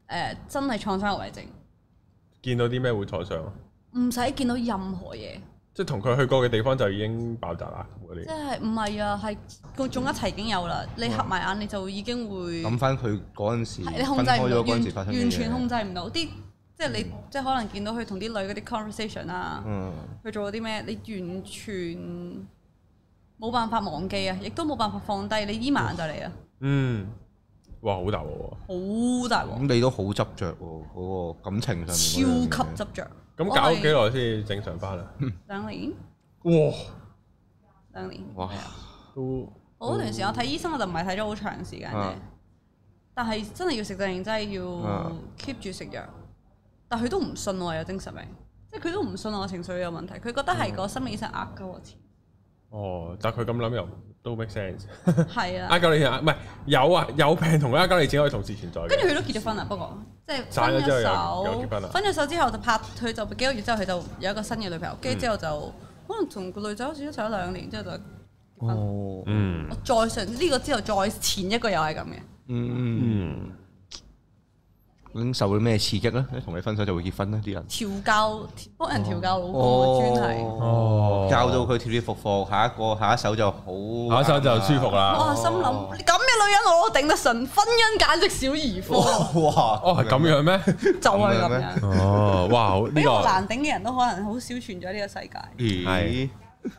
Speaker 3: 誒、真係創傷後遺症，
Speaker 1: 見到啲咩會坐上？
Speaker 3: 唔使見到任何嘢，
Speaker 1: 即係同佢去過嘅地方就已經爆炸啦嗰
Speaker 3: 即
Speaker 1: 啲。
Speaker 3: 係唔係啊？係個種一齊已經有啦，你合埋眼你就已經會，
Speaker 2: 諗翻佢嗰陣時，
Speaker 3: 係
Speaker 2: 分
Speaker 3: 你控制
Speaker 2: 開
Speaker 3: 唔
Speaker 2: 咗
Speaker 3: 到，
Speaker 2: 嗰陣時發生
Speaker 3: 完
Speaker 2: 嘅嘢
Speaker 3: 完全控制唔到啲，即係你即係可能見到佢同啲女嗰啲 conversation 啊，
Speaker 2: 嗯，
Speaker 3: 佢做咗啲咩，你完全冇辦法忘記啊，亦都冇辦法放低，你醫埋眼就嚟啊，
Speaker 1: 嗯，哇，好大鑊喎！
Speaker 3: 好大鑊，
Speaker 2: 咁你都好執着喎，嗰個感情上面嗰樣嘢。
Speaker 3: 超級執着。
Speaker 2: 嗯
Speaker 1: 咁搞咗幾耐先正常翻啊？
Speaker 3: 我係兩年？
Speaker 1: 哇，
Speaker 3: 兩年。
Speaker 2: 哇！
Speaker 1: 都
Speaker 3: 我嗰段時間我睇醫生，我就唔係睇咗好長時間啫，
Speaker 2: 啊
Speaker 3: 但係真係要食鎮定劑，要
Speaker 2: 啊
Speaker 3: keep 住食藥。但佢都唔信我有精神病，即係佢都唔信我情緒有問題，佢覺得
Speaker 2: 哦
Speaker 3: 係個心理醫生呃鳩我錢。
Speaker 1: 哦，但係佢咁諗又都 make sense。
Speaker 3: 係
Speaker 1: 呃
Speaker 3: 啊，
Speaker 1: 鳩你錢，唔係有啊， 有病同呃鳩你錢可以同時存在
Speaker 3: 跟
Speaker 1: 嘅。
Speaker 3: 住佢都結咗婚啦，不過即係
Speaker 1: 散
Speaker 3: 分
Speaker 1: 咗之後又又
Speaker 3: 手
Speaker 1: 結婚啦，
Speaker 3: 分咗手之後就拍，佢就幾個月之後佢就有一個新嘅女朋友，跟住之後
Speaker 1: 嗯
Speaker 3: 就可能同個女仔好似一齊咗兩年之後就結婚。
Speaker 2: 哦，
Speaker 1: 嗯
Speaker 3: 我再上呢個之後，再前一個又係咁嘅。
Speaker 2: 嗯嗯，
Speaker 1: 嗯，
Speaker 2: 咁受到咩刺激咧？一同你分手就會結婚咧，啲人。
Speaker 3: 調教幫人調教老公嘅專係。
Speaker 1: 哦
Speaker 2: 教到佢跳跳服服，下一個下一手就好，
Speaker 1: 下一手就舒服。啦。
Speaker 3: 我心
Speaker 1: 哦
Speaker 3: 諗，你咁嘅女人我都頂得順，婚姻簡直小兒科，
Speaker 2: 哇！
Speaker 1: 哦，係咁樣咩？
Speaker 3: 就
Speaker 2: 咁
Speaker 3: 係咁
Speaker 2: 樣
Speaker 3: 樣。
Speaker 1: 哦，哇，好呢
Speaker 3: 比我
Speaker 1: 個
Speaker 3: 難頂嘅人都可能好少存在呢個世界。
Speaker 2: 咦
Speaker 1: 係？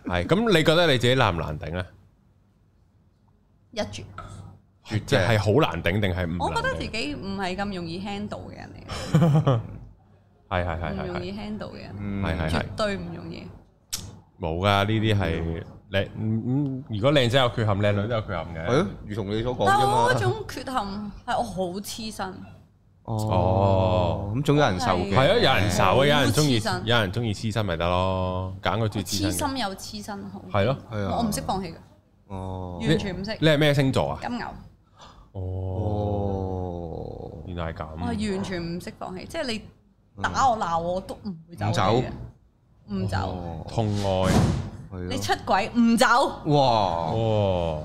Speaker 1: 係咁，你覺得你自己難唔難頂啊？
Speaker 3: 一住，
Speaker 2: 絕
Speaker 1: 即係
Speaker 2: 嘅，
Speaker 1: 好難頂定係唔？
Speaker 3: 我覺得自己唔係咁容易 handle 嘅人嚟
Speaker 1: 係係係
Speaker 3: 嘅，唔
Speaker 1: 係
Speaker 3: 容易
Speaker 1: 係
Speaker 3: handle 嘅人，
Speaker 2: 嗯
Speaker 1: 係係係
Speaker 3: 絕對唔容易。
Speaker 1: 冇噶，呢啲係靚嗯嗯如果靚仔有缺陷，靚女都有缺陷
Speaker 2: 係
Speaker 1: 嘅
Speaker 2: 咯。，如同你所講
Speaker 3: 但
Speaker 2: 啫
Speaker 3: 我嗰
Speaker 2: 嘛。
Speaker 3: 種缺陷係我好黐身，
Speaker 1: 哦，
Speaker 2: 咁總有人受嘅。
Speaker 1: 係啊，有人愁啊，有人中意，
Speaker 3: 黐身
Speaker 1: 有人中意黐身咪得咯，揀個最黐
Speaker 3: 我黐
Speaker 1: 身嘅。
Speaker 3: 心有黐身好。
Speaker 1: 係咯
Speaker 2: 係啊
Speaker 3: 我唔識放棄嘅，
Speaker 2: 哦
Speaker 3: 完全唔識。
Speaker 1: 你係咩星座啊？
Speaker 3: 金牛，
Speaker 1: 哦，
Speaker 2: 哦，
Speaker 1: 原來係
Speaker 3: 我
Speaker 1: 咁。
Speaker 3: 係完全唔識放棄，即係你打我鬧我我都唔會走
Speaker 2: 嗯唔走哦
Speaker 3: 嘅，唔走。
Speaker 1: 哦痛愛
Speaker 3: 你
Speaker 2: 係
Speaker 3: 出軌唔走，
Speaker 2: 咯。哇！
Speaker 1: 哦，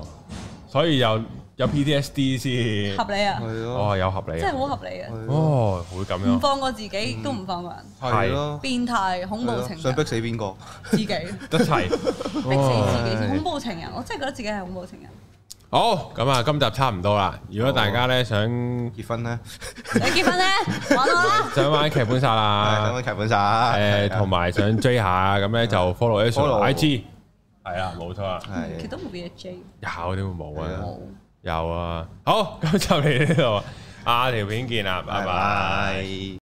Speaker 1: 所以有有 PTSD 先。
Speaker 3: 合理啊，
Speaker 2: 係咯，
Speaker 1: 哦，有合理
Speaker 3: 真
Speaker 1: 啊
Speaker 3: 係。好合理
Speaker 2: 嗯
Speaker 3: 啊！
Speaker 1: 哦，會咁
Speaker 3: 唔
Speaker 1: 樣。
Speaker 3: 放過自己，都唔放過人，
Speaker 2: 係咯，
Speaker 3: 變態恐怖情
Speaker 2: 嗯係咯想逼
Speaker 3: 人，
Speaker 2: 死邊個？
Speaker 3: 自 己逼
Speaker 1: 一 齊。
Speaker 3: 死自己先，恐怖情人，我真係覺得自己係恐怖情人。
Speaker 1: 好，咁啊，今集差唔多啦。如果大家咧想
Speaker 2: 結婚咧，
Speaker 3: 你結 婚咧，玩我啦，
Speaker 1: 想玩劇本殺
Speaker 2: 係等
Speaker 1: 啊，
Speaker 2: 佢劇本晒。
Speaker 1: 誒，同埋想追下咁咧，就 follow s
Speaker 2: follow
Speaker 1: IG。係啦，冇錯啊。
Speaker 3: 其實
Speaker 2: 係
Speaker 3: 都冇嘢 J，
Speaker 1: 有點會冇啊
Speaker 2: 係？
Speaker 3: 冇。
Speaker 1: 有啊。好，咁就嚟呢度啊，下條片見啦，拜
Speaker 2: 拜
Speaker 1: 拜。
Speaker 2: 拜。